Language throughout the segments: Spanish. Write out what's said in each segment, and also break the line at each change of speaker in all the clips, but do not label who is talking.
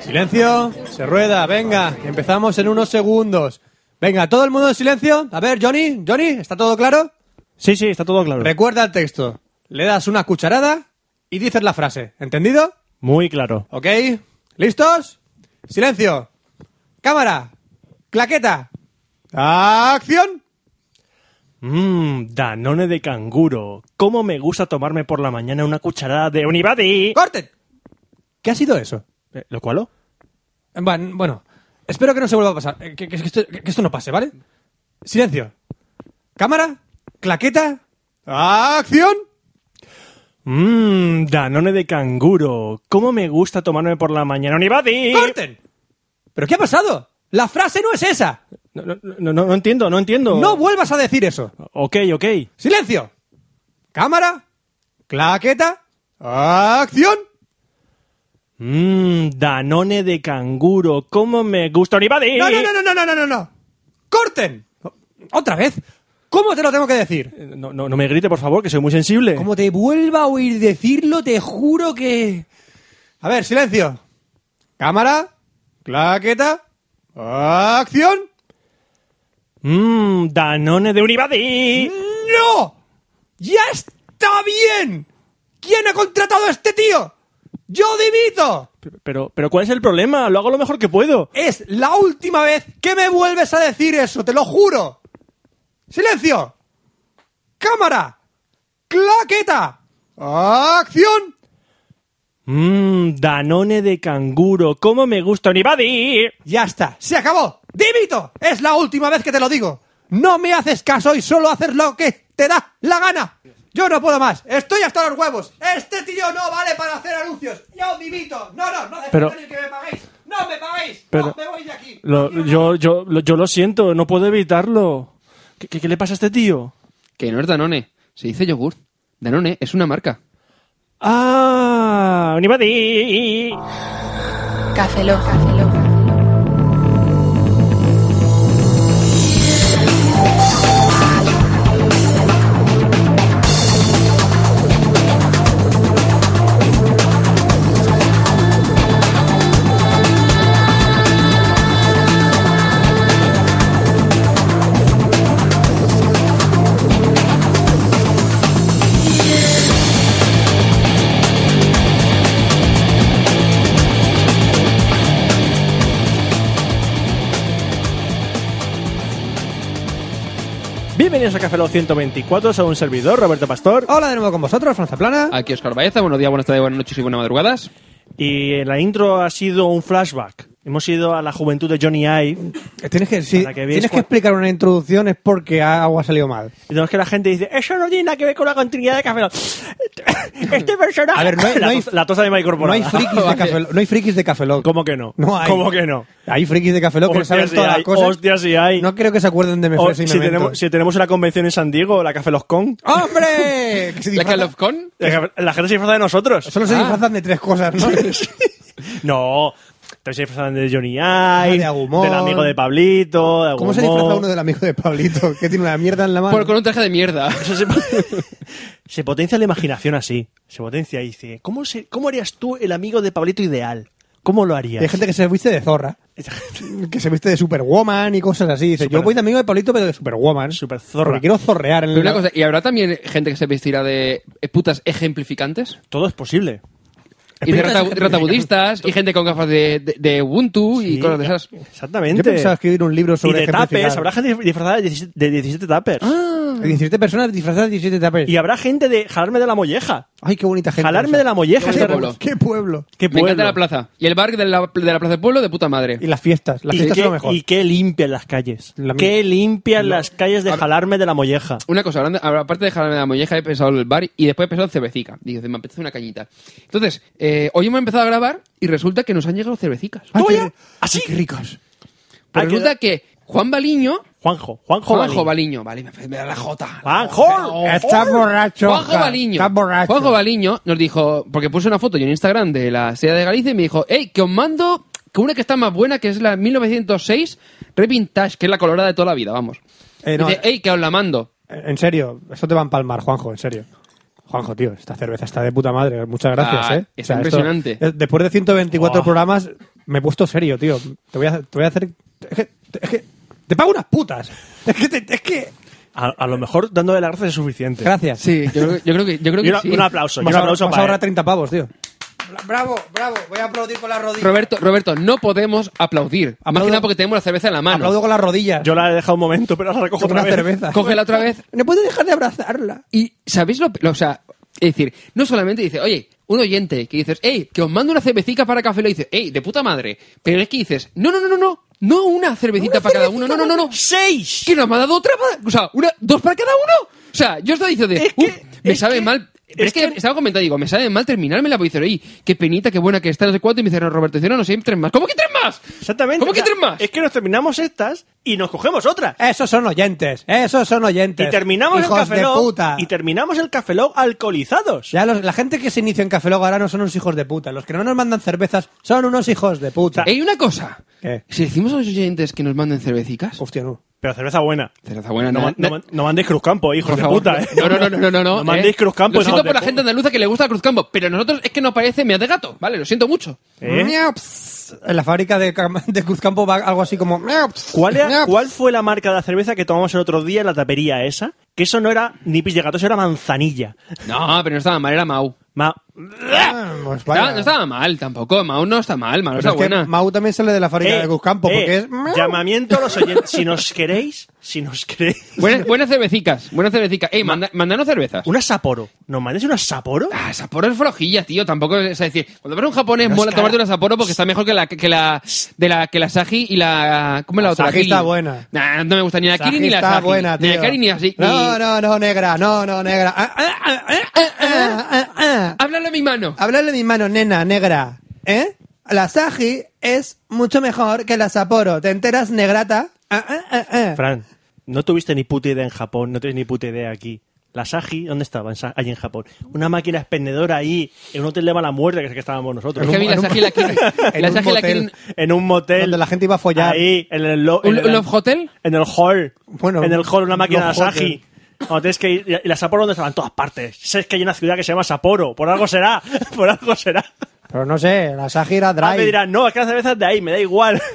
Silencio, se rueda, venga, empezamos en unos segundos. Venga, todo el mundo en silencio. A ver, Johnny, Johnny, ¿está todo claro?
Sí, sí, está todo claro.
Recuerda el texto. Le das una cucharada y dices la frase. ¿Entendido?
Muy claro.
¿Ok? ¿Listos? Silencio. Cámara. Claqueta. Acción.
Mmm, danone de canguro. ¿Cómo me gusta tomarme por la mañana una cucharada de Unibody?
¡Corten! ¿Qué ha sido eso? Eh,
Eh, ¿Lo cual?
Bueno, bueno, espero que no se vuelva a pasar. eh, Que, que- que esto, que esto no pase, ¿vale? Silencio. Cámara. Claqueta. Acción.
Mmm, danone de canguro. ¿Cómo me gusta tomarme por la mañana Unibody?
¡Corten! ¿Pero qué ha pasado? La frase no es esa.
No, no, no, no, no entiendo, no entiendo.
No vuelvas a decir eso.
Ok, ok.
¡Silencio! Cámara. Claqueta. Acción.
Mmm, danone de canguro. ¿Cómo me gusta Unibody?
No, no, no, no, no, no, no, no, no. ¡Corten! Otra vez. ¿Cómo te lo tengo que decir?
Eh, No, no, no me grite, por favor, que soy muy sensible.
Como te vuelva a oír decirlo, te juro que... A ver, silencio. Cámara. Claqueta. Acción.
Mmm, danone de Unibody.
¡No! ¡Ya está bien! ¿Quién ha contratado a este tío? ¡Yo dimito!
Pero, pero, ¿cuál es el problema? Lo hago lo mejor que puedo.
Es la última vez que me vuelves a decir eso, te lo juro. ¡Silencio! ¡Cámara! ¡Claqueta! ¡Acción!
Mmm, danone de canguro. ¿Cómo me gusta Unibody?
Ya está, se acabó. ¡Dimito! Es la última vez que te lo digo. No me haces caso y solo haces lo que te da la gana. Yo no puedo más. Estoy hasta los huevos. Este tío no vale para hacer anuncios. Yo dimito. No, no, no hace
Pero-
falta ni que me paguéis. No me pagáis.
Pero-
no, me voy de aquí. No
Lo-
quiero
yo, yo, lo, yo lo siento, no puedo evitarlo. ¿Qué, qué- qué le pasa a este tío?
Que no es Danone, se dice yogur. Danone es una marca.
¡Ah! ¡Unibody!
Café Lock. Café Lock.
Bienvenidos a Café Lock 124, soy un servidor, Roberto Pastor.
Hola de nuevo con vosotros, Franza Plana.
Aquí Oscar Baeza, buenos días, buenas tardes, buenas noches y buenas madrugadas.
Y la intro ha sido un flashback. Hemos ido a la juventud de Johnny Ive.
Eh, Tienes que, si
Para que veáis
tienes que
cuál-
explicar una introducción es porque algo ha salido mal.
Y tenemos que la gente dice, eso no tiene nada que ver con la continuidad de Café Lock". Este personaje...
A ver, no hay-
la,
no hay-
tos- la tosa de Mike
No hay frikis de Café Lock. No hay frikis de Café Lock.
¿Cómo que no?
No hay.
¿Cómo que no?
Hay frikis de Café Lock que
Hostia,
saben
si
todas
hay,
las cosas.
hostia, si hay.
No creo que se acuerden de me
O-
fue sin
si,
Memento.
tenemos, si tenemos una convención en San Diego, la Café Los Con,
¡Hombre! Que se
La
disfrazan-
Call of Con.
la gente se disfraza de nosotros.
Solo se disfrazan de tres cosas, ¿no?
No, entonces se disfrazan de Johnny
Ah, de
Ive,
Agumon.
del amigo de Pablito, de
¿Cómo se
Agumon.
disfraza uno del amigo de Pablito? Que tiene una mierda en la mano.
Por, con un traje de mierda.
Eso se, se potencia la imaginación así. Se potencia y dice, ¿cómo, se, ¿cómo harías tú el amigo de Pablito ideal? ¿Cómo lo harías?
Hay gente que se viste de zorra. Que se viste de Superwoman y cosas así. Dice, yo
Super-
voy de amigo de Pablito, pero de Superwoman.
Superzorra.
Porque quiero zorrear en
Pero
el...
una cosa, ¿y habrá también gente que se vestirá de eh, putas ejemplificantes?
Todo es posible.
Y de
Putas
rata,
ejemplificantes.
rata budistas, y gente con gafas de, de, de Ubuntu y
Sí,
cosas de esas.
Exactamente.
Yo pensaba escribir un libro sobre
y de
ejemplificar.
tapes, habrá gente disfrazada de 17, de 17 tapers.
Ah,
Hay 17 personas disfrazadas de 17 tapes.
Y habrá gente de jalarme de la molleja.
Ay, qué bonita gente.
Jalarme de la molleja.
Qué
este
pueblo.
remo-
¡Qué pueblo!
qué
Me encanta
pueblo.
la plaza. Y el bar de la, de la plaza del pueblo de puta madre.
Y las fiestas. Las
¿Y
fiestas
qué-
son lo mejor.
Y qué limpian las calles.
La mi-
qué limpian las calles de jalarme de la molleja.
Una cosa, hablando- aparte de dejarme la molleja, he pensado en el bar y después he pensado en cervecica. Dice, me apetece una cañita. Entonces, eh, hoy hemos empezado a grabar y resulta que nos han llegado cervecicas.
Ay, qué-
Oye, así.
ay, qué ricos!
Hay
Pero
que-
resulta que Juan Baliño...
Juanjo, Juanjo,
Juanjo
Balín.
Baliño, vale, me, me da la jota.
Juanjo.
Estás borracho.
Juanjo
ja.
Baliño.
Estás borracho.
Juanjo Baliño nos dijo, porque puse una foto yo en Instagram de la seda de Galicia y me dijo, hey, que os mando con una que está más buena, que es la 1906 Revintage, que es la colorada de toda la vida, vamos.
Eh, no, Eh,
Dice, hey, que os la mando.
En serio, eso te va a empalmar, Juanjo, en serio. Juanjo, tío, esta cerveza está de puta madre. Muchas gracias,
Ah,
¿eh?
está impresionante.
eh, después de 124
Oh.
programas, me he puesto serio, tío. Te voy a, te voy a hacer. Es que, es que- Te pago unas putas. Es que. te- es que...
A, a lo mejor dándole las gracias es suficiente.
Gracias.
Sí, yo creo, yo creo que, yo creo
Y
que
una-
sí.
un aplauso. y
Vas
un
a,
aplauso
vas a
para
ahorrar
él.
30 pavos, tío. Bravo, bravo. Voy a aplaudir con las rodillas.
Roberto, Roberto, no podemos aplaudir. Más
Aplaudo.
que nada porque tenemos la cerveza en la mano.
Aplaudo con las rodillas.
Yo la he dejado un momento, pero la recojo
con una
otra vez.
cerveza.
Cógela otra vez.
No puedo dejar de abrazarla.
Y ¿sabéis lo, lo- O sea, es decir, no solamente dice, oye, un oyente que dices, hey, que os mando una cervecita para café, lo dice, hey, de puta madre. Pero es que dices, no, no, no, no, no, no una cervecita para cada uno, no, no, no, no.
¡Seis!
Que nos ha dado otra para, o sea, una, dos para cada uno. O sea, yo estaba diciendo, de,
Es que-
"Uf, me
es
sabe
que-
mal.
es
Pero es que,
que-
estaba comentando, digo, me sabe mal terminarme la dice, oye, qué penita, qué buena que está, no sé cuánto. Y me dice, no, Roberto, dice, no, no, sí, hay tres más. ¿Cómo que tres más?
Exactamente.
¿Cómo que
o sea,
tres más?
Es que nos terminamos estas y nos cogemos otras.
Esos son oyentes. Esos son oyentes.
Y terminamos
Hijos
el Café
de
Lock-
puta.
Y terminamos el Café Lock alcoholizados.
Ya los- la gente que se inicia en Café Lock ahora no son unos hijos de puta. Los que no nos mandan cervezas son unos hijos de puta.
Hay una cosa.
¿Qué?
Si decimos a los oyentes que nos manden cervecicas,
Hostia, no.
Pero cerveza buena.
cerveza buena,
No,
na-
man- no
na-
man- no mandéis Cruzcampo, hijos
Por
de
favor.
puta, ¿eh?
No, no, no, no, no, no.
No
eh.
mandéis Cruzcampo.
Lo siento
hijos de
por la
puta.
gente andaluza que le gusta el Cruzcampo, pero nosotros es que nos parece me de gato, ¿vale? Lo siento mucho.
¿Eh?
Miau, pss. En la fábrica de, Cam- de Cruzcampo va algo así como. miau, pss.
¿Cuál, era-
Miau, pss.
cuál fue la marca de la cerveza que tomamos el otro día en la tapería esa? Que eso no era ni pis de gato, eso era manzanilla.
No, pero no estaba mal, era Mau.
Ma-
Ah, pues vaya.
Estaba- no estaba mal tampoco, Mau no está mal, Mau
Pero
está
es que
buena.
Mau también sale de la fábrica
Eh,
de Cruzcampo
eh,
porque es. miau.
Llamamiento a los oyentes. Si nos queréis, si nos queréis.
Buenas, buenas cervecicas, buenas cervecicas. Ey, manda- mandanos cervezas.
Una Sapporo. ¿Nos mandáis una Sapporo?
Ah, Sapporo es flojilla, tío. Tampoco es, es decir, cuando vas a un japonés
No es
mola
cara.
tomarte una Sapporo porque está mejor que la que la de la que la Saji y la ¿cómo es la,
La
otra?
Saji
Kiri.
está buena.
Nah, no me gusta ni la Kiri
Saji
ni la
está
Saji.
buena,
ni la
tío.
Kiri ni la Saji.
No, no, no, negra. No, no, negra. Ah, ah, ah, ah, ah, ah, ah.
Háblalo en mi mano.
Hablarle de mi mano, nena, negra. ¿Eh? La Saji es mucho mejor que la Sapporo. ¿Te enteras, negrata? Ah, ah, ah, ah.
Fran, no tuviste ni puta idea en Japón, no tienes ni puta idea aquí. La Saji, ¿dónde estaba? En Sa- allí en Japón. Una máquina expendedora ahí, en un hotel de mala muerte, que es el que estábamos nosotros.
Es que a mí
En un-
la Saji y la Kiri.
en
La
un
Saji y la
motel.
Kiri.
en un motel.
Donde la gente iba a follar.
Ahí, en el... lo-
¿Un-
en el-
un love hotel?
En el hall.
Bueno,
en el hall, una máquina de
love
Saji. Cuando tienes que ir- ¿Y la Sapporo dónde estaba? En todas partes. Sé que hay una ciudad que se llama Sapporo. Por algo será. Por algo será.
Pero no sé, la Saji era
Ah, me
dry.
dirán, no, es que la cerveza es de ahí, me da igual.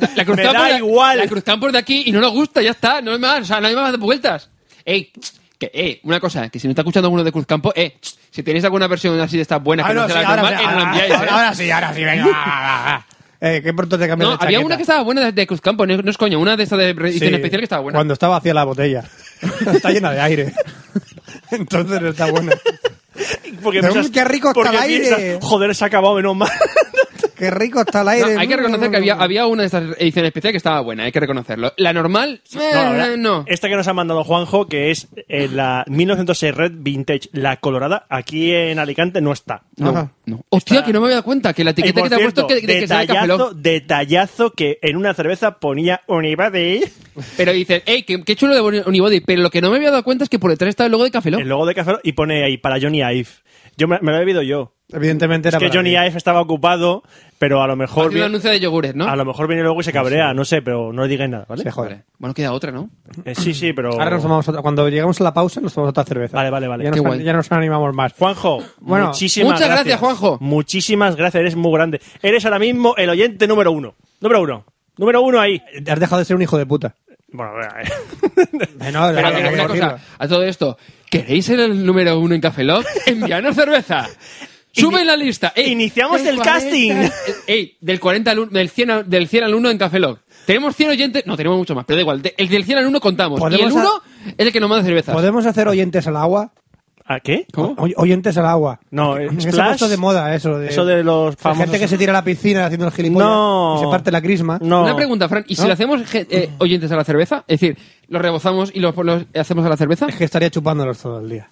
La, la
Me
cruzcamos
da
la-
igual.
La cruzcamos de aquí y no nos gusta, ya está. No hay más, o sea, no hay más vueltas. Ey, que, eh, una cosa, que si no está escuchando alguno de Cruzcampo, eh, si tenéis alguna versión así de estas buenas que
Ah,
no,
no,
sea
sí,
la
ahora,
normal,
sí,
eh, no la
ahora-
enviáis, eh.
ahora sí, ahora sí, venga. va, va, va. Eh, qué pronto te cambias
No,
de
había
chaqueta.
una que estaba buena de, de Cruzcampo, no, no es coño, una de estas de
Sí,
edición especial que estaba buena.
Cuando estaba vacía la botella. Está llena de aire. Entonces no está buena.
Porque
Pero,
piensas-
qué rico está
porque
el aire.
piensas, Joder, se ha acabado menos mal.
Qué rico está el
No,
aire.
hay que reconocer que había, había una de estas ediciones especiales que estaba buena, hay que reconocerlo. La normal, eh,
No, la
no.
verdad, Esta que nos ha mandado Juanjo, que es eh, la 1906 Red Vintage, la colorada, aquí en Alicante no está.
No,
Ajá.
no. Hostia, que no me había dado cuenta, que la
Y
etiqueta
por
que te ha puesto
cierto,
que, de que sea de Café Lock.
detallazo, detallazo que en una cerveza ponía Unibody.
Pero dices, hey, qué, qué chulo de boni- Unibody. Pero lo que no me había dado cuenta es que por detrás está el logo de Café Lock.
El logo de Café Lock, y pone ahí para Johnny Ive. Yo me, me lo he bebido yo.
Evidentemente
Es
era
que
para
Johnny
mí.
Ive estaba ocupado, pero a lo mejor.
Haciendo
vi-
anuncio de yogures, ¿no? Pues
A lo mejor viene luego y se cabrea, no sé, pero no le digáis nada, ¿vale?
Se jode.
Vale. Bueno, queda otra, ¿no?
Eh, sí, sí, pero.
Ahora nos tomamos otra. Cuando llegamos a la pausa, nos tomamos otra cerveza.
Vale, vale, vale.
Ya
Qué
nos,
guay.
ya nos animamos más.
Juanjo,
Bueno,
muchísimas
muchas gracias,
gracias.
Juanjo.
Muchísimas gracias, eres muy grande. Eres ahora mismo el oyente número uno. Número uno. Número uno ahí.
Has dejado de ser un hijo de puta.
Bueno, a ver. Eh,
Bueno,
Pero
hay que
mira, una
decirlo.
cosa, a todo esto, ¿queréis ser el número uno en Café Lock? Envianos cerveza. Sube en la lista. Ey,
Iniciamos
del
el casting.
Ey, del 40 al un- del 100 al, del 100 al 1 en Café Lock. Tenemos 100 oyentes, no tenemos mucho más, pero da igual. de- el del 100 al 1 contamos. Y el
Podemos a-
1 es el que nos manda cerveza.
¿Podemos Oh, hacer oyentes al agua?
¿A qué?
¿Cómo?
Oy- oyentes al agua.
No, eh,
Es que se ha
Splash-
puesto de moda eso. De,
eso de los
la
famosos-
gente que se tira a la piscina haciendo el gilipollas
No.
y se parte la crisma.
No.
Una pregunta, Fran. ¿Y si
¿No?
lo hacemos je- eh, oyentes a la cerveza? Es decir, ¿los rebozamos y los, los hacemos a la cerveza?
Es que estaría chupándolos todo el día.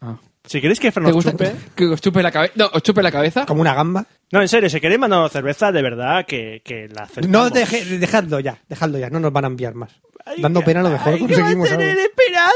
Ah.
Si queréis que Fran
¿Te
nos
gusta
chupe-
que os chupe la cabeza? No, os chupe la cabeza.
Como una gamba.
No, en serio, si queréis mandarnos cerveza, de verdad que, que la aceptamos.
No, deje- dejadlo ya, dejadlo ya, no nos van a enviar más. Dando pena a lo mejor
Ay, que va
conseguimos
a tener
algo.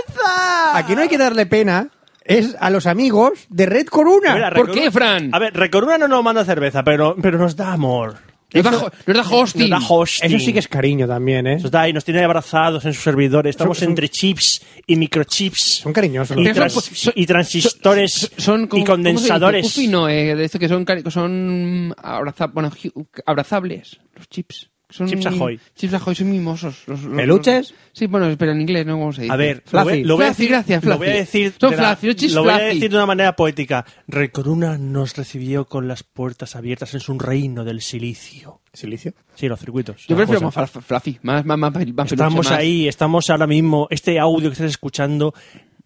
esperanza!
Aquí no hay que darle pena, es a los amigos de Red Corona.
Mira,
¿Por
Recoruna-
qué, Fran?
A ver, Recoruna no nos manda cerveza, pero, pero nos da amor.
Nos da,
Eso-
ho- nos da hosting.
Nos da hosting.
Eso sí que es cariño también, ¿eh?
Nos da y nos tiene abrazados en sus servidores. Estamos entre chips y microchips.
Son cariñosos.
Y,
los
Pero
trans-
dos.
son- son-
y transistores
son como-
y
¿cómo se dice?
condensadores.
Puffy no, eh, de esto que son, cari- son abraza- bueno, ju- abrazables, los chips. Son
Chips Ahoy.
Chips Ahoy, son mimosos. los- los-
¿Peluches?
los- sí, bueno, pero en inglés no cómo se dice.
A ver,
Fluffy.
lo voy- lo voy a
Fluffy,
decir-
gracias,
lo voy a
Fluffy.
decir
Son
de la-
fluffy, los chips
Lo voy a
fluffy.
decir de una manera poética. Recoruna nos recibió con las puertas abiertas en su reino del silicio.
Silicio.
Sí, los circuitos.
Yo
las
prefiero más
cosas.
fla- fluffy, más, más, más, más peluche,
Estamos
más-
ahí, estamos ahora mismo. Este audio que estás escuchando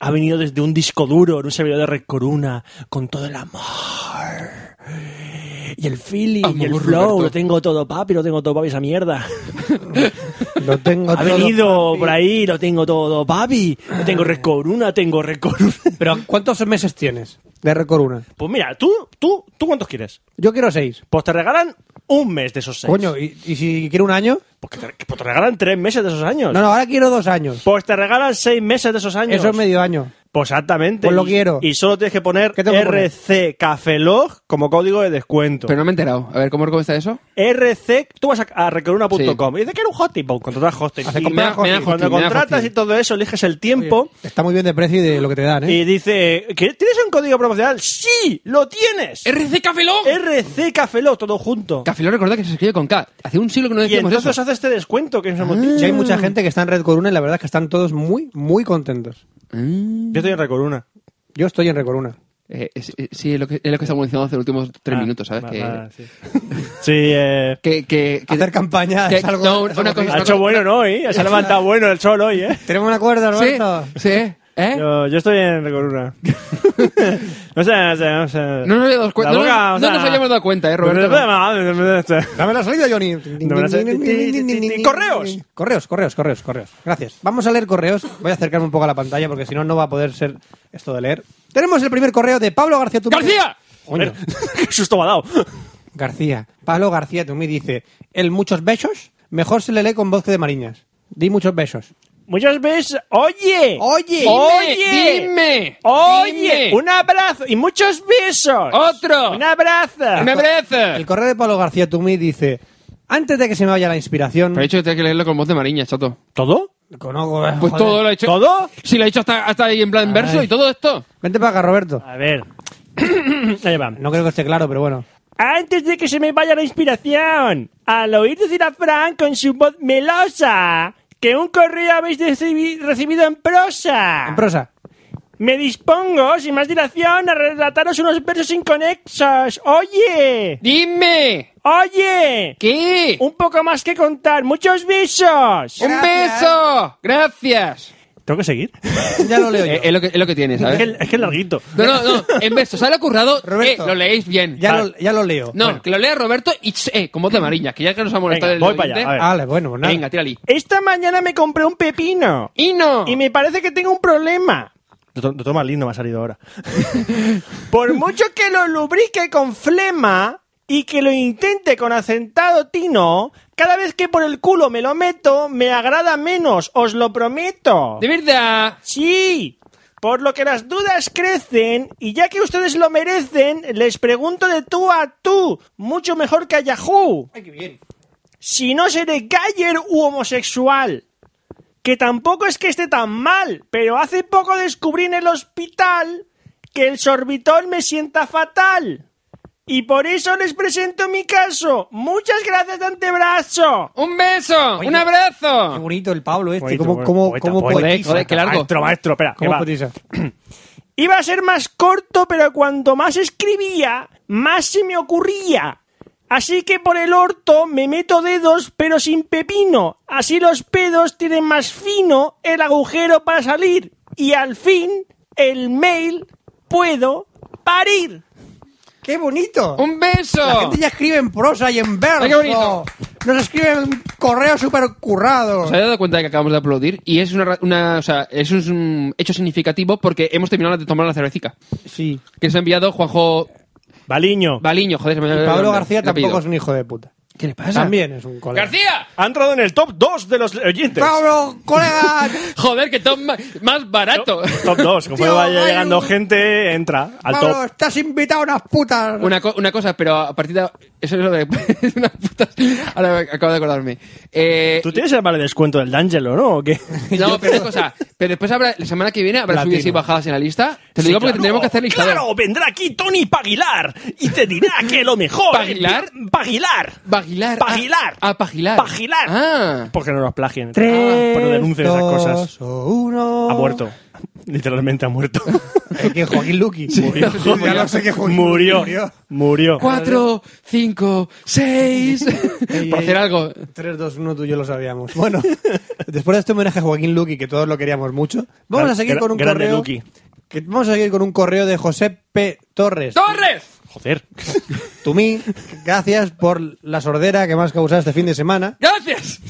ha venido desde un disco duro, en un servidor de Red Coruna, con todo el amor. Y el feeling, y el
Amor,
flow,
Roberto.
lo tengo todo papi, lo tengo todo papi, esa mierda.
Lo tengo
Ha
todo.
venido por ahí, lo tengo todo papi, lo tengo Red Coruna, tengo Red Coruna.
Pero ¿cuántos meses tienes de Recoruna?
Pues mira, tú, tú, tú cuántos quieres.
Yo quiero seis.
Pues te regalan un mes de esos seis.
Coño, ¿y, y si quiero un año?
Pues, que te, pues te regalan tres meses de esos años.
No, no, ahora quiero dos años.
Pues te regalan seis meses de esos años.
Eso es medio año.
Pues exactamente.
Pues lo
Y-
quiero.
Y solo tienes que poner
¿Qué tengo que poner?
RC Cafelog como código de descuento.
Pero no me he enterado. A ver, ¿cómo, cómo está eso?
RC, tú vas a, a recoruna.com y dices que era un hosting, pues contratas hosting.
Hace
Y
comprar
me-
hosting,
cuando
me da
contratas
hosting.
y todo eso, eliges el tiempo
Está muy bien de precio y de lo que te dan, ¿eh?
y dice, ¿que ¿tienes un código promocional? ¡Sí! ¡Lo tienes!
¡RC Cafelón!
RC Cafelog, todo junto.
Cafelón, Eh, recordad que se escribe con K. Hace un siglo que no
y
decíamos
entonces
eso.
hace este descuento que nos hemos dicho.
Si hay mucha gente que está en Red Coruna y la verdad es que están todos muy, muy contentos.
Mm.
Yo estoy en Recoruna.
Yo estoy en Recoruna.
Eh, es- eh, sí, es lo que, es lo que estamos diciendo hace los últimos tres
Ah,
minutos, ¿sabes?
va-
Que-
va, sí. Sí, eh,
que, que, que-
Hacer campaña
que-
es algo...
no,
es algo
una cosa-
Ha hecho bueno, ¿no? hoy? Se ha levantado bueno el sol hoy, ¿eh?
que- Tenemos un acuerdo,
Sí,
Roberto.
sí, ¿eh?
Yo, yo estoy en Recoruna. no sé, no sé, no sé.
No nos habíamos dado cuenta-
La
no
boca,
nos-
o
no
sea,
nos habíamos dado cuenta, eh, Roberto.
Dame la salida, Johnny.
Dame la salida. Correos.
Correos, correos, correos, correos. Gracias. Vamos a leer correos. Voy a acercarme un poco a la pantalla porque si no, no va a poder ser esto de leer. Tenemos el primer correo de Pablo García Tumí.
¡García!
Coño.
¡Qué susto me ha dado!
García. Pablo García Tumí dice, el muchos besos mejor se le lee con voz que de mariñas. Di muchos besos.
Muchas veces, oye.
Oye.
oye.
Dime,
Oye.
dime.
Un abrazo y muchos besos.
Otro.
Un abrazo.
¡Me
El
merece!
correo de Pablo García Tumí dice, antes de que se me vaya la inspiración...
Pero he dicho que tenía que leerlo con voz de Mariña, chato.
¿Todo?
Conozco-
Pues
joder.
todo lo he hecho.
Ah, ¿Todo?
Sí, lo he hecho hasta, hasta ahí en plan verso y todo esto.
Vente para acá, Roberto.
A ver. Ahí va.
No creo que esté claro, pero bueno.
Antes de que se me vaya la inspiración, al oír decir a Fran con su voz melosa que un correo habéis recibi- recibido en prosa.
En prosa.
Me dispongo, sin más dilación, a relataros unos versos inconexos. Oye,
¡Dime!
oye,
¿Qué?
un poco más que contar, muchos besos.
¡Un beso! ¡Gracias!
¿Tengo que seguir?
Ya lo leo yo.
Eh, es, lo que, es lo que tienes,
Es
¿sabes?
que es que es larguito.
No, no, no. En verso. ¿Sabes lo currado?
Roberto.
Eh, lo leéis bien.
ya,
Vale.
lo, ya lo leo.
No,
Bueno.
que lo lea Roberto y... ch- Eh, con voz de Mariña, que ya que nos ha molestado
Venga,
el
voy para
oyente.
allá, a ver.
Vale, bueno, pues nada.
Venga, tírale.
Esta mañana me compré un pepino
¡Y no!
y me parece que tengo un problema. Doctor Marlín no me ha salido ahora. Por mucho que lo lubrique con flema y que lo intente con acentado tino, cada vez que por el culo me lo meto, me agrada menos, os lo prometo.
¡De verdad!
Sí, por lo que las dudas crecen y ya que ustedes lo merecen, les pregunto de tú a tú, mucho mejor que a Yahoo. Si no seré gayer u homosexual. Que tampoco es que esté tan mal, pero hace poco descubrí en el hospital que el sorbitón me sienta fatal. Y por eso les presento mi caso. Muchas gracias de antebrazo.
¡Un beso! ¡Un
Qué
abrazo!
bonito el Pablo este.
Bonito,
¿Cómo,
bueno,
cómo,
poeta,
cómo
poeta.
poetiza?
Joder, qué largo.
Maestro, maestro, espera. que
¿Cómo
va.
poetiza?
Iba a ser más corto, pero cuanto más escribía, más se me ocurría. Así que por el orto me meto dedos, pero sin pepino. Así los pedos tienen más fino el agujero para salir. Y al fin, el mail puedo parir.
¡Qué bonito!
¡Un
La
beso!
gente ya escribe en prosa y en verso.
Ay, qué bonito.
Nos escriben correos súper currados.
¿Os habéis dado cuenta de que acabamos de aplaudir? Y es una, ra- una o sea, es un hecho significativo porque hemos terminado de tomar la cervecica.
Sí.
Que nos ha enviado Juanjo
Baliño.
Baliño, joder. se me-
Y Pablo
el
García
apellido.
tampoco es un hijo de puta.
¿Qué le pasa?
También es un colega.
¡García!
Ha entrado en el top 2 de los oyentes.
¡Pablo, colega!
Joder, que top ma- más barato.
Top 2. Conforme
Tío,
vaya
hay
llegando
un-
gente, entra al
Pablo,
top.
estás invitado a unas putas.
Una, co- una cosa, pero a partir de... Eso es lo de... unas putas. Ahora me- acabo de acordarme. Eh,
¿Tú tienes el mal descuento del D'Angelo, no? ¿O qué?
no, pero una cosa. Pero después habrá... La semana que viene habrá
Latino.
subidas y bajadas en la lista. Te lo digo
claro.
porque tendremos que hacer listador.
Claro, vendrá aquí Tony Paguilar y te dirá que lo mejor. es-
¿Paguilar?
Paguilar.
Bagilar.
Pagilar.
Ah, ah, Pagilar.
Pagilar.
Ah.
Porque no nos plagien.
Tres,
Pero denuncien esas cosas.
dos, uno.
Ha muerto. Literalmente ha muerto.
Es que Joaquín Luqui.
Murió.
Ya lo sé que Joaquín
Murió.
Luqui murió.
Murió.
Cuatro, cinco, seis. Por
ey.
hacer algo.
3, 2, 1, tú y yo lo sabíamos. Bueno, después de este homenaje a Joaquín Luqui, que todos lo queríamos mucho, vamos
Gran-
a seguir
gra-
con un
grande
correo.
Luqui.
que- vamos a seguir con un correo de José P. Torres.
¡Torres!
Joder.
Tumí, gracias por la sordera que me has causado este fin de semana.
¡Gracias!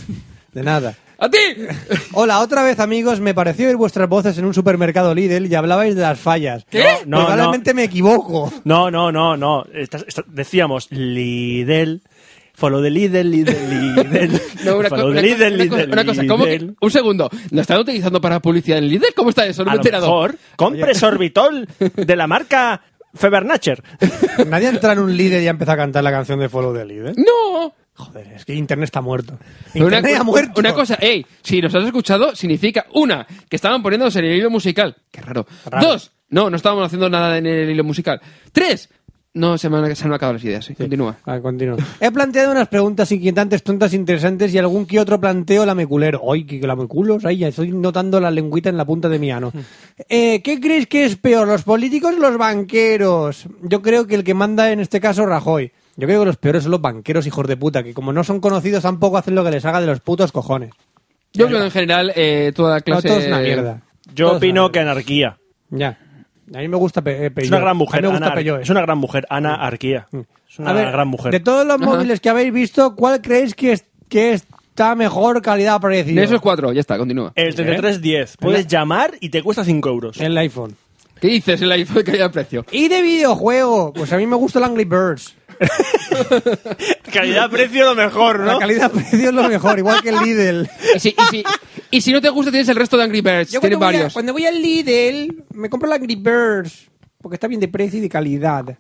De nada.
¡A ti!
Hola, otra vez amigos, me pareció oír vuestras voces en un supermercado Lidl y hablabais de las fallas.
¿Qué?
No, no.
Probablemente me equivoco.
No, no, no, no. Estás- estás- decíamos Lidl. Follow de Lidl, Lidl, Lidl.
No, una, co-
follow
una
the
co-
Lidl,
una cosa,
Lidl,
una cosa, ¿cómo que-
Lidl.
un segundo, ¿lo están utilizando para publicidad en Lidl? ¿Cómo está eso?
A
No me he
lo
enterado.
mejor compre sorbitol de la marca Febernacher.
Nadie entra en un Lidl y ha empezado a cantar la canción de Follow the Lidl.
No.
Joder, es que Internet está muerto.
Pero
Internet
una,
ha muerto.
una cosa, ey, si nos has escuchado, significa, una, que estaban poniéndonos en el hilo musical. Qué raro. Dos, no, no estábamos haciendo nada en el hilo musical. Tres, no, se me han, se me han acabado las ideas. sí. Continúa.
Ah, continúa. He planteado unas preguntas inquietantes, tontas, interesantes y algún que otro planteo lameculero. ¡Ay, que lameculos! ¡Ay, ya estoy notando la lengüita en la punta de mi ano!
Hmm.
Eh, ¿Qué creéis que es peor, los políticos o los banqueros? Yo creo que el que manda en este caso Rajoy. Yo creo que los peores son los banqueros, hijos de puta, que como no son conocidos tampoco hacen lo que les haga de los putos cojones.
Yo creo que en general eh, toda
No,
clase...
todo es una mierda.
Yo
Todo es
opino
una
que anarquía.
mierda. Ya. A mí me gusta Pe- eh,
Es
Peyo.
una gran mujer.
A mí me gusta
anar-
Peyo, eh. Mm.
Es una gran mujer. Anarquía. Es una
A ver, De
gran mujer.
todos los
Ajá.
móviles que habéis visto, ¿cuál creéis que, es, que está mejor calidad-precio?
De esos cuatro, ya está, continúa.
El
¿eh?
3310. Puedes llamar y te cuesta 5 euros.
El iPhone.
¿Qué dices el iPhone que haya precio?
Y de videojuego, pues a mí me gusta el Angry Birds.
Calidad-precio lo mejor,
La calidad-precio es lo mejor, igual que el Lidl.
Y si, y, si, y si no te gusta, tienes el resto de Angry Birds.
Yo cuando
Tienes
voy, a-
varios.
cuando voy al Lidl, me compro el Angry Birds. Porque está bien de precio y de calidad.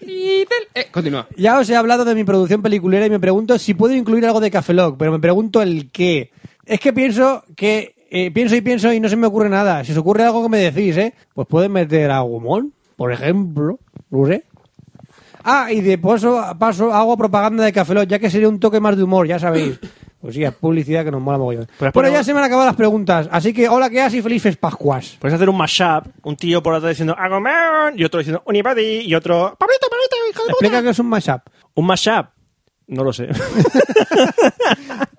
Eh, continúa.
Ya os he hablado de mi producción peliculera y me pregunto si puedo incluir algo de Café Lock, pero me pregunto el qué. Es que pienso que eh, pienso y pienso y no se me ocurre nada. Si os ocurre algo que me decís, ¿eh? Pues pueden meter a Gumón, por ejemplo, no sé. Ah, y de paso, a paso hago propaganda de Café Lock, ya que sería un toque más de humor, ya sabéis. Pues sí, es publicidad que nos mola mogollón.
Pues
bueno,
ponemos-
ya se me han acabado las preguntas, así que hola, ¿qué haces y felices Pascuas?
Puedes hacer un mashup. Un tío por atrás diciendo Agomón. Y otro diciendo Unibody. Y otro Pablito, Pablito, hijo de
Explica
puta.
que es un mashup.
Un mashup. No lo sé.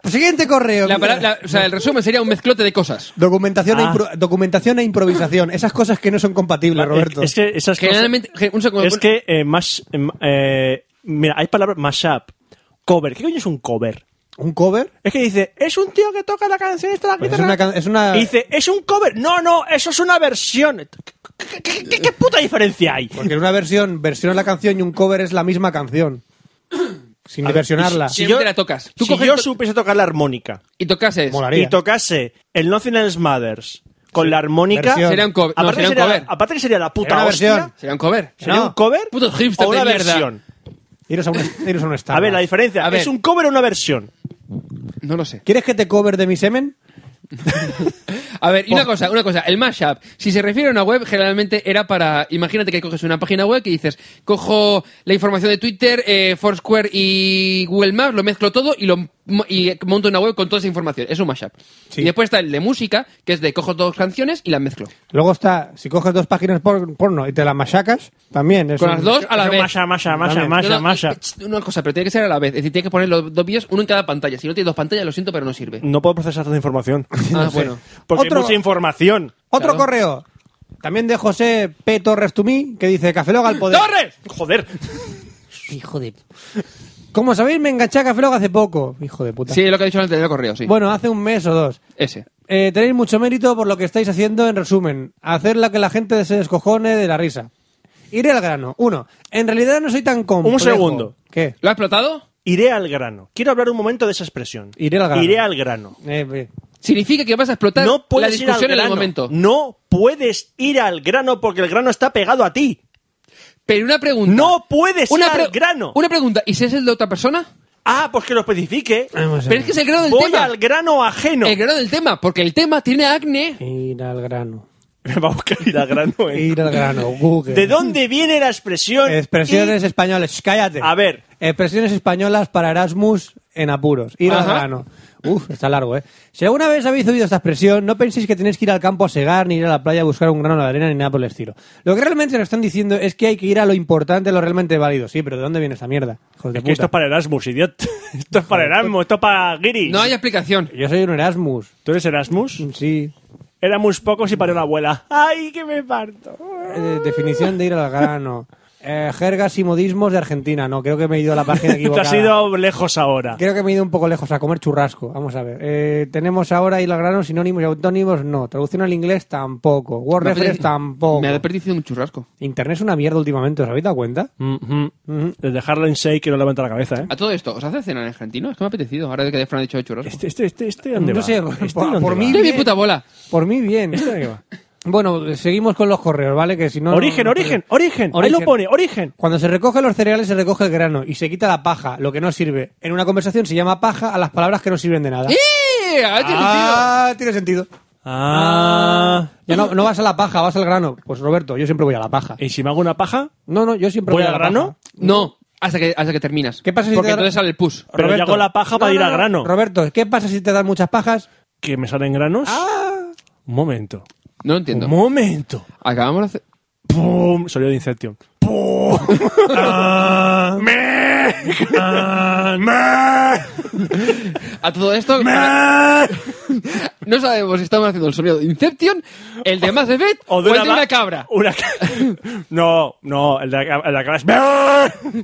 Siguiente correo.
La palabra- la- o sea, el resumen sería un mezclote de cosas.
Documentación,
Ah.
e impro- documentación e improvisación. Esas cosas que no son compatibles, Roberto.
Es que esas cosas.
Generalmente, gen- un segundo,
Es
un-
que eh, más. em, eh, mira, hay palabras mashup. Cover. ¿Qué coño es un cover?
¿Un cover?
Es que dice, es un tío que toca la canción esta de la
Pues es
guitarra.
una can- es una-
Y dice, es un cover. No, no, eso es una versión. ¿Qué, qué- qué- qué puta diferencia hay?
Porque en una versión versiona la canción y un cover es la misma canción. Sin versionarla.
si- Siempre la tocas. Tú
si
coges
yo
to-
supiese tocar la armónica
y tocases.
Molaría.
y tocase el Nothing Else Matters con la armónica...
Versión. Sería
un cover. No,
Aparte,
sería un
sería la-
cover.
aparte que sería la puta
Sería una
hostia.
versión.
Sería un cover.
¿Sería
No.
un cover
Putos hipster
o una
de mierda.
versión?
Iros a un, iros a un Starbucks.
A ver, la diferencia.
A ver.
¿Es un cover o una versión?
No lo sé.
¿Quieres que te cover de mi semen?
A ver, y una cosa, una cosa, el mashup, si se refiere a una web, generalmente era para, imagínate que coges una página web que dices, cojo la información de Twitter, eh, Foursquare y Google Maps, lo mezclo todo y lo mo- y monto una web con toda esa información. Es un mashup.
Sí.
Y después está el de música, que es de cojo dos canciones y las mezclo.
Luego está, si coges dos páginas por, porno y te las machacas, también. Es
Con
un-
las dos a la
Es un
vez.
Masha, masha, masha,
Dame.
masha,
No, no,
masha.
y- Una cosa, pero tiene que ser a la vez. Es decir, tiene que poner los dos vídeos, uno en cada pantalla. Si no tienes dos pantallas, lo siento, pero no sirve.
No puedo procesar tanta información.
Ah, bueno.
Porque
Otro-
hay mucha información.
Otro
Claro.
correo. También de José P. Torres Tumí, que dice Café Lock al poder.
¡Torres!
Joder.
Hijo de... Como sabéis, me enganché a Café Lock hace poco. Hijo de puta.
Sí, lo que ha dicho en el anterior correo, sí.
Bueno, hace un mes o dos.
Ese.
Eh, tenéis mucho mérito por lo que estáis haciendo, en resumen. Hacer la que la gente se descojone de la risa. Iré al grano. Uno, en realidad no soy tan complejo.
segundo.
¿Qué?
¿Lo ha explotado?
Iré al grano. Quiero hablar un momento de esa expresión.
Iré al grano.
Iré al grano.
Eh, bien.
Significa que vas a explotar
No
la
puedes ir al
discusión en
grano.
el momento.
No puedes ir al grano porque el grano está pegado a ti.
Pero una pregunta.
No puedes
una
ir al
pre-
grano.
Una pregunta. ¿Y si es el de otra persona?
Ah, pues que lo especifique.
Vamos a
Pero es que es el grano del
Voy
tema.
al grano ajeno.
El grano del tema, porque el tema tiene acné.
ver. Ir al grano.
Va a buscar ir al grano. eh.
Ir al grano. Google.
¿De dónde viene la expresión?
Expresiones españolas. Cállate.
A ver.
Expresiones españolas para Erasmus en apuros. Ir al
Ajá.
grano. Uf, está largo, ¿eh? Si alguna vez habéis oído esta expresión, no penséis que tenéis que ir al campo a segar, ni ir a la playa a buscar un grano de arena, ni nada por el estilo. Lo que realmente nos están diciendo es que hay que ir a lo importante, lo realmente válido. Sí, pero ¿de dónde viene esta mierda? Hijos de
Es que esto
puta.
es para Erasmus, idiota. Esto es para Erasmus, esto es para Giri.
No hay explicación.
Yo soy un Erasmus.
¿Tú eres Erasmus?
Sí.
Éramos pocos y parió la abuela. ¡Ay, que me parto!
Eh, definición de ir al grano. Eh, jergas y modismos de Argentina. No, creo que me he ido a la página
Te
equivocada.
has ido lejos ahora.
Creo que me he ido un poco lejos a comer churrasco. Vamos a ver. Eh, tenemos ahora ir al grano, sinónimos y autónimos, no. Traducción al inglés, tampoco. Word reference, tampoco.
Me ha perdido un churrasco.
Internet es una mierda últimamente, ¿os habéis dado cuenta? Mm-hmm.
Mm-hmm. De dejarlo en 6 que no levanta la cabeza,
Ah.
¿eh?
A todo esto, ¿os hace cenar en argentino? Es que me ha apetecido, ahora que Fran ha dicho de churrasco.
Este, este, este, este, ¿dónde
No
va?
sé,
Este,
por-
¿dónde
por
va?
mí-
¡De mi
bien.
puta bola!
Por mí, bien. bueno, seguimos con los correos, ¿vale? Que si no...
Origen,
no-
origen, origen, Ahí lo
Origen.
pone, origen.
Cuando se recoge los cereales, se recoge el grano y se quita la paja, lo que no sirve. En una conversación se llama paja a las palabras que no sirven de nada.
¡Eh! ¡Ha tenido
Ah, tiene sentido.
Ah.
Ya no, no vas a la paja, vas al grano. Pues Roberto, yo siempre voy a la paja.
¿Y si me hago una paja?
No, no, yo siempre
Eh, ¿Voy
voy,
al
a la
grano?
paja.
sentido! No, hasta que, hasta que terminas.
¿Qué pasa si
Porque
te da-
entonces sale el push.
Pero yo hago la paja para ir al grano.
Roberto, ¿qué pasa si te dan muchas pajas?
¿Que me salen granos?
Ah.
Un momento.
No lo
Un
entiendo.
momento.
Acabamos de hacer...
¡Pum! Sonido de Inception. ¡Pum! Ah, me- ah, Ah. me-
A todo esto, para- no sabemos si estamos haciendo el sonido de Inception, el de Mass Effect o, el de
va-
una cabra.
una ca- no, no, el de la, cab- el de la cabra es. Me-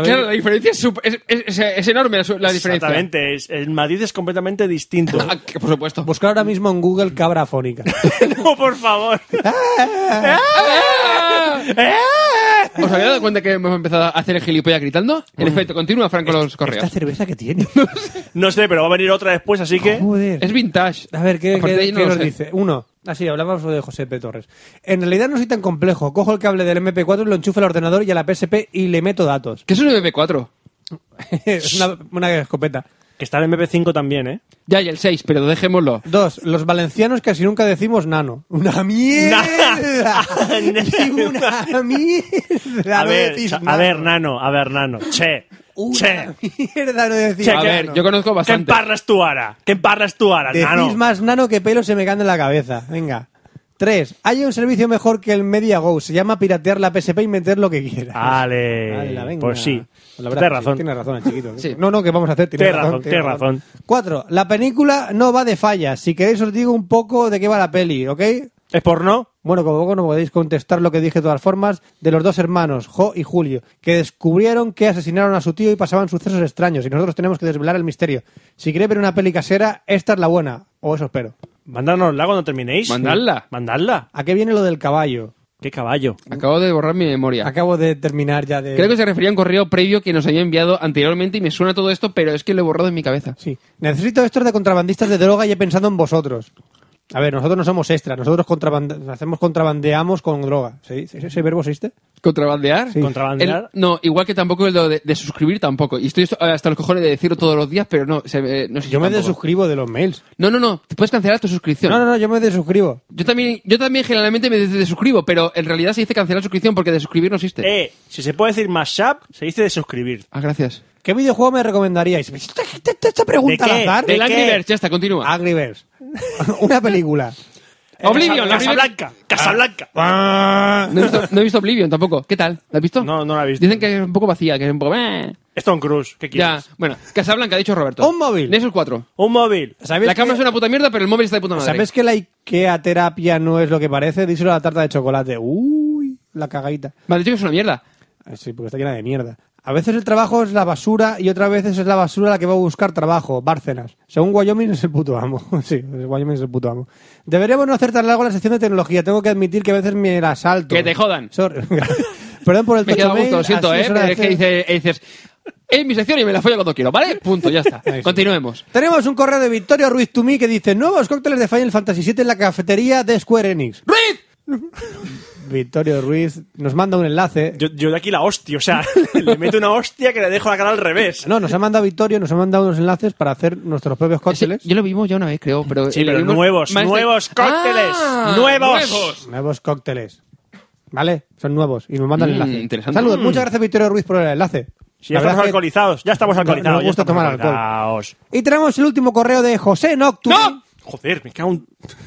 Claro, la diferencia es, sup- es- es- es- es enorme la, su- la diferencia.
Exactamente, es, el matiz es completamente distinto.
Ah, que por supuesto.
Buscar ahora mismo en Google cabra fónica.
no, por favor.
¡Ah! ¿Os habéis dado cuenta que hemos empezado a hacer el gilipollas gritando? En
Mm.
efecto, continúa, Franco, los correos.
¿Esta cerveza que tiene?
No sé, pero va a venir otra después, así que.
Joder.
Es vintage.
A ver, ¿qué,
A
qué-
partir de ahí no
qué
lo
nos
sé.
dice? Uno. Así, hablábamos de José P. Torres. En realidad no soy tan complejo. Cojo el cable del MP4, lo enchufo al ordenador y a la PSP y le meto datos.
¿Qué es un MP4?
es una, una escopeta.
Que está en MP5 también, ¿eh?
Ya, y el 6, pero dejémoslo.
Dos. Los valencianos casi nunca decimos nano. ¡Una mierda! ¡Una mierda!
A
No
ver,
decís
cha- a
nano.
ver, nano, a ver, nano. Che, che.
Una mierda no decís
Che,
A
que-
ver,
nano.
yo conozco
¿Qué
bastante.
emparras tú ahora? ¿Qué emparras tú ahora,
Decís
nano?
más nano que pelo se me caen en la cabeza. Venga. 3. Hay un servicio mejor que el MediaGo. Se llama piratear la PSP y meter lo que quieras.
Vale.
Ala, venga.
Ah, Pues sí.
Pues la verdad
Tienes
que sí.
razón.
Tienes razón, el chiquito.
Sí.
No, no, que vamos a hacer. Tienes,
Tienes razón, tienes razón.
Cuatro. La película no va de fallas. Si queréis os digo un poco de qué va la peli, ¿ok?
¿Es porno?
Bueno, como poco no podéis contestar lo que dije de todas formas de los dos hermanos, Jo y Julio, que descubrieron que asesinaron a su tío y pasaban sucesos extraños y nosotros tenemos que desvelar el misterio. Si queréis ver una peli casera, esta es la buena, o eso espero.
Mandárnosla cuando terminéis.
Mandadla.
Mandadla.
¿A qué viene lo del caballo?
Qué caballo.
Acabo de borrar mi memoria.
Acabo de terminar ya de...
Creo que se refería a un correo previo que nos había enviado anteriormente y me suena todo esto, pero es que lo he borrado en mi cabeza.
Sí. Necesito estos de contrabandistas de droga y he pensado en vosotros. A ver, nosotros no somos extras, nosotros contraband- hacemos contrabandeamos con droga. ¿Se dice? ¿Ese- ¿Ese verbo existe?
¿Contrabandear?
Sí.
Contrabandear.
El- no, igual que tampoco el de, de suscribir tampoco. Y estoy hasta los cojones de decirlo todos los días, pero no, se- eh, no sé si
Yo me
tampoco.
desuscribo de los mails.
No, no, no, te puedes cancelar tu suscripción.
No, no, no, yo me desuscribo.
Yo también, yo también generalmente me des- desuscribo, pero en realidad se dice cancelar suscripción porque desuscribir no existe.
Eh, si se puede decir mashup, se dice de suscribir.
Ah, gracias.
¿Qué videojuego me recomendaríais? ¿Esta, esta- esta pregunta
¿De
al
qué?
azar?
¿De
El Angry
qué?
Birds, ya está, continúa.
Angry Birds. Una película.
Eh,
Eh,
Oblivion, Ah. la primera-
Casablanca. Casablanca.
No he, visto, no he visto Oblivion tampoco. ¿Qué tal? ¿La has visto?
No, no la he visto.
Dicen que es un poco vacía, que es un poco... eh.
Es Tom Cruise. ¿Qué
Ya,
quieres?
bueno, Casablanca, ha dicho Roberto.
Un móvil.
De esos cuatro.
Un móvil.
¿Sabes
La
que-
cámara es una puta mierda, pero el móvil está de puta madre.
¿Sabes que la Ikea terapia no es lo que parece? Díselo a la tarta de chocolate. Uy, la cagadita.
Me has dicho que es una mierda.
Ah, Sí, porque está llena de mierda. A veces el trabajo es la basura y otras veces es la basura la que va a buscar trabajo. Bárcenas. Según Wyoming es el puto amo. Sí, el Wyoming es el puto amo. Deberíamos no hacer tan largo la sección de tecnología. Tengo que admitir que a veces me la salto.
Que te jodan.
Sorry. Perdón por el
Me he quedado a
tocho
gusto, lo
mail,
siento,
así
¿eh?
es hora
Pero
de
es que
hacer-
dice- dices... en mi sección y me la follo cuando quiero, ¿vale? Punto, ya está. Continuemos.
Tenemos un correo de Victorio Ruiz Tumí que dice: Nuevos cócteles de Final Fantasy VII en la cafetería de Square Enix.
¡Ruiz!
Victorio Ruiz nos manda un enlace.
Yo, yo de aquí la hostia, o sea, le meto una hostia que le dejo la cara al revés.
No, nos ha mandado Victorio, nos ha mandado unos enlaces para hacer nuestros propios cócteles.
Sí, yo lo vimos ya una vez, creo, pero...
Sí,
eh, lo
pero
vimos
nuevos,
más de-
nuevos cócteles,
¡Ah!
nuevos.
Nuevos cócteles. ¿Vale? Son nuevos y nos mandan
Mm,
el enlace.
interesante.
Saludos,
Mm.
muchas gracias Victorio Ruiz por el enlace.
Si ya
La verdad
estamos
es que
alcoholizados, ya estamos
no- no nos
alcoholizados. ya
gusta
estamos
tomar alcohol.
alcoholizados.
Y tenemos el último correo de José Noctumi.
¡No!
Joder, me cago en...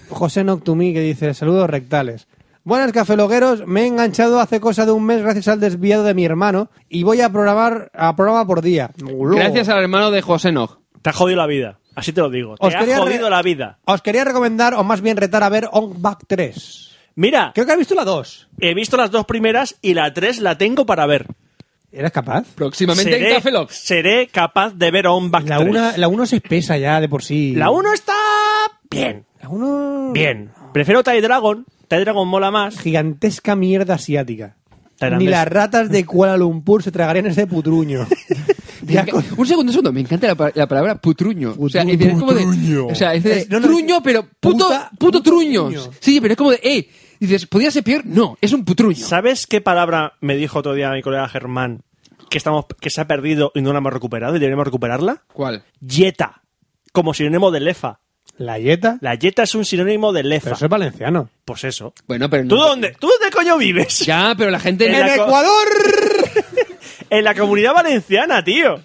José Noctumi que dice, saludos rectales. Buenas cafelogueros, me he enganchado hace cosa de un mes gracias al desviado de mi hermano y voy a programar a programa por día.
Gracias al hermano de José Nog.
Te ha jodido la vida, así te lo digo.
Os
te
quería
ha
re-
jodido la vida.
Os quería recomendar, o más bien retar a ver On Back 3.
Mira,
Creo que has visto la 2.
he visto las dos primeras y la tres la tengo para ver.
¿Eres capaz?
Próximamente en Café Lock.
seré capaz de ver On Back
La
3.
1 la uno se espesa ya de por sí.
La uno está bien,
La 1...
bien. Prefiero Tai Dragon, Tai Dragon mola más.
Gigantesca mierda asiática.
Tailandés.
Ni las ratas de Kuala Lumpur se tragarían ese putruño.
Me
Ya
enca-
con-
Un segundo, un segundo. Me encanta la, pa- la palabra putruño. o sea,
Putru-
es decir, es como de.
putruño.
O sea, es de
Es- no, no,
truño,
es-
pero puto,
puta-
puto truño.
truño.
Sí, pero es como de. ¡Eh! Dices, ¿podría ser peor? No, es un putruño.
¿Sabes qué palabra me dijo otro día mi colega Germán que, estamos, que se ha perdido y no la hemos recuperado y deberíamos recuperarla?
¿Cuál?
Yeta, como sinónimo de lefa.
La yeta.
La yeta es un sinónimo de lefa.
Pero eso es valenciano.
Pues eso.
Bueno, pero.
¿Tú
no-
dónde, ¿Tú dónde coño vives?
Ya, pero la gente.
En la co-
Ecuador!
En la comunidad valenciana, tío.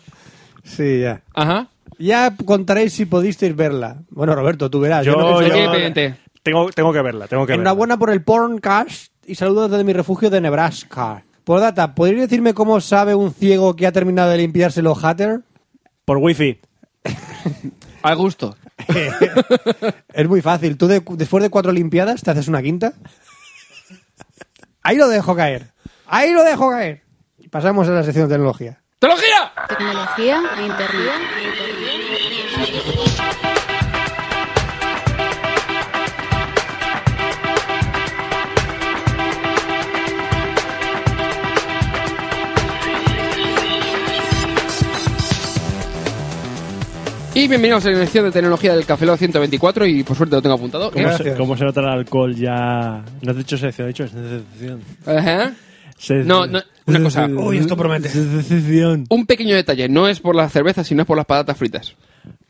Sí, ya.
Ajá.
Ya contaréis si podisteis verla. Bueno, Roberto, tú verás. no
Ah, Yo,
pienso-
yo-
yo-
pendiente.
tengo, tengo que verla, tengo que verla.
Enhorabuena por el porncast y saludos desde mi refugio de Nebraska. Por data, ¿podríais decirme cómo sabe un ciego que ha terminado de limpiarse los hatter?
Por wifi.
Al gusto.
es muy fácil. Tú de- después de cuatro limpiadas te haces una quinta. Ahí lo dejo caer. Ahí lo dejo caer. Pasamos a la sección de tecnología.
¡Teología!
Tecnología e internet.
Y bienvenidos a la sección de tecnología del Café Lock 124. Y por suerte lo tengo apuntado.
¿Cómo
¿Cómo
Gracias.
se,
cómo
nota el alcohol ya? No has dicho sección, he dicho sección.
Ajá. No, no, una cosa. Uy,
esto promete.
Sección.
Un pequeño detalle. No es por las cervezas, sino es por las patatas fritas.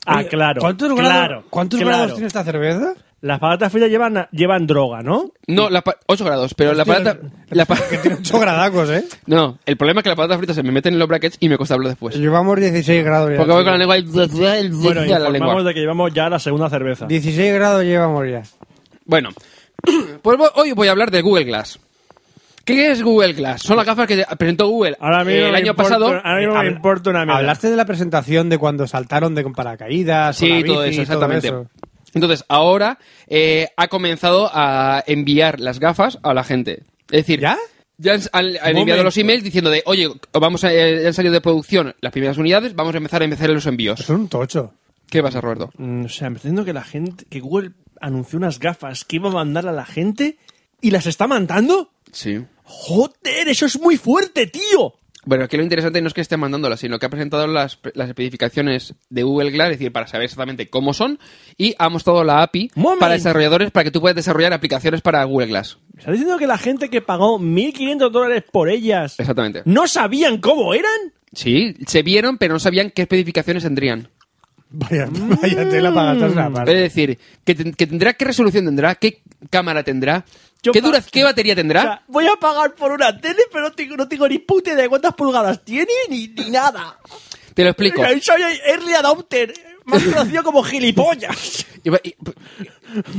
Ah, claro.
¿Cuántos
claro,
grados, ¿cuántos
claro.
grados tiene esta cerveza?
Las patatas fritas llevan, llevan droga, ¿no?
No, la pa- 8 grados, pero la patata. La pa-
Ocho gradacos, ¿eh?
no, el problema es que la patata frita se me meten en los brackets y me cuesta hablar después.
Llevamos 16 grados ya.
Porque voy
tío.
con la lengua ahí,
Bueno,
a la
informamos
lengua.
de que llevamos ya la segunda cerveza.
16 grados llevamos ya.
Bueno, pues vo- hoy voy a hablar de Google Glass. ¿Qué es Google Glass? Son las gafas que presentó Google
Ahora mismo
eh, el
me
año
importa-
pasado.
Ahora mismo me
Habla-
importa una mierda.
Hablaste de la presentación de cuando saltaron de con paracaídas. con
Sí,
la
todo
bici,
eso, exactamente.
eso.
Entonces, ahora eh, ha comenzado a enviar las gafas a la gente. Es decir,
¿Ya?
ya han, han- han
momento.
enviado los emails diciendo de, oye, vamos a, eh, han salido de producción las primeras unidades, vamos a empezar a empezar los envíos.
Eso es un tocho.
¿Qué pasa, Roberto?
Mm, O sea, me entiendo que la gente, que Google anunció unas gafas que iba a mandar a la gente y las está mandando.
Sí.
Joder, eso es muy fuerte, tío.
Bueno, aquí lo interesante no es que esté mandándolas, sino que ha presentado las, las especificaciones de Google Glass, es decir, para saber exactamente cómo son, y ha mostrado la API
Moment.
para desarrolladores para que tú puedas desarrollar aplicaciones para Google Glass.
¿Me estás diciendo que la gente que pagó 1.500 dólares por ellas
Exactamente.
no sabían cómo eran?
Sí, se vieron, pero no sabían qué especificaciones tendrían.
Vaya,
Mm.
vaya tela para gastarse la
Es
parte.
decir, que, ten- que tendrá qué resolución tendrá, qué cámara tendrá,
Yo
qué
pa-
duraz, qué batería tendrá.
O sea, voy a pagar por una tele, pero no tengo, no tengo ni puta idea de cuántas pulgadas tiene ni, ni nada.
Te lo explico.
Soy early adopter, más conocido como gilipollas.
Y va- y-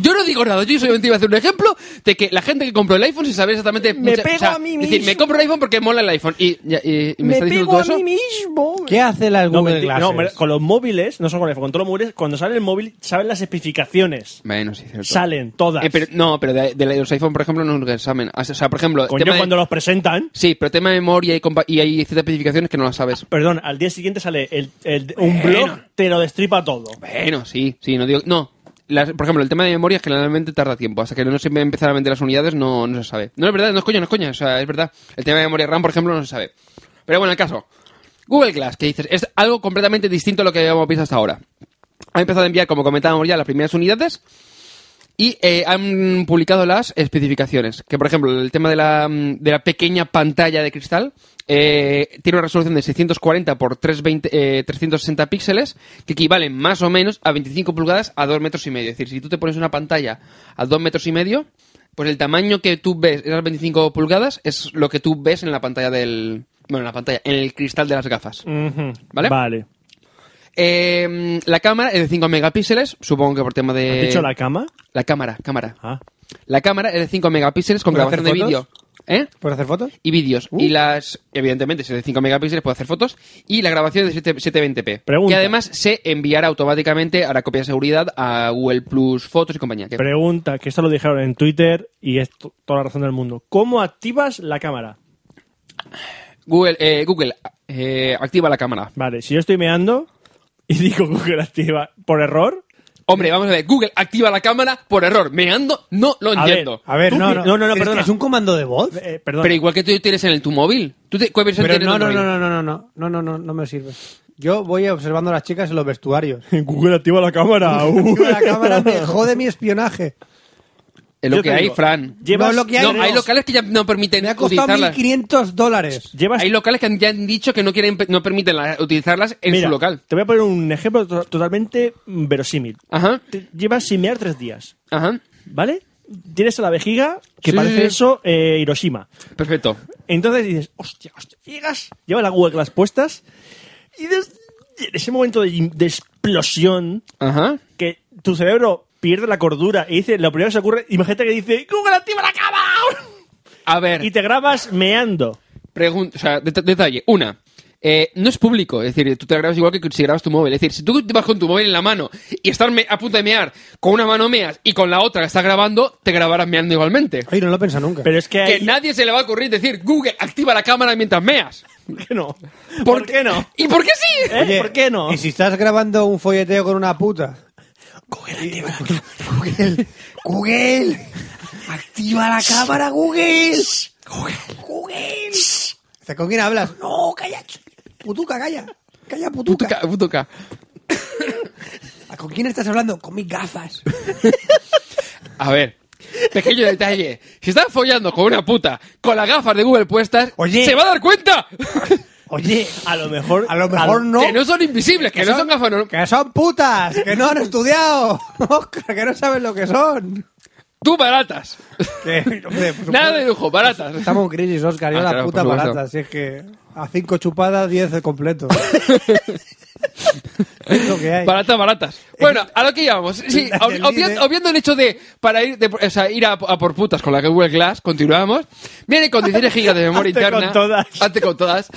Yo no digo nada, yo solamente iba a hacer un ejemplo de que la gente que compró el iPhone sin saber exactamente.
Me pego a mí
es decir,
mismo.
me compro el iPhone porque mola el iPhone. Y, y- y- y me, está diciendo todo eso.
mismo.
¿Qué hace la
No,
Google
mentira,
Glass?
no, hombre, con los móviles, no son con el iPhone, con todos los móviles, cuando sale el móvil, saben las especificaciones.
Bueno, sí, cierto.
Salen todas.
Eh, pero- no, pero de, de los iPhone, por ejemplo, no nos examen. O sea, por ejemplo.
Coño,
tema de-
cuando los presentan.
Sí, pero tema de memoria y, compa- y hay ciertas especificaciones que no las sabes.
Perdón, al día siguiente sale el, el- un blog, te lo destripa todo.
Bueno, sí, sí, no digo. No. Las- por ejemplo, el tema de memoria generalmente tarda tiempo. Hasta que no se empiezan a vender las unidades, no, no se sabe. No es verdad, no es coña, no es coña. O sea, es verdad. El tema de memoria RAM, por ejemplo, no se sabe. Pero bueno, el caso. Google Glass, que dices, es algo completamente distinto a lo que habíamos visto hasta ahora. Han empezado a enviar, como comentábamos ya, las primeras unidades y eh, han publicado las especificaciones. Que, por ejemplo, el tema de la, mm, de la pequeña pantalla de cristal eh, tiene una resolución de 640 por 320, eh, 360 píxeles, que equivalen más o menos a 25 pulgadas a 2 metros y medio. Es decir, si tú te pones una pantalla a 2 metros y medio, pues el tamaño que tú ves, esas 25 pulgadas, es lo que tú ves en la pantalla del... Bueno, en la pantalla, en el cristal de las gafas.
Mm.
¿Vale?
Vale.
Eh, la cámara es de 5 megapíxeles, supongo que por tema de...
¿Has dicho la cama?
La cámara, cámara.
Ah.
La cámara es de 5 megapíxeles con
¿Puedo hacer
grabación de vídeo.
fotos? Uh.
¿Eh?
¿Puedes hacer fotos?
Y vídeos. Y las, evidentemente, si es de 5 megapíxeles, puedo hacer fotos. Y la grabación es de 7- 720p.
Pregunta.
Que además se enviará automáticamente a la copia de seguridad a Google Plus Fotos y compañía. Que-
Pregunta, que esto lo dijeron en Twitter y es to- toda la razón del mundo. ¿Cómo activas la cámara?
Google, eh, Google eh, activa la cámara.
Vale, si yo estoy meando y digo Google activa por error.
Hombre, vamos a ver. Google activa la cámara por error. Meando, no lo
A ver,
entiendo.
A ver,
Tú
no,
pi-
no,
no, no, no,
Es que
perdona.
¿Es un comando de voz?
eh, perdón.
Pero igual que tú tienes en el tu móvil. ¿Tú te, ¿Cuál versión
Pero
tienes
no,
en tu
no, no,
móvil?
no, no, no, no, no, no, no, no me sirve. Yo voy observando a las chicas en los vestuarios.
Google activa la cámara. uh.
Tío, la cámara me jode mi espionaje.
Es lo
Yo
que
te
hay,
digo,
Fran.
Llevas,
No, lo que
No,
Llevas-
hay locales que ya no permiten
Me ha costado
utilizarlas.
1.500 dólares.
llevas-
Hay locales que han- ya han dicho que no quieren, no permiten la- utilizarlas en
mira,
su local.
Te voy a poner un ejemplo to- totalmente verosímil.
Ajá,
Te llevas sin mear tres días,
ajá.
¿vale? Tienes a la vejiga, que
Sí,
parece
sí, sí.
eso, eh, Hiroshima.
Perfecto.
Entonces dices, hostia, hostia, llegas, lleva la Google Glass puestas y des- y en ese momento de, de explosión
Ajá.
que tu cerebro pierde la cordura y dice, lo primero que se ocurre, imagínate que dice, Google activa la cámara
A ver,
y te grabas meando.
pregun- o sea, det- detalle. Una, eh, no es público. Es decir, tú te grabas igual que si grabas tu móvil. Es decir, si tú te vas con tu móvil en la mano y estás me- a punto de mear, con una mano meas y con la otra estás grabando, te grabarás meando igualmente.
Ay, no lo he pensado nunca.
Pero es que
Que
hay...
nadie se le va a ocurrir decir, Google, activa la cámara mientras meas.
¿Por qué no? ¿Por,
Porque-
qué no?
¿Y por qué sí?
¿Eh? ¿Por qué no?
¿Y si estás grabando un folleteo con una puta? Google, Google, activa la cámara, Google. Google, Google. ¿Con quién hablas? No, calla. ch- Putuca, calla. Calla, putuca.
Putuca, putuca.
¿Con quién estás hablando? Con mis gafas.
A ver, pequeño detalle. Si estás follando con una puta con las gafas de Google puestas,
Oye.
se va a dar cuenta
Oye,
A lo mejor...
a lo mejor no.
que no son invisibles, que, no son gafas norm-
Que son putas, que no han estudiado. Oscar, que no saben lo que son.
Tú baratas.
Que, hombre, por
Nada
supuesto.
de lujo, baratas.
Estamos en crisis, Oscar. Yo
Ah,
la
claro,
puta
por supuesto.
barata. Así es que a cinco chupadas, diez el completo. es lo que hay.
Baratas, baratas. Bueno, a lo que íbamos. Sí,
La
obvi-
del
obvia-
líder.
obviando el hecho de para ir, de- o sea, ir a, a por putas con la Google Glass, continuamos. Viene con 16 gigas de memoria
Hazte
interna.
con todas.
Hazte con todas.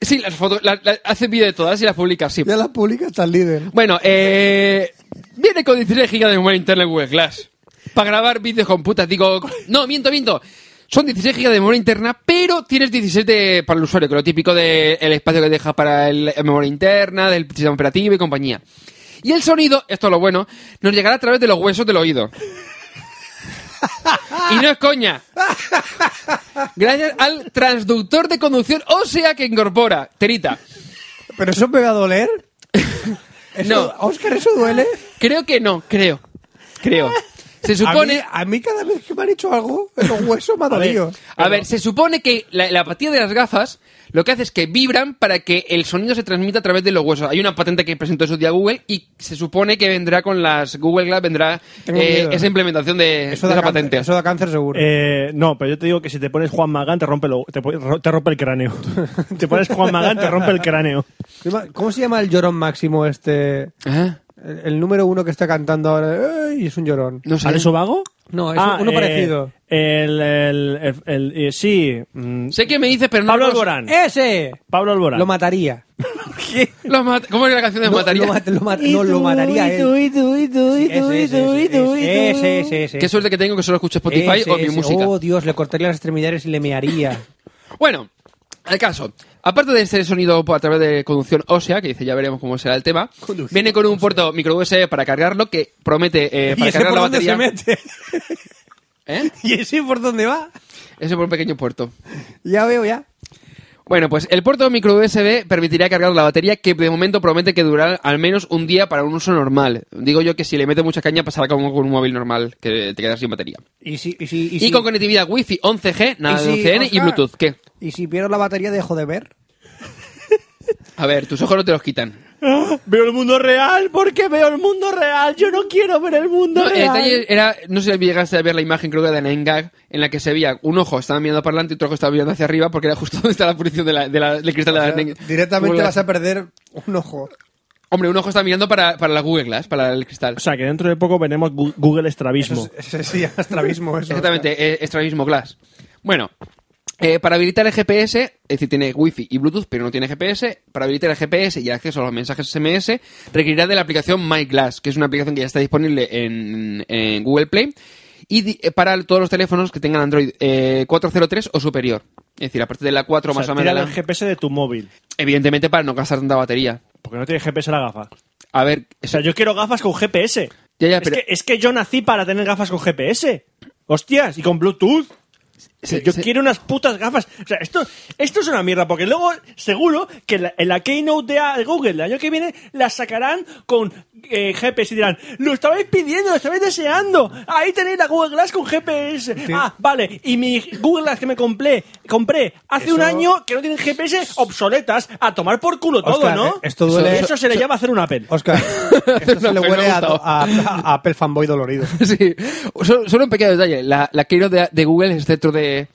Sí, las fotos, la- la- hace vídeo de todas y las publica, sí.
Ya las publica hasta el líder.
Bueno, eh, viene con 16 gigas de memoria interna en Google Glass. Para grabar vídeos con putas. Digo, no, miento, miento. Son 16 gigas de memoria interna, pero tienes 17 para el usuario, que es lo típico del espacio que dejas para el- la memoria interna, del sistema operativo y compañía. Y el sonido, esto es lo bueno, nos llegará a través de los huesos del oído. Y no es coña. Gracias al transductor de conducción, o sea que incorpora, Terita.
¿Pero eso me va a doler?
No.
Eso- Oscar, ¿eso duele?
Creo que no, creo. Creo. Se
A
supone.
mí, a mí cada vez que me han hecho algo, en los huesos me ha
A ver,
dolido.
A ver, se supone que la, la apatía de las gafas lo que hace es que vibran para que el sonido se transmita a través de los huesos. Hay una patente que presentó eso día Google y se supone que vendrá con las Google Glass, vendrá
Tengo
eh,
miedo.
esa implementación de,
Eso
de
da, cáncer,
esa patente.
eso da cáncer seguro.
Eh, no, pero yo te digo que si te pones Juan Magán te rompe, lo- te, po- te rompe el cráneo. te pones Juan Magán te rompe el cráneo.
¿Cómo se llama el llorón máximo este?
Ah,
El, el número uno que está cantando ahora. ¡Ay! Es un llorón.
No sé.
¿Al Vago? Ah, eh,
No, es uno parecido.
El, el, el- el- eh, sí. mm,
Sé que me dices, pero no.
Pablo
lo-
Alborán.
¡Ese!
Pablo Alborán.
Lo mataría.
Lo mat- ¿Cómo es la canción de
No,
Mataría?
Lo, mat- lo mat- no, lo mataría él. Ese, ese, ese.
Qué suerte que tengo que solo escucho Spotify
Ese,
o mi
ese.
música.
Oh, Dios, le cortaría las extremidades y le mearía.
Bueno, al caso. Aparte de este sonido a través de conducción ósea, que dice ya veremos cómo será el tema, viene con un puerto micro USB para cargarlo que promete eh, para cargar la batería.
mete?
¿Eh?
¿Y ese por dónde va?
Ese por un pequeño puerto.
Ya veo, ya.
Bueno, pues el puerto micro USB permitirá cargar la batería que de momento promete que durará al menos un día para un uso normal. Digo yo que si le mete mucha caña pasará como con un móvil normal, que te quedas sin batería.
Y si, y si,
Y, con conectividad Wi-Fi 11G, nada de
si,
11N y
Oscar?
Bluetooth. ¿Qué?
y si pierdo la batería dejo de ver.
A ver, tus ojos no te los quitan.
Veo el mundo real porque veo el mundo real. Yo no quiero ver el mundo
No, el
real.
detalle era, no sé si llegaste a ver la imagen, creo que era de Nine Gag, en la que se veía un ojo estaba mirando para adelante y otro ojo estaba mirando hacia arriba porque era justo donde está la posición de la- de la- del cristal de la Nine Gag.
Directamente
Google
vas
Glass.
a perder un ojo.
Hombre, un ojo está mirando para, para la Google Glass, para el cristal.
O sea, que dentro de poco veremos Gu- Google Estrabismo.
Ese sí, astrabismo eso.
Exactamente, eh, estrabismo glass. Bueno, eh, para habilitar el GPS, es decir, tiene Wi-Fi y Bluetooth, pero no tiene GPS, para habilitar el GPS y el acceso a los mensajes SMS, requerirá de la aplicación My Glass, que es una aplicación que ya está disponible en, en Google Play, y di- eh, para todos los teléfonos que tengan Android eh, 403 o superior. Es decir, a partir de la 4
O sea,
más o menos,
tira
la-
el GPS de tu móvil.
evidentemente para no gastar tanta batería.
Porque no tiene GPS la gafa.
A ver,
O sea, yo quiero gafas con GPS.
Ya, ya,
es,
pero-
que, es que yo nací para tener gafas con GPS. Hostias, y con Bluetooth.
se-
yo
se-
quiero unas putas gafas. O sea, esto, esto es una mierda, porque luego seguro que la- en la Keynote de a- de Google el año que viene la sacarán con eh, GPS y dirán, lo estabais pidiendo, lo estabais deseando. Ahí tenéis la Google Glass con GPS. Ah, vale. Y mi Google Glass que me compré, compré hace un año que no tienen GPS obsoletas, a tomar por culo todo,
Oscar,
¿no?
eh, esto duele-
Eso se le llama hacer un Apple.
Oscar, esto se le
Fernando
huele a,
Gustavo.
a, a Apple fanboy dolorido.
sí. Solo, solo un pequeño detalle. La, la keynote de, de Google es dentro de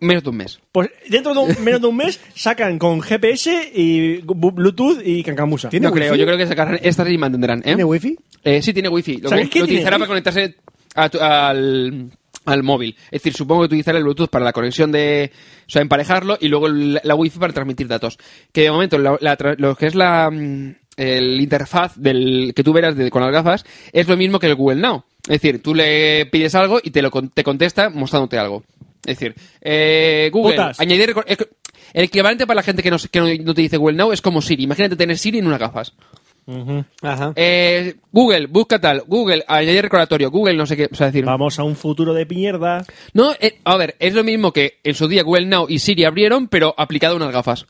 menos de un mes.
Pues dentro de un- menos de un mes sacan con GPS y bu- Bluetooth y cancamusa.
¿Tiene
no creo,
wifi?
yo creo que sacarán estas y mantendrán. ¿eh?
¿Tiene wifi?
Eh, sí, tiene wifi. Lo,
¿Sabes
lo
qué tiene
utilizará para
wifi?
conectarse a tu- al, al móvil. Es decir, supongo que utilizará el Bluetooth para la conexión de... O sea, emparejarlo y luego el- la wifi para transmitir datos. Que de momento la- la tra- lo que es la mm, el interfaz del que tú verás de- con las gafas es lo mismo que el Google Now. Es decir, tú le pides algo y te lo con- te contesta mostrándote algo. Es decir, eh, Google,
Putas.
añadir... reco- es que- El equivalente para la gente que no, se- que no- no te dice Google Now es como Siri. Imagínate tener Siri en unas gafas.
Ajá.
Eh, Google, busca tal. Google, añadir recordatorio. Google, no sé qué. O sea, decir.
Vamos a un futuro de mierda.
No, eh, a ver, es lo mismo que en su día Google Now y Siri abrieron, pero aplicado a unas gafas.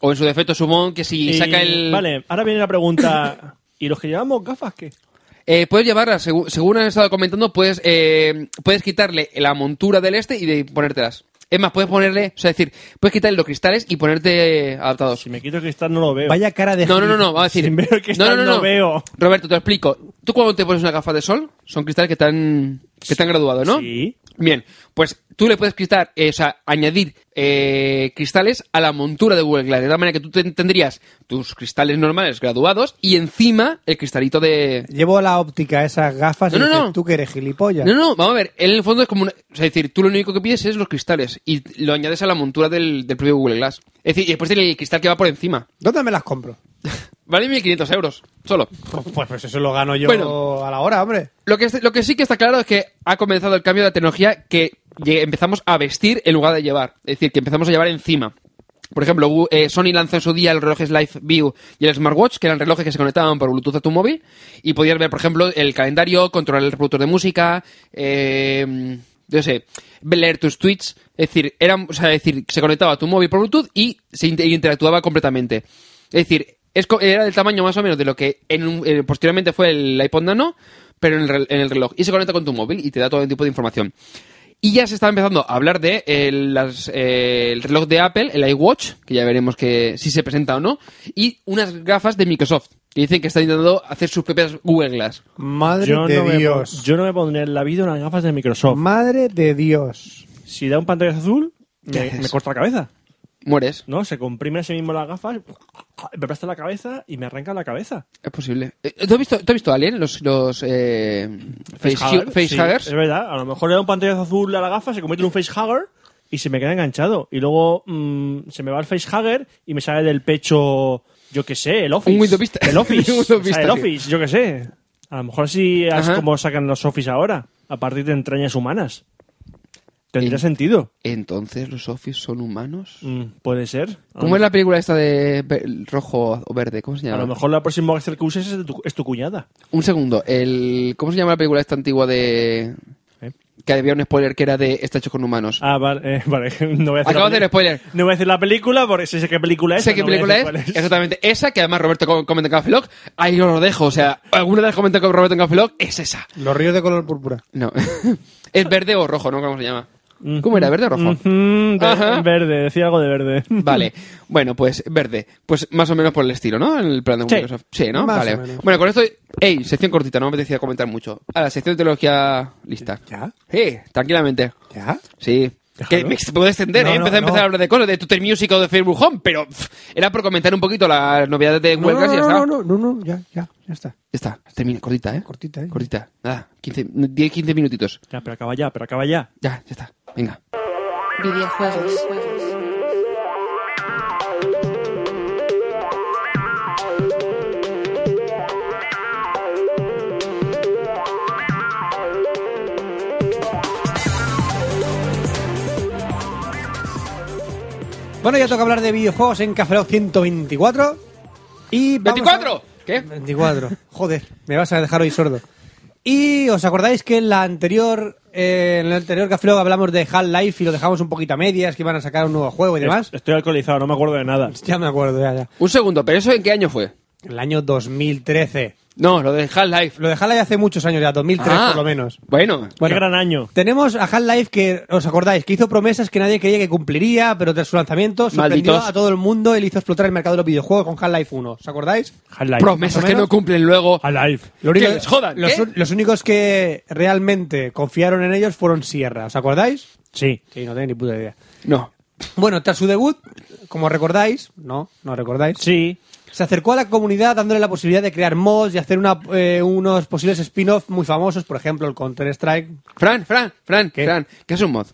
O en su defecto, supongo que si
Y-
saca el.
Vale, ahora viene la pregunta. ¿Y los que llevamos gafas qué?
Eh, puedes llevarlas, segu- según han estado comentando, puedes, eh, puedes quitarle la montura del este y de ponértelas. Es más, puedes ponerle. O sea, decir, puedes quitarle los cristales y ponerte adaptados.
Si me quito el cristal no lo veo.
Vaya cara de...
Eh. No, no, no, no, vamos a decir.
Sin ver el cristal
no, no, no,
no veo.
Roberto, te lo explico. Tú cuando te pones una gafa de sol, son cristales que están, que están graduados, ¿no?
Sí.
Bien, pues tú le puedes cristar, eh, o sea, añadir eh, cristales a la montura de Google Glass, de tal manera que tú ten- tendrías tus cristales normales graduados y encima el cristalito de...
Llevo la óptica, esas gafas,
No,
y
no,
dices,
no.
tú que eres gilipollas.
No, no, vamos a ver, él en el fondo es como una... O sea, es decir, tú lo único que pides es los cristales y lo añades a la montura del, del propio Google Glass. Es decir, y después tiene el cristal que va por encima.
¿Dónde me las compro?
Vale 1.500 euros, solo.
Pues, pues eso lo gano yo
Bueno.
a la hora, hombre.
Lo que, lo que sí que está claro es que ha comenzado el cambio de la tecnología que lle- empezamos a vestir en lugar de llevar. Es decir, que empezamos a llevar encima. Por ejemplo, Gu- eh, Sony lanzó en su día el relojes Live View y el Smartwatch, que eran relojes que se conectaban por Bluetooth a tu móvil. Y podías ver, por ejemplo, el calendario, controlar el reproductor de música, eh, yo sé, leer tus tweets. Es decir, eran, o sea, es decir, se conectaba a tu móvil por Bluetooth y se inter- interactuaba completamente. Es decir, es co- era del tamaño más o menos de lo que en un- eh, posteriormente fue el iPod Nano, pero en el, rel- en el reloj. Y se conecta con tu móvil y te da todo tipo de información. Y ya se está empezando a hablar de eh, las, eh, el reloj de Apple, el iWatch, que ya veremos que, si se presenta o no, y unas gafas de Microsoft, que dicen que están intentando hacer sus propias Google Glass.
Madre
Yo
de
no, me,
Dios.
yo no me pondré en la vida unas gafas de Microsoft.
Madre de Dios.
Si da un pantalla azul, me,
haces?
me corta la cabeza.
Mueres,
¿No? Se comprime a sí mismo las gafas, me aplasta la cabeza y me arranca la cabeza.
es posible. Eh, ¿Tú has visto, tú has visto Alien, los, los eh,
Facehugger,
facehu-
sí,
facehuggers?
es verdad, a lo mejor le da un pantallazo azul a la gafa, se convierte en un facehugger y se me queda enganchado. Y luego mm, se me va el facehugger y me sale del pecho, yo qué sé, el Office.
Un Windows Vista.
El Office.
Un Windows
O sea,
Vista,
el
sí.
Office, yo qué sé. A lo mejor así es
Ajá.
como sacan los Office ahora, a partir de entrañas humanas. Tendría
Sí.
sentido.
Entonces, ¿los Office son humanos?
Mm, puede ser. A
¿Cómo
lo-
es la película esta de ve- rojo o verde? ¿Cómo se llama?
A lo mejor la próxima Excel que uses es de tu, es tu cuñada.
Un segundo, el ¿cómo se llama la película esta antigua de
¿Eh?
que había un spoiler que era de está hecho con humanos.
Ah, vale, eh, vale. No voy a decir
Acabo
la
de hacer
peli-
spoiler.
No voy a decir la película porque sé qué película es.
sé
pero
qué
no voy a
película
decir
es,
cuál
exactamente esa, que además Roberto co- comenta en Café Lock, ahí yo lo dejo, o sea, alguna de las comenta con Roberto en Café Lock es esa.
Los ríos de color púrpura.
No, es verde o rojo, ¿no? ¿Cómo se llama? ¿Cómo era? ¿Verde o rojo?
Mm, de-
Ajá.
verde, decía algo de verde.
Vale, bueno, pues verde. Pues más o menos por el estilo, ¿no? El plan de
Sí.
Microsoft. Sí, ¿no?
Más
vale.
o menos.
Bueno, con esto, ey, sección cortita, no me apetecía comentar mucho. A la sección de teología lista.
¿Ya?
Sí, tranquilamente.
¿Ya?
Sí. Que me puedo extender,
No, no,
¿eh? Empecé a
no.
empezar a hablar de cosas, de Twitter Music o de Facebook Home, pero pff, era por comentar un poquito las novedades de
No,
Google
no,
Glass y ya
no,
está.
no, no, no, no, ya, ya, ya está.
Ya está, termina, cortita, ¿eh?
Cortita, ¿eh?
Cortita. Nada, 15, 10, 15 minutitos.
Ya, pero acaba ya, pero acaba ya.
Ya, ya está. Venga.
videojuegos,
Bueno, ya toca hablar de videojuegos en Café Lock 124. Y vamos a-
¡24! ¿Qué?
24. Joder, me vas a dejar hoy sordo. Y os acordáis que en la anterior eh, en el anterior Café Lock hablamos de Half-Life y lo dejamos un poquito a medias, que iban a sacar un nuevo juego y demás.
Es- Estoy alcoholizado, no me acuerdo de nada.
Ya me acuerdo, ya, ya.
Un segundo, ¿pero eso en qué año fue?
El año 2013.
No, lo de Half-Life.
Lo de Half-Life hace muchos años ya, 2003
Ah,
por lo menos.
Bueno,
Bueno.
Qué gran año.
Tenemos a Half-Life que, ¿os acordáis? Que hizo promesas que nadie creía que cumpliría, pero tras su lanzamiento sorprendió
Malditos.
a todo el mundo y le hizo explotar el mercado de los videojuegos con Half-Life 1. ¿Os acordáis?
Half-Life.
promesas
más o
que no
menos.
cumplen luego.
Half-Life.
Lo
Que les jodan,
los,
¿qué?
un- los únicos que realmente confiaron en ellos fueron Sierra. ¿Os acordáis?
Sí.
Sí, no tenía ni puta idea.
No.
Bueno, tras su debut, como recordáis, no, no recordáis,
Sí.
se acercó a la comunidad dándole la posibilidad de crear mods y hacer una- eh, unos posibles spin-off muy famosos, por ejemplo, el Counter-Strike.
Fran, Fran, Fran,
¿Qué?
Fran, ¿qué es un mod?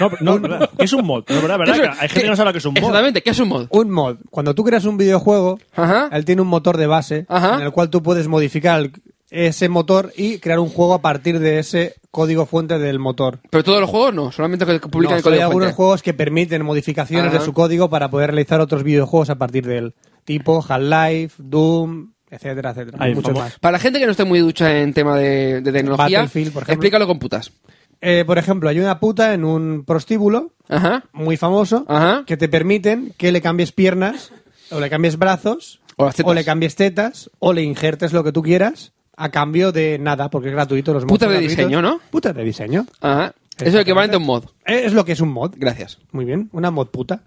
No, no, ¿verdad? que es un mod. No, ¿verdad? ¿verdad?
¿Qué es un-
Hay gente que no sabe lo que es un mod.
Exactamente, ¿qué es un mod?
Un mod. Cuando tú creas un videojuego,
Ajá.
él tiene un motor de base
Ajá.
en el cual tú puedes modificar el- ese motor y crear un juego a partir de ese código fuente del motor.
Pero todos los juegos no, solamente que publican
No,
el
solo hay
código
algunos
fuente.
juegos que permiten modificaciones
Ajá.
de su código para poder realizar otros videojuegos a partir de él. Tipo Half-Life, Doom, etcétera, etcétera.
Ahí,
Mucho
famo-
más.
Para la gente que no esté muy ducha en tema de, de tecnología,
Battlefield, por ejemplo.
explícalo con putas.
Eh, por ejemplo, hay una puta en un prostíbulo
Ajá.
muy famoso
Ajá.
que te permiten que le cambies piernas o le cambies brazos
O las tetas.
le cambies tetas o le injertes lo que tú quieras a cambio de nada porque es gratuito los
Putas
mods
de
gratuitos.
diseño, ¿no?
Putas de diseño.
Ajá. Eso es lo equivalente a un mod.
Es lo que es un mod.
Gracias.
Muy bien, una mod puta.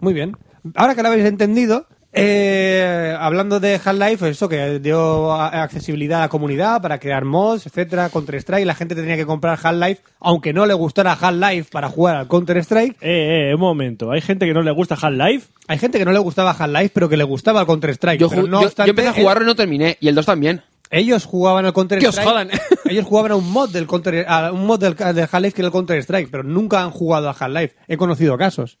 Muy bien. Ahora que lo habéis entendido, eh, hablando de Half-Life, eso que dio a- accesibilidad a la comunidad para crear mods, etcétera, Counter-Strike, la gente tenía que comprar Half-Life, aunque no le gustara Half-Life para jugar al Counter-Strike.
Eh, eh, un momento. Hay gente que no le gusta Half-Life.
Hay gente que no le gustaba Half-Life, pero que le gustaba el Counter-Strike.
Yo,
Pero
ju-
no
yo- yo
obstante,
empecé a
eh,
jugarlo y no terminé, y el 2 también.
Ellos jugaban al Counter-Strike.
Que os jodan.
ellos jugaban a un mod del Counter, a un mod del, de Half-Life que era el Counter-Strike, pero nunca han jugado a Half-Life. He conocido casos.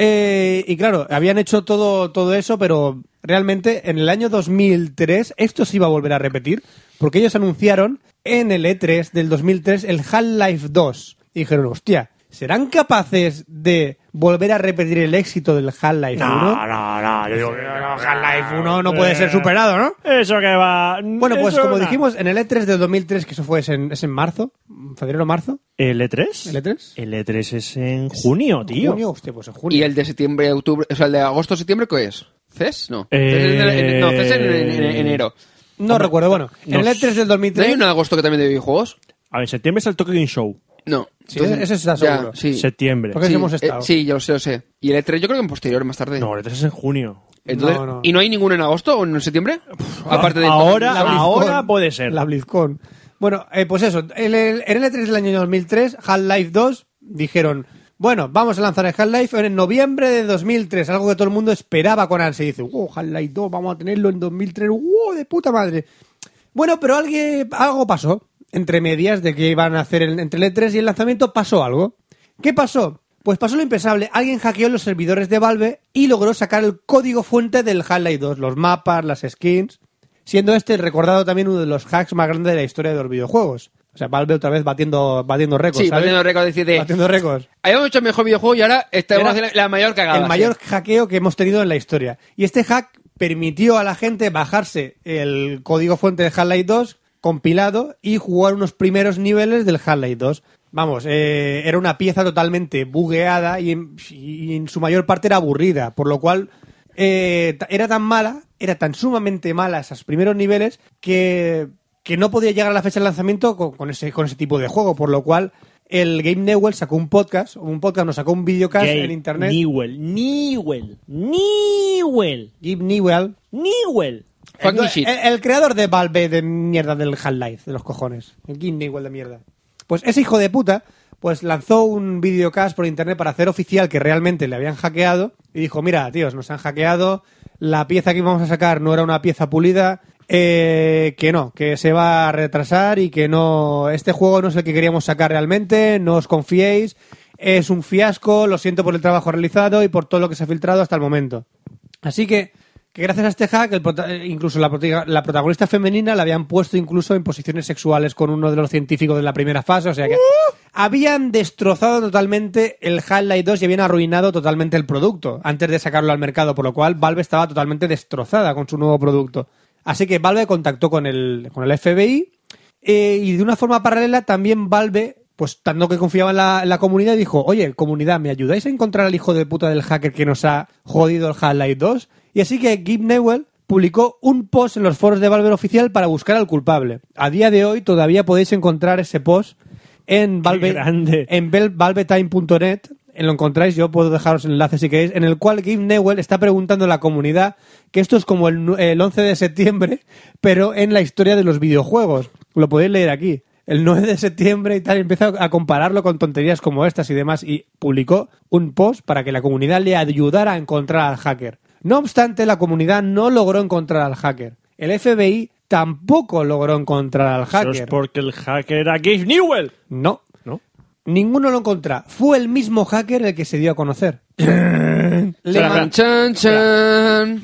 Eh, y claro, habían hecho todo, todo eso, pero realmente en el año 2003 esto se iba a volver a repetir, porque ellos anunciaron en el E3 del 2003 el Half-Life 2. Y dijeron, hostia, ¿serán capaces de volver a repetir el éxito del Half-Life 1?
no, no. Yo digo que no,
Half-Life 1 no puede ser superado, ¿no?
Eso que va.
Bueno, pues
eso
como
va.
dijimos, en el E3 del 2003, que eso fue es en, es en marzo, febrero-marzo,
¿El E3?
¿El E3?
El E3 es en junio, tío.
junio, hostia, pues en junio.
Y el de septiembre, octubre, o sea, el de agosto-septiembre, ¿qué es? ¿CES? No.
Eh,
CES en- en- no, CES en, en- en- enero.
No recuerdo, bueno,
no
en el E3 del
¿No hay
2003...
uno en agosto que también de videojuegos?
A ver, en septiembre es el Tokyo Game Show.
No.
Sí, ese está
ya,
seguro.
sí.
Septiembre.
Porque-
Sí,
hemos estado.
eh, sí, yo lo sé, lo sé. Y el E3 yo creo que en posterior, más tarde.
No, el E3 es en junio.
Entonces,
No, no.
¿Y no hay ninguno en agosto o en septiembre? Aparte de
ahora-
La BlizzCon.
ahora puede ser.
La BlizzCon. Bueno, eh, pues eso, en el, en el E3 del año 2003, Half-Life 2, dijeron, bueno, vamos a lanzar el Half-Life en noviembre de 2003, algo que todo el mundo esperaba con ansia. Y dice, wow, Half-Life 2, vamos a tenerlo en 2003, wow, de puta madre. Bueno, pero alguien, algo pasó, entre medias de que iban a hacer el- entre el E3 y el lanzamiento, pasó algo. ¿Qué pasó? Pues pasó lo impensable, alguien hackeó los servidores de Valve y logró sacar el código fuente del Half-Life 2, los mapas, las skins siendo este recordado también uno de los hacks más grandes de la historia de los videojuegos. O sea, Valve otra vez batiendo, batiendo récords.
Sí,
¿sabes?
batiendo récords, decir de-
Batiendo récords.
Habíamos hecho el mejor videojuego y ahora estamos
Era
haciendo la mayor cagada.
El mayor
sí.
hackeo que hemos tenido en la historia. Y este hack permitió a la gente bajarse el código fuente de Half-Life 2, compilado y jugar unos primeros niveles del Half-Life 2. Vamos, eh, era una pieza totalmente bugueada y en, y en su mayor parte era aburrida, por lo cual eh, ta- era tan mala, era tan sumamente mala esos primeros niveles que, que no podía llegar a la fecha de lanzamiento con, con ese, con ese tipo de juego, por lo cual el Game Newell sacó un podcast, un podcast, nos sacó un videocast
Gabe
en internet.
Newell, Newell, Newell,
Gabe Newell.
Newell.
Fuck me
El,
shit.
el- el creador de Valve de mierda del Half-Life, de los cojones. El King igual de mierda. Pues ese hijo de puta, pues lanzó un videocast por internet para hacer oficial que realmente le habían hackeado. Y dijo, mira, tíos, nos han hackeado. La pieza que íbamos a sacar no era una pieza pulida. eh, que no, que se va a retrasar y que no... Este juego no es el que queríamos sacar realmente. No os confiéis. Es un fiasco. Lo siento por el trabajo realizado y por todo lo que se ha filtrado hasta el momento. Así que, que gracias a este hack, el prota- eh, incluso la, prota- la protagonista femenina la habían puesto incluso en posiciones sexuales con uno de los científicos de la primera fase. O sea que habían destrozado totalmente el Half-Life 2 y habían arruinado totalmente el producto antes de sacarlo al mercado, por lo cual Valve estaba totalmente destrozada con su nuevo producto. Así que Valve contactó con el, con el FBI eh, y de una forma paralela también Valve, pues tanto que confiaba en la, en la comunidad, dijo, oye, comunidad, ¿me ayudáis a encontrar al hijo de puta del hacker que nos ha jodido el Half-Life 2? Y así que Gib Newell publicó un post en los foros de Valve oficial para buscar al culpable. A día de hoy todavía podéis encontrar ese post en Valve,
grande.
en vel- valvetime.net. en eh, Lo encontráis, yo puedo dejaros el enlace si queréis, en el cual Gib Newell está preguntando a la comunidad que esto es como el, nu- el 11 de septiembre, pero en la historia de los videojuegos. Lo podéis leer aquí. El 9 de septiembre y tal, y empieza a compararlo con tonterías como estas y demás, y publicó un post para que la comunidad le ayudara a encontrar al hacker. No obstante, la comunidad no logró encontrar al hacker. El FBI tampoco logró encontrar al
Eso es
hacker.
porque el hacker era Gabe Newell.
No.
¿No?
Ninguno lo encontró. Fue el mismo hacker el que se dio a conocer. Le
Chan,
man-
chan, chan.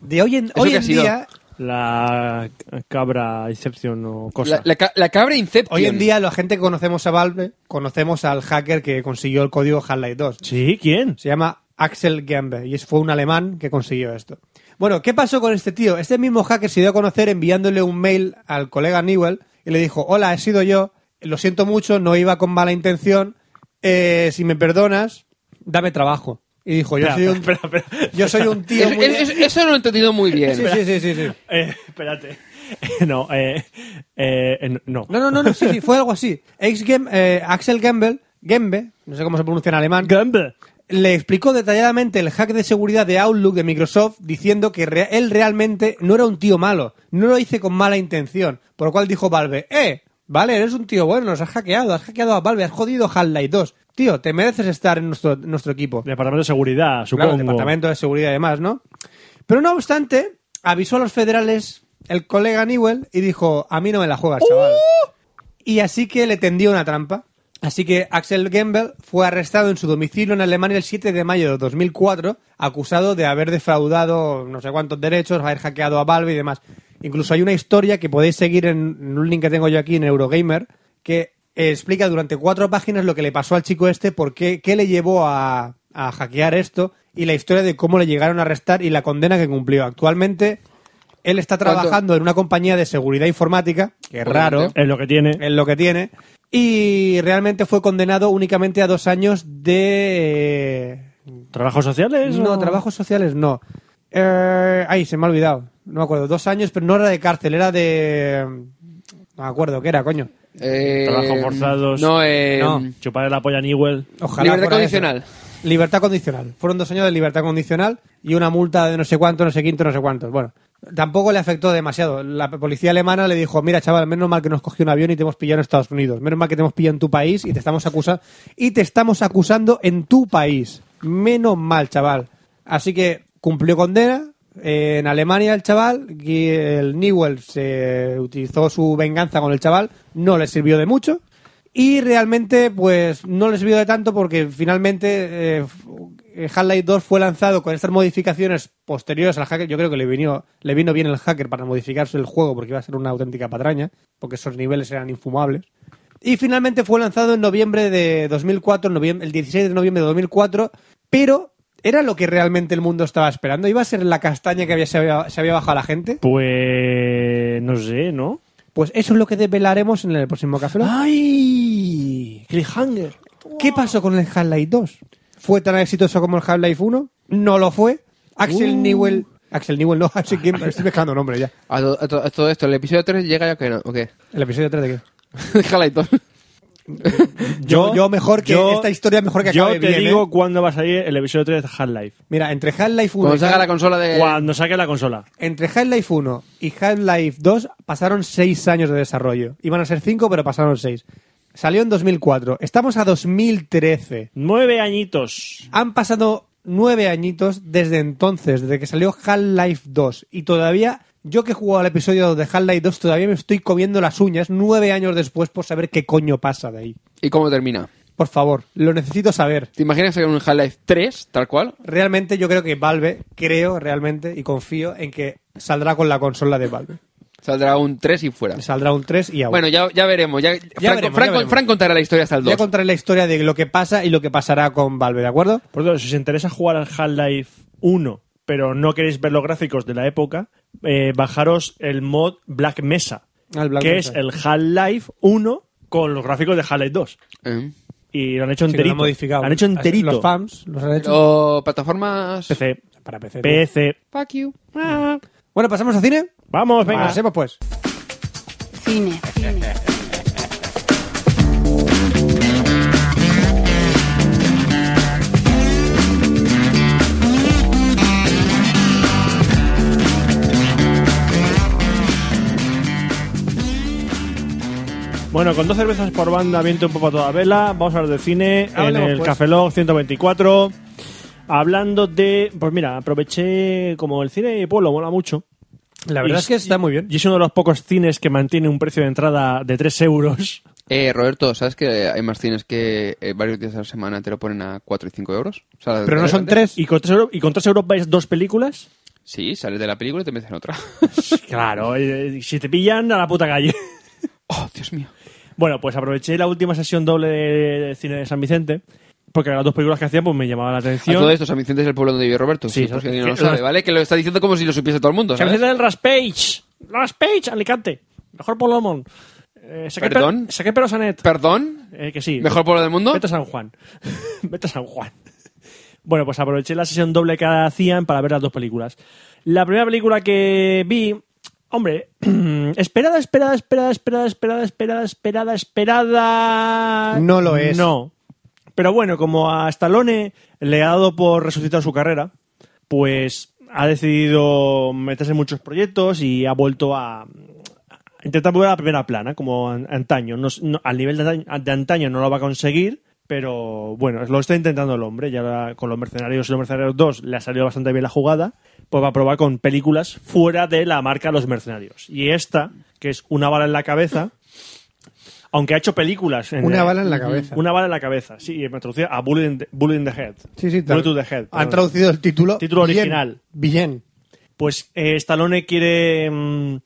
De hoy en, hoy
qué ha
en
sido?
día,
La cabra Inception o cosa.
La, la ca- la cabra Inception.
hoy en día la gente que conocemos a Valve, conocemos al hacker que consiguió el código Half-Life 2.
Sí, ¿quién?
Se llama Axel Gambe y es- fue un alemán que consiguió esto. Bueno, ¿qué pasó con este tío? Este mismo hacker se dio a conocer enviándole un mail al colega Newell y le dijo, hola, he sido yo, lo siento mucho, no iba con mala intención, eh, si me perdonas, dame trabajo. Y dijo, yo,
Espera,
soy, un,
espera, espera.
yo soy un tío...
Es-
muy-
es- es- eso no lo he entendido muy bien.
Sí, sí, sí, sí, sí.
Eh, espérate. No, eh, eh, eh, no.
No, no, no, no, sí, sí, fue algo así. Ex Gem- eh, Axel Gamble, Gembe, no sé cómo se pronuncia en alemán,
Gamble.
le explicó detalladamente el hack de seguridad de Outlook de Microsoft diciendo que re- él realmente no era un tío malo, no lo hice con mala intención, por lo cual dijo Valve, eh, vale, eres un tío bueno, nos has hackeado, has hackeado a Valve, has jodido Half-Life 2, tío, te mereces estar en nuestro, nuestro equipo.
Departamento de Seguridad,
Claro,
supongo.
Departamento de Seguridad y demás, ¿no? Pero no obstante, avisó a los federales el colega Newell y dijo, a mí no me la juegas, chaval. Y así que le tendió una trampa. Así que Axel Gembel fue arrestado en su domicilio en Alemania el 7 de mayo de 2004, acusado de haber defraudado no sé cuántos derechos, haber hackeado a Valve y demás. Incluso hay una historia que podéis seguir en en un link que tengo yo aquí en Eurogamer, que eh, explica durante cuatro páginas lo que le pasó al chico este, por qué, qué le llevó a, a hackear esto y la historia de cómo le llegaron a arrestar y la condena que cumplió. Actualmente él está
¿Cuánto?
trabajando en una compañía de seguridad informática, que es raro,
Obviamente.
Es lo que tiene.
es lo que tiene. Y realmente fue condenado únicamente a dos años de... eh,
¿Trabajos sociales?
No,
o-
trabajos sociales no. Eh, ay, se me ha olvidado. No me acuerdo. Dos años, pero no era de cárcel, era de... No me acuerdo, ¿qué era, coño?
Eh,
Trabajos forzados.
No, eh,
No.
Chupar la polla a Newell.
Ojalá
Libertad
fuera
condicional.
eso. Libertad condicional. Fueron dos años de libertad condicional y una multa de no sé cuánto, no sé quinto, no sé cuántos. Bueno, tampoco le afectó demasiado. La policía alemana le dijo, mira chaval, menos mal que nos cogió un avión y te hemos pillado en Estados Unidos. Menos mal que te hemos pillado en tu país y te estamos acusando. Y te estamos acusando en tu país. Menos mal, chaval. Así que cumplió condena. Eh, en Alemania el chaval, y el Newell se utilizó su venganza con el chaval, no le sirvió de mucho. Y realmente, pues no les vio de tanto porque finalmente eh, Half-Life 2 fue lanzado con estas modificaciones posteriores al hacker. Yo creo que le vino, le vino bien el hacker para modificarse el juego porque iba a ser una auténtica patraña, porque esos niveles eran infumables. Y finalmente fue lanzado en noviembre de 2004, noviem- el 16 de noviembre de 2004, pero ¿Era lo que realmente el mundo estaba esperando? ¿Iba a ser la castaña que había, se, había, se había bajado la gente?
Pues. No sé, ¿no?
Pues eso es lo que develaremos en el próximo Café
Ah,
Lock.
¡Ay! Cliffhanger.
¿Qué pasó con el Half-Life 2? ¿Fue tan exitoso como el Half-Life 1? No lo fue. Axel Newell... Axel Newell no, Axel Kimball. Estoy mezclando nombre ya.
A, to- a to- a todo esto, ¿el episodio 3 llega ya que no? ¿O qué?
¿El episodio 3 de qué?
Déjala y todo.
Yo- yo mejor que esta historia mejor que
Yo
acabe
te
bien,
digo
¿eh?
cuándo va a salir el episodio 3 de Half-Life.
Mira, entre Half-Life 1...
Cuando
y
salga
Half-
la consola
Eh.
de...
Cuando saque la consola.
Entre Half-Life 1 y Half-Life 2 pasaron 6 años de desarrollo. Iban a ser 5, pero pasaron 6. Salió en 2004. Estamos a 2013.
Nueve añitos.
Han pasado 9 añitos desde entonces, desde que salió Half-Life 2. Y todavía, yo que he jugado al episodio de Half-Life 2, todavía me estoy comiendo las uñas 9 años después por saber qué coño pasa de ahí.
¿Y cómo termina?
Por favor, lo necesito saber.
¿Te imaginas que en un Half-Life 3, tal cual?
Realmente yo creo que Valve, creo realmente y confío en que saldrá con la consola de Valve.
Saldrá un 3 y fuera.
Saldrá un 3 y ahora.
Bueno, ya, ya veremos. Ya, Franco,
veremos,
Franco-
ya veremos.
Frank contará la historia hasta el
Voy
2.
a contar la historia de lo que pasa y lo que pasará con Valve, ¿de acuerdo?
Por cierto, si os interesa jugar al Half-Life 1, pero no queréis ver los gráficos de la época, eh, bajaros el mod Black Mesa,
Al Black
que
Mesa.
es el Half-Life 1 con los gráficos de Half-Life 2.
Eh.
Y lo han hecho
Sí, lo han
enterito.
modificado.
han hecho enterito.
Los fans los han hecho
Pero plataformas...
PC,
para PC. ¿no?
PC.
Fuck you.
Ah. Bueno, pasamos al cine.
Vamos, venga.
Pasemos pues.
Cine. Cine.
Bueno, con dos cervezas por banda, viento un poco a toda vela, vamos a hablar de cine
Hablemos,
en el
pues.
Café Log 124. Hablando de. Pues mira, aproveché como el cine de pueblo mola mucho.
La verdad
Y-
es que está muy bien.
Y es uno de los pocos cines que mantiene un precio de entrada de 3 euros.
Eh, Roberto, ¿sabes que hay más cines que eh, varios días a la semana te lo ponen a 4 y 5 euros? O sea,
Pero no son
de repente-
tres.
¿Y con 3 euros, y con tres euros vais dos películas?
Sí, sales de la película y te metes en otra.
Claro, eh, si te pillan, a la puta calle.
oh, Dios mío.
Bueno, pues aproveché la última sesión doble de cine de San Vicente, porque las dos películas que hacían pues me llamaban la
A
atención.
todo esto, San Vicente es el pueblo donde vive Roberto.
Sí,
Sí, porque
sí.
no lo sabe, ¿vale? Que lo está diciendo como si lo supiese todo el mundo.
San
¿sabes?
Vicente del Raspage. Raspage, Alicante. Mejor Polomón. Eh, saqué
¿Perdón?
per- saqué pero Sanet.
Perdón,
Eh, que sí.
mejor pueblo del mundo.
Vete a San Juan. Vete a San Juan. Bueno, pues aproveché la sesión doble que hacían para ver las dos películas. La primera película que vi, hombre, esperada, esperada, esperada, esperada, esperada, esperada, esperada, esperada.
No lo es.
No. Pero bueno, como a Stallone le ha dado por resucitar su carrera, pues ha decidido meterse en muchos proyectos y ha vuelto a, intentar volver a la primera plana, como an- antaño. No s- no- al nivel de antaño, de antaño no lo va a conseguir, pero bueno, lo está intentando el hombre. Ya la- con los Mercenarios y los Mercenarios 2 le ha salido bastante bien la jugada. Pues va a probar con películas fuera de la marca Los Mercenarios. Y esta, que es Una bala en la cabeza, aunque ha hecho películas. en-
Una bala en la cabeza.
Una bala en la cabeza, sí, me traducía a Bullet in the, Bullet in the Head.
Sí, sí, tal.
Bullet to the Head.
Han
perdón.
traducido el título.
Título
bien,
original.
Bien.
pues eh, Stallone quiere mm,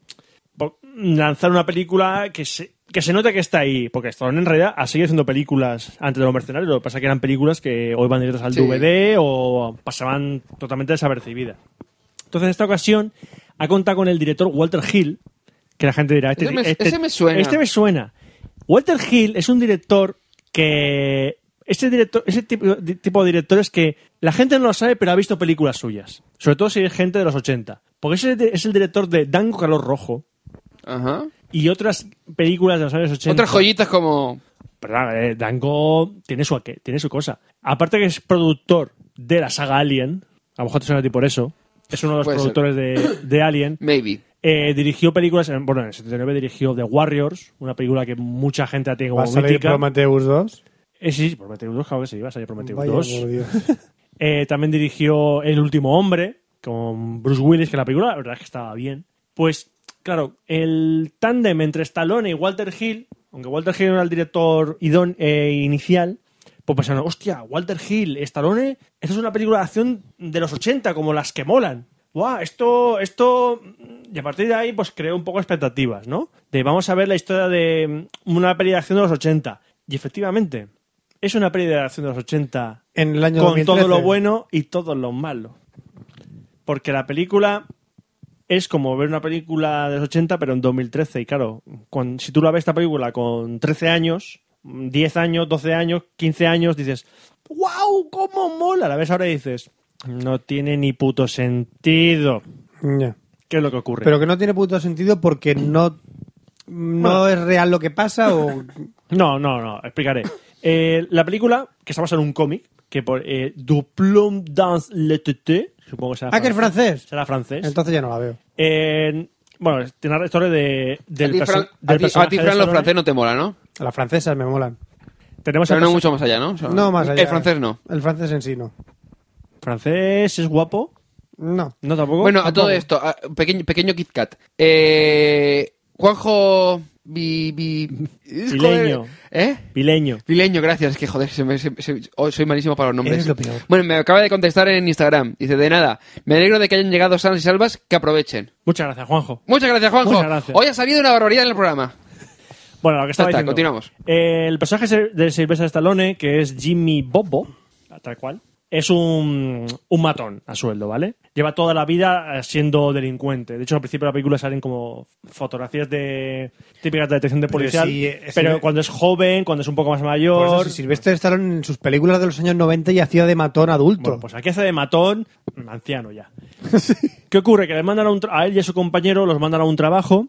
po- lanzar una película que se, que se nota que está ahí, porque Stallone en realidad ha seguido haciendo películas antes de los mercenarios, lo que pasa que eran películas que o iban directas al
Sí.
DVD o pasaban totalmente desapercibidas. Entonces en esta ocasión ha contado con el director Walter Hill, que la gente dirá, este,
Ese me-
este-
ese me suena.
este me suena. Walter Hill es un director que... Este director, ese tipo, di- tipo de directores que la gente no lo sabe, pero ha visto películas suyas. Sobre todo si es gente de los 80. Porque ese di- es el director de Dango Calor Rojo
Ajá.
y otras películas de los años 80.
Otras joyitas como.
Perdón, eh, Dango tiene su, aqué- tiene su cosa. Aparte que es productor de la saga Alien. A lo mejor te suena a ti por eso. Es uno de los
Puede ser.
productores de, de Alien.
Maybe.
Eh, dirigió películas, en- bueno, en el 79 dirigió The Warriors, una película que mucha gente la tiene
¿Va
como
a salir
mítica.
Prometheus 2?
Eh, sí, sí, Prometheus 2, claro que sí, va a salir Prometheus
Vaya,
2.
por Dios.
Eh, también dirigió El último hombre con Bruce Willis, que la película la verdad es que estaba bien. Pues, claro, el tándem entre Stallone y Walter Hill, aunque Walter Hill era el director idón- eh, inicial, pues pensaron, hostia, Walter Hill, Stallone, esto es una película de acción de los 80, como las que molan. Guau, esto, esto... Y a partir de ahí, pues creó un poco expectativas, ¿no? De vamos a ver la historia de mm, una peli de acción de los 80. Y efectivamente, es una peli de la acción de los 80
En el año
con
2013.
todo lo bueno y todo lo malo. Porque la película es como ver una película de los 80, pero en 2013. Y claro, cuan- si tú la ves esta película con 13 años, mm, 10 años, 12 años, 15 años, dices, ¡Wow! ¡Cómo mola! La ves ahora y dices, no tiene ni puto sentido.
Ya.
¿Qué es lo que ocurre?
Pero que no tiene puto sentido porque no, no
Bueno.
es real lo que pasa o...
No, no, no, explicaré. Eh, la película, que está basada en un cómic, que por eh, Duplum dans le TT, supongo que será
ah, que es francés.
Será francés.
Entonces ya no la veo.
Eh, bueno, tiene la historia de, del,
a ti,
perso-
Fran,
del
a ti- a
personaje
ti,
de
Fran, lo
Stallone.
francés no te mola, ¿no?
Las francesas me molan.
Tenemos
Pero
al
no
perso-
mucho más allá, ¿no? O sea,
No, más allá.
El francés no.
El francés en sí no.
francés, es guapo.
No.
No, tampoco.
Bueno, a
Tampoco.
todo esto, a- pequeño, pequeño Kit Kat. Eh, Juanjo. Bi, bi- es-
Pileño.
joder, ¿Eh?
Pileño.
Pileño, gracias. Es que joder, se me- se- se- oh, soy malísimo para los nombres.
Eres lo peor.
Bueno, me acaba de contestar en Instagram. Dice, de nada, me alegro de que hayan llegado sanas y salvas, que aprovechen.
Muchas gracias, Juanjo.
Muchas gracias, Juanjo.
Muchas gracias.
Hoy ha salido una barbaridad en el programa.
Bueno, lo que estaba
Ya
diciendo.
está, continuamos.
Eh, el personaje se- de Sylvester Stallone, que es Jimmy Bobo, tal cual, es un, un matón a sueldo, ¿vale? Lleva toda la vida eh, siendo delincuente. De hecho, al principio de la película salen como fotografías de típicas de detección de
Pero
policial. Pero,
sí, eh, sí.
cuando es joven, cuando es un poco más
Por eso,
mayor.
si Sylvester Stallone en sus películas de los años 90 y hacía de matón adulto.
Bueno, pues aquí hace de matón, anciano ya. ¿Qué ocurre? Que le mandan a, un tra- a él y a su compañero, los mandan a un trabajo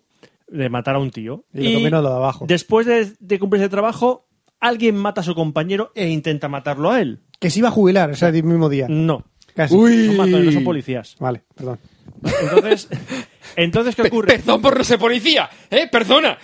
de matar a un tío.
Y lo comen a lo de abajo.
Después de, de cumplir ese trabajo, alguien mata a su compañero e intenta matarlo a él.
Que se iba a jubilar ese mismo día.
No.
Casi.
Son matones, no son policías.
Vale, perdón.
Entonces, entonces ¿qué
Pe-
ocurre?
perdón por no ser policía, ¿eh? Perdona.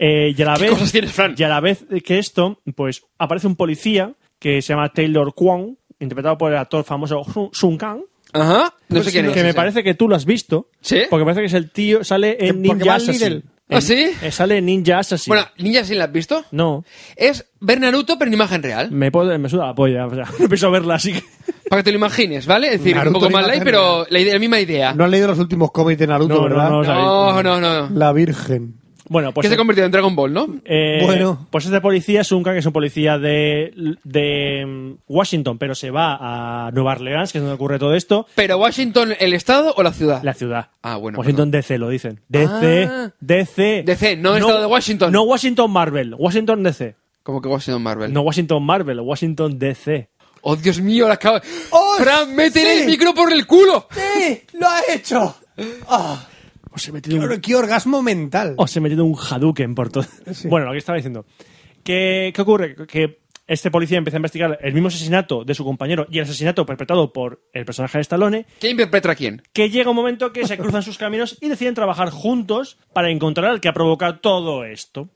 Eh, y a la vez,
cosas tienes, Fran?
Y a la vez que esto, pues aparece un policía que se llama Taylor Kwong, interpretado por el actor famoso Sun- Sun Kang.
Ajá. No sé
Pues,
quién es.
Que me
ese.
parece que tú lo has visto.
¿Sí?
Porque parece que es el tío. Sale en
Porque va
Ninja
al
Assassin.
Lidl.
En-
¿Ah, sí?
eh, sale en Ninja Assassin.
Bueno, niña, ¿sí la has visto?
no.
Es ver Naruto, pero en imagen real.
Me, puedo- me suda la polla. O sea, no pienso verla, así que.
Para que te lo imagines, ¿vale? Es decir,
Naruto
un poco
en
más light,
imagen
pero la, idea- la misma idea.
No han leído los últimos cómics de Naruto,
No, no,
¿verdad?
no, o sea,
No, no, no.
La Virgen.
Bueno, pues.
que se ha convertido en Dragon Ball, ¿no?
eh,
Bueno.
Pues este policía es un que es un policía de, de mm, Washington, pero se va a Nueva Orleans, que es donde ocurre todo esto.
Pero Washington, ¿el estado o la ciudad?
La ciudad.
Ah, bueno,
Washington DC, lo dicen. DC.
Ah.
DC.
DC, no el estado de Washington.
No Washington Marvel. Washington DC.
Como que Washington Marvel.
No Washington Marvel, Washington DC.
Oh, Dios mío, la acaba.
¡Oh,
¡Fran, métele
sí!
el micro por el culo!
¡Sí! ¡Lo ha hecho! Ah,
Pues
Os he metido un,
qué orgasmo mental.
os he metido un Hadouken por todo. Bueno, lo que estaba diciendo. ¿Qué, qué ocurre? Que este policía empieza a investigar el mismo asesinato de su compañero y el asesinato perpetrado por el personaje de Stallone,
¿Quién interpreta a quién?
que llega un momento que se cruzan sus caminos y deciden trabajar juntos para encontrar al que ha provocado todo esto.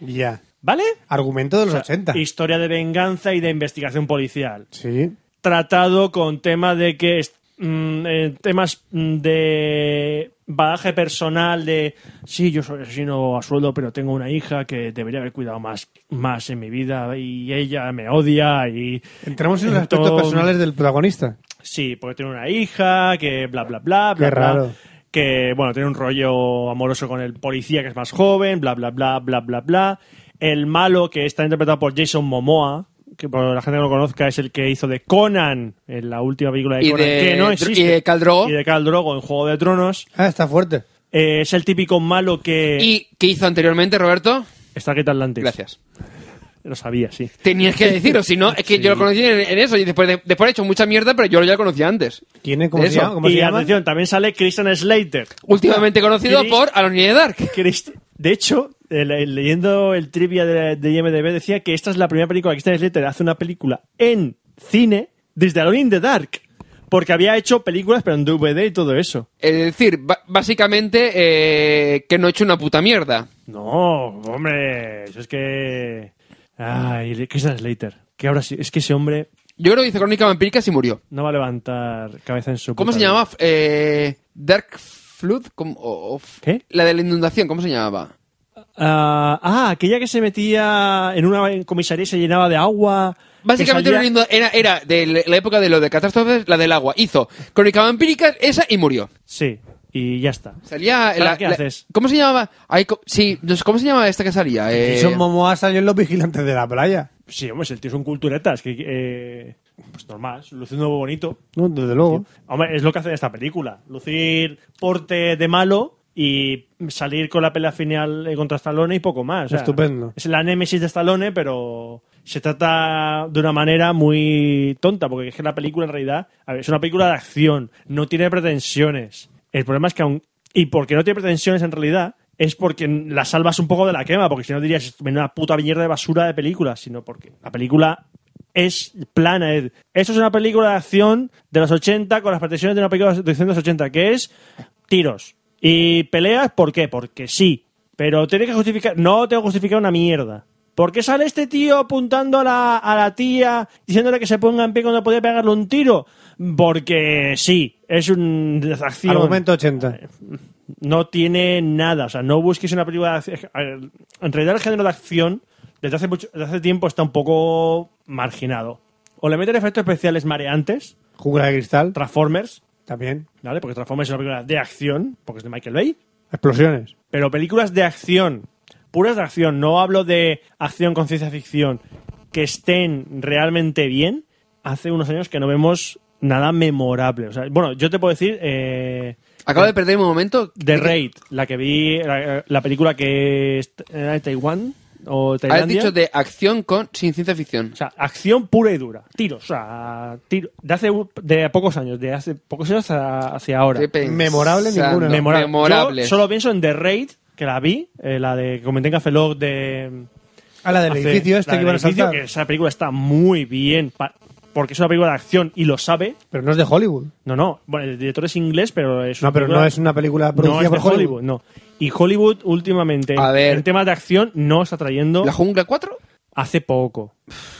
Ya.
¿Vale?
Argumento de los
O sea,
80.
Historia de venganza y de investigación policial.
Sí.
tratado con tema de que es- mm, eh, temas mm, de bagaje personal de sí yo soy asesino a sueldo pero tengo una hija que debería haber cuidado más más en mi vida y ella me odia y
Entramos en los aspectos
Entonces-
personales del protagonista.
sí porque tiene una hija que bla bla bla bla
Qué
bla,
raro.
que bueno tiene un rollo amoroso con el policía que es más joven bla bla bla bla bla bla el malo que está interpretado por Jason Momoa que por la gente que no lo conozca es el que hizo de Conan en la última película de
Y
Conan
de-
que no existe
y de Khal Drogo.
y de Khal Drogo en Juego de Tronos
Ah, está fuerte.
Eh, es el típico malo que
¿Y qué hizo anteriormente, Roberto?
está aquí Atlantis
Gracias.
lo sabía sí
Tenías que decirlo, si no, es que yo lo conocí en, en eso y después, de- después he hecho mucha mierda, pero yo lo ya lo conocía antes.
¿Quién es? ¿Cómo
De
se
eso.
llama? ¿Cómo se
y
llama?
atención también sale Christian Slater
Últimamente conocido
Chris-
por Alonia Dark.
Christ- De hecho, eh, le- leyendo el trivia de, de IMDB decía que esta es la primera película que Christian Slater hace una película en cine desde Alone in the Dark. Porque había hecho películas, pero en DVD y todo eso.
Es decir, ba- básicamente eh, que no he hecho una puta mierda.
No, hombre, eso es que... Ay, le- Christian Slater. Que ahora sí, es que ese hombre
Yo creo que hizo Crónica Vampírica y murió.
no va a levantar cabeza en su...
¿Cómo
puta
se
vida.
llamaba? Eh, Dark Flood. ¿Cómo- o- o-
¿Qué?
La de la inundación, ¿cómo se llamaba?
Ah, ah, aquella que se metía en una comisaría y se llenaba de agua. que
Básicamente
salía-
era inunda- era, era de la época de lo de catástrofes, la del agua. Hizo Crónica Vampírica, esa y murió.
Sí. y ya está.
Salía
¿Para
la-
qué
la-
haces?
¿Cómo se llamaba? Ay, co- sí, no sé, ¿cómo se llamaba esta que salía? Eh,
Jason Momoa salió en Los Vigilantes de la Playa.
Sí, hombre, el tío es un cultureta, es que... eh, pues normal, luce un nuevo bonito.
No, desde luego.
Hombre, es lo que hace esta película. Lucir porte de malo y salir con la pelea final eh, contra Stallone y poco más. o sea,
Estupendo.
Es la némesis de Stallone, pero se trata de una manera muy tonta, porque es que la película en realidad a ver, es una película de acción, no tiene pretensiones. El problema es que aún... Y porque no tiene pretensiones en realidad es porque la salvas un poco de la quema, porque si no dirías una puta mierda de basura de película, sino porque la película es plana. es- Eso es una película de acción de los 80 con las pretensiones de una película de acción de los 80, que es tiros y peleas. ¿Por qué? Porque sí. Pero tiene que justificar. No tengo que justificar una mierda. ¿Por qué sale este tío apuntando a la, a la tía diciéndole que se ponga en pie cuando podía pegarle un tiro? Porque sí, es un de acción
Argumento 80.
eh, no tiene nada. O sea, no busques una película de acción. En realidad, el género de acción desde hace, mucho, desde hace tiempo está un poco marginado. O le meten efectos especiales mareantes,
Jungla de Cristal.
Transformers,
También.
¿vale? Porque Transformers es una película de acción, porque es de Michael Bay.
Explosiones.
Pero películas de acción, puras de acción, no hablo de acción con ciencia ficción, que estén realmente bien, hace unos años que no vemos nada memorable. O sea, bueno, yo te puedo decir. eh,
Acabo de perder un momento.
The Raid, la que vi, la, la película que es era de Taiwán o
Has
Tailandia.
dicho de acción con sin ciencia ficción.
O sea, acción pura y dura. Tiros, o sea, tiro. De hace un- de pocos años, de hace pocos años hacia, hacia ahora.
Estoy pensando.
Memorable ninguna.
Memora-
Memorable.
Yo solo pienso en The Raid, que la vi, eh, la de que comenté en Café Lock de...
A la del
hace-
edificio este
la
que
del
iban a
edificio,
saltar.
que esa película está muy bien, pa- porque es una película de acción y lo sabe.
Pero no es de Hollywood.
No, no, bueno, el director es inglés, pero es
No,
una
pero
película-
no es una película
No,
producida
es de
por
Hollywood.
Hollywood.
no. Y Hollywood últimamente,
A ver.
en temas de acción, no está trayendo
¿La jungla 4?
hace poco.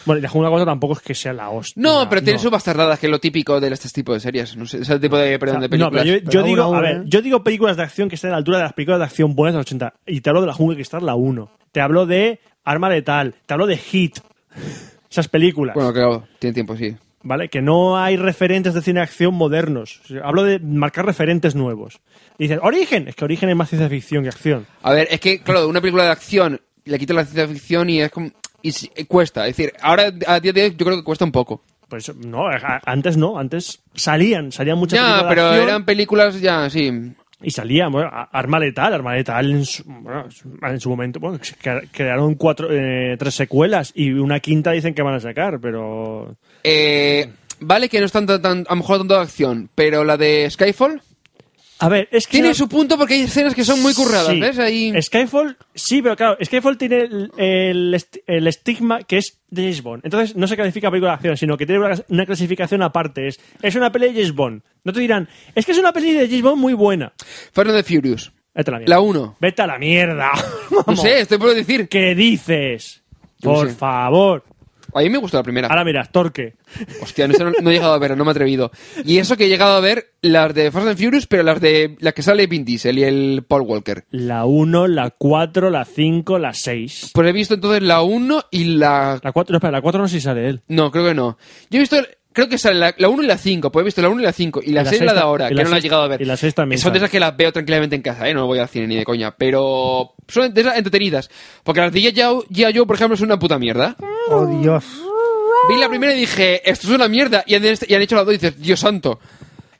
Bueno, y la Jungla 4 tampoco es que sea la hostia.
No, pero tiene
no.
sus bastardadas, que es lo típico de este tipo de series. No sé, ese tipo de,
O sea,
perdón, de
no, pero
películas.
yo, yo
Pero una,
digo, a
una,
ver,
¿eh?
yo digo películas de acción que estén a la altura de las películas de acción buenas de los 80. Y te hablo de la jungla que está en la 1. Te hablo de Arma Letal. Te hablo de Hit. Esas películas.
Bueno, claro, tiene tiempo, sí.
¿vale? Que no hay referentes de cine de acción modernos. O sea, Hablo de marcar referentes nuevos. Y dices, Origen. Es que Origen es más ciencia ficción que acción.
A ver, es que, claro, una película de acción le quita la ciencia ficción y es como. Y sí, cuesta. Es decir, ahora a día de hoy yo creo que cuesta un poco.
Pues no, a- antes no. Antes salían. Salían muchas
Ya,
películas de
pero
acción.
eran películas ya, sí.
Y salía, bueno, a- Arma Letal, Arma Letal en su, bueno, en su momento, bueno, se cre- crearon cuatro, eh, tres secuelas y una quinta dicen que van a sacar, pero
Eh, vale que no es tanto, tan, a lo mejor tanto de acción, pero la de Skyfall
a ver, es que
tiene su punto porque hay escenas que son muy curradas,
Sí.
¿ves? Ahí...
Skyfall, sí, pero claro, Skyfall tiene el, el est- el estigma que es de James Bond. Entonces no se califica película de acción, sino que tiene una, una clasificación aparte. Es, es una peli de James Bond. No te dirán, es que es una peli de James Bond muy buena.
Fast and the Furious.
Vete a la mierda.
La 1.
Vete a la mierda.
No
Vamos.
sé, estoy por decir.
¿Qué dices?
Yo no
Por
sé.
favor.
A mí me gustó la primera.
Ahora mira, Torque.
Hostia, no, sé, no- no he llegado a ver, no me he atrevido. Y eso que he llegado a ver las de Fast and Furious, pero las de las que sale Vin Diesel y el Paul Walker.
La 1, la 4, la 5, la 6.
Pues he visto entonces la 1 y la...
La 4, no, espera, la 4 no sé si sale él.
No, creo que no. Yo he visto... Creo que sale la, 1 y la 5, pues he visto la 1 y la 5. Y la
Y la
6 la de
sexta-
ahora,
y
que
la
no la he
sexta-
llegado a ver.
y la sexta también
Son de
sale.
esas que las veo tranquilamente en casa, ¿eh? No voy al cine ni de coña. Pero son de esas entretenidas. Porque las de G.I. Joe, por ejemplo, son una puta mierda.
Oh, Dios.
Vi la primera y dije, esto es una mierda. Y han, y han hecho las dos y dices, Dios santo.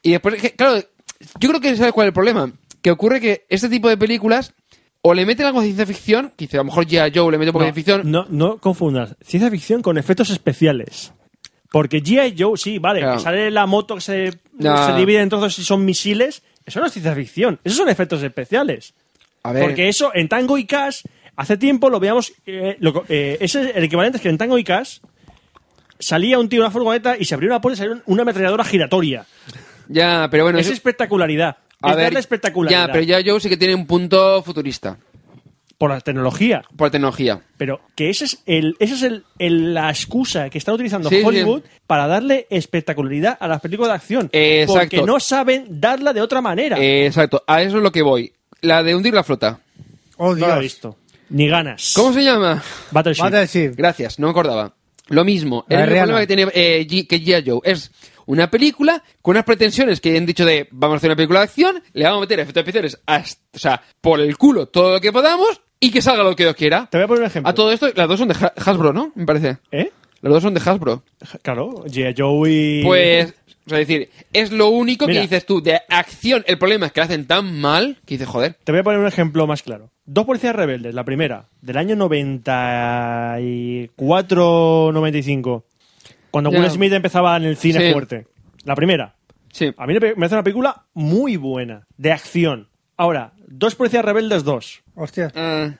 Y después, que- claro, yo creo que sabes cuál es el problema. Que ocurre que este tipo de películas o le meten algo de ciencia ficción, que dice, a lo mejor ya Joe le mete un poco de ciencia ficción.
No, no confundas ciencia ficción con efectos especiales. Porque G.I. Joe, sí, vale,
Claro.
que sale la moto que se,
No.
se divide en trozos y son misiles. Eso no es ciencia ficción, esos son efectos especiales.
A ver.
Porque eso en Tango y Cash, hace tiempo lo veíamos. eh, lo co- eh, ese es el equivalente es que en Tango y Cash salía un tío en una furgoneta y se abrió una puerta y salió una ametralladora giratoria.
Ya, pero bueno.
es
eso-
espectacularidad. es darle espectacularidad.
Ya, pero ya Joe sí que tiene un punto futurista
por la tecnología.
por la tecnología.
Pero que ese es el, esa es el, el- la excusa que está utilizando
Sí, sí.
Hollywood para darle espectacularidad a las películas de acción.
Eh, Exacto.
Porque no saben darla de otra manera.
Eh, exacto, a eso es lo que voy. La de hundir la flota.
Oh,
no
Dios.
la he visto. Ni ganas.
¿Cómo se llama?
Battleship.
Battleship.
Gracias, no me acordaba. Lo mismo.
La
Era el
Rihanna.
problema que tiene eh, G- que G.I. Joe. Es una película con unas pretensiones que han dicho de vamos a hacer una película de acción, le vamos a meter efectos especiales hasta- o sea, por el culo todo lo que podamos y que salga lo que Dios quiera.
Te voy a poner un ejemplo.
A todo esto, las dos son de Ha- Hasbro, ¿no? Me parece.
¿Eh?
Las dos son de Hasbro.
Claro, G.I. Joe y...
Pues, o sea, es decir, es lo único
Mira.
que dices tú de acción. El problema es que la hacen tan mal que dices, joder.
Te voy a poner un ejemplo más claro. Dos policías rebeldes, la primera, del año 94-95, cuando
Ya.
Will Smith empezaba en el cine
Sí.
fuerte. La primera.
Sí.
A mí me pe- me hace una película muy buena, de acción. Ahora, Dos policías rebeldes dos.
Hostia.
Ah,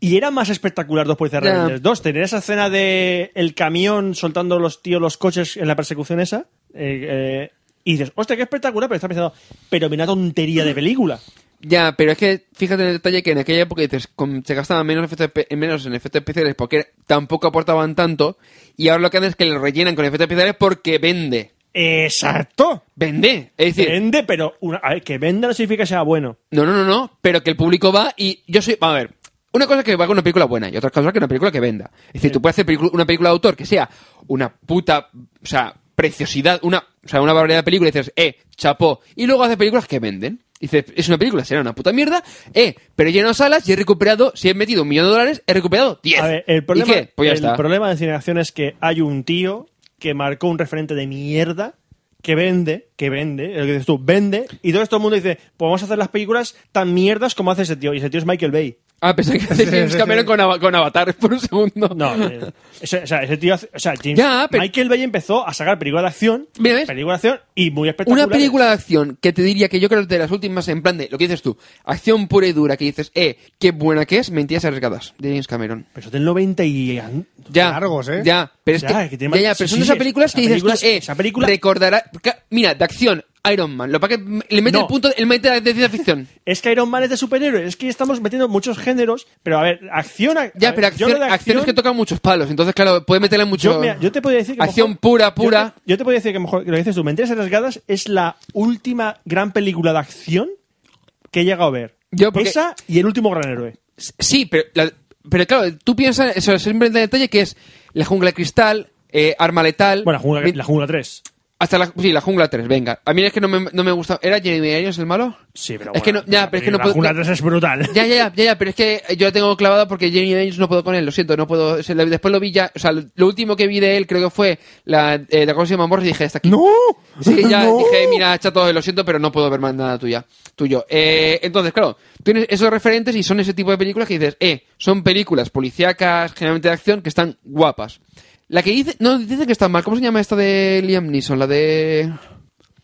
Y era más espectacular Dos policías
Ya.
rebeldes dos. Tener esa escena de el camión soltando los tíos los coches en la persecución esa. eh, eh, y dices, hostia, qué espectacular, pero está pensando, pero mira tontería de película.
ya, pero es que fíjate en el detalle que en aquella época dices, con- se gastaban menos, efectos, espe- en menos en efectos especiales porque tampoco aportaban tanto. Y ahora lo que hacen es que lo rellenan con efectos especiales porque vende.
Exacto.
Vende. Es decir,
Vende, pero una- a ver, que venda no significa que sea bueno.
No, no, no, no, pero que el público va y yo soy... Vamos a ver, una cosa es que va con una película buena y otra cosa es que una película que venda. Es decir, tú puedes hacer pelicu- una película de autor que sea una puta, o sea, preciosidad, una, o sea, una barbaridad de película y dices, eh, chapó. Y luego haces películas que venden. Y dices, es una película, será una puta mierda, eh, pero he llenado salas y he recuperado, si he metido un millón de dólares, he recuperado 10.
A ver, el problema,
¿Y qué? Pues ya
el
está.
problema de Cine de Acción es que hay un tío que marcó un referente de mierda que vende, que vende, es lo que dices tú, vende, y todo esto el mundo dice, pues vamos a hacer las películas tan mierdas como hace ese tío, y ese tío es Michael Bay.
Ah, pensé que hace James Cameron con, Ava- con Avatar por un segundo.
No, eh, ese- o sea, ese tío hace- o sea, James-
Ya, pero-
Michael Bay empezó a sacar películas de acción,
Mira, ¿ves?
películas de acción y muy espectaculares.
Una película de acción que te diría que yo creo de las últimas, en plan de lo que dices tú, acción pura y dura, que dices, eh, qué buena que es, mentiras arriesgadas, de James Cameron.
Pero eso del 90 y...
Ya,
Largos, ¿eh?
Ya, pero es
Ya,
que,
es que tiene
ya, ya,
más-
pero
sí,
son
sí,
esas
es-
películas que
esa
dices
película
tú, eh,
es- esa película-
recordará, ca- mira, de acción, Iron Man, lo pa' que le mete
No.
el punto, el mete de ciencia ficción.
Es que Iron Man es de superhéroes, es que estamos metiendo muchos géneros, pero a ver, acción... a- a
Ya,
ver,
pero
yo
acción,
lo de
acciones que
acción-
tocan muchos palos, entonces claro, puede meterle mucho...
Yo, mira, yo te podría decir que.
Acción pura, pura.
Yo te, yo te podría decir que mejor. que Lo dices tú, Mentiras Arriesgadas es la última gran película de acción que he llegado a ver.
Yo porque-
Esa y El último gran héroe.
Sí, pero, la- pero claro, tú piensas, eso es un detalle que es la jungla de cristal, eh, arma letal...
Bueno, la jungla,
Ven-
la jungla 3.
Hasta la, sí, la jungla 3, venga. A mí es que no me, no me gusta. ¿Era Jeremy Irons el malo?
Sí, pero
Es que
bueno,
no- ya,
la
pero es que no
película
puedo-
La jungla 3 es brutal.
Ya, ya, ya, ya, ya, pero es que yo la tengo clavada porque Jeremy Irons no puedo con él, lo siento, no puedo. se le- después lo vi ya, o sea, lo último que vi de él creo que fue la, eh, la cosa que se llama Morse y dije, hasta aquí.
¡No!
Sí, ya
¡No!
dije, mira, chato, lo siento, pero no puedo ver más nada tuya, tuyo. Eh, entonces, claro, tienes esos referentes y son ese tipo de películas que dices, eh, son películas policíacas, generalmente de acción, que están guapas. La que dice, no, dice que está mal, ¿cómo se llama esta de Liam Neeson? La de...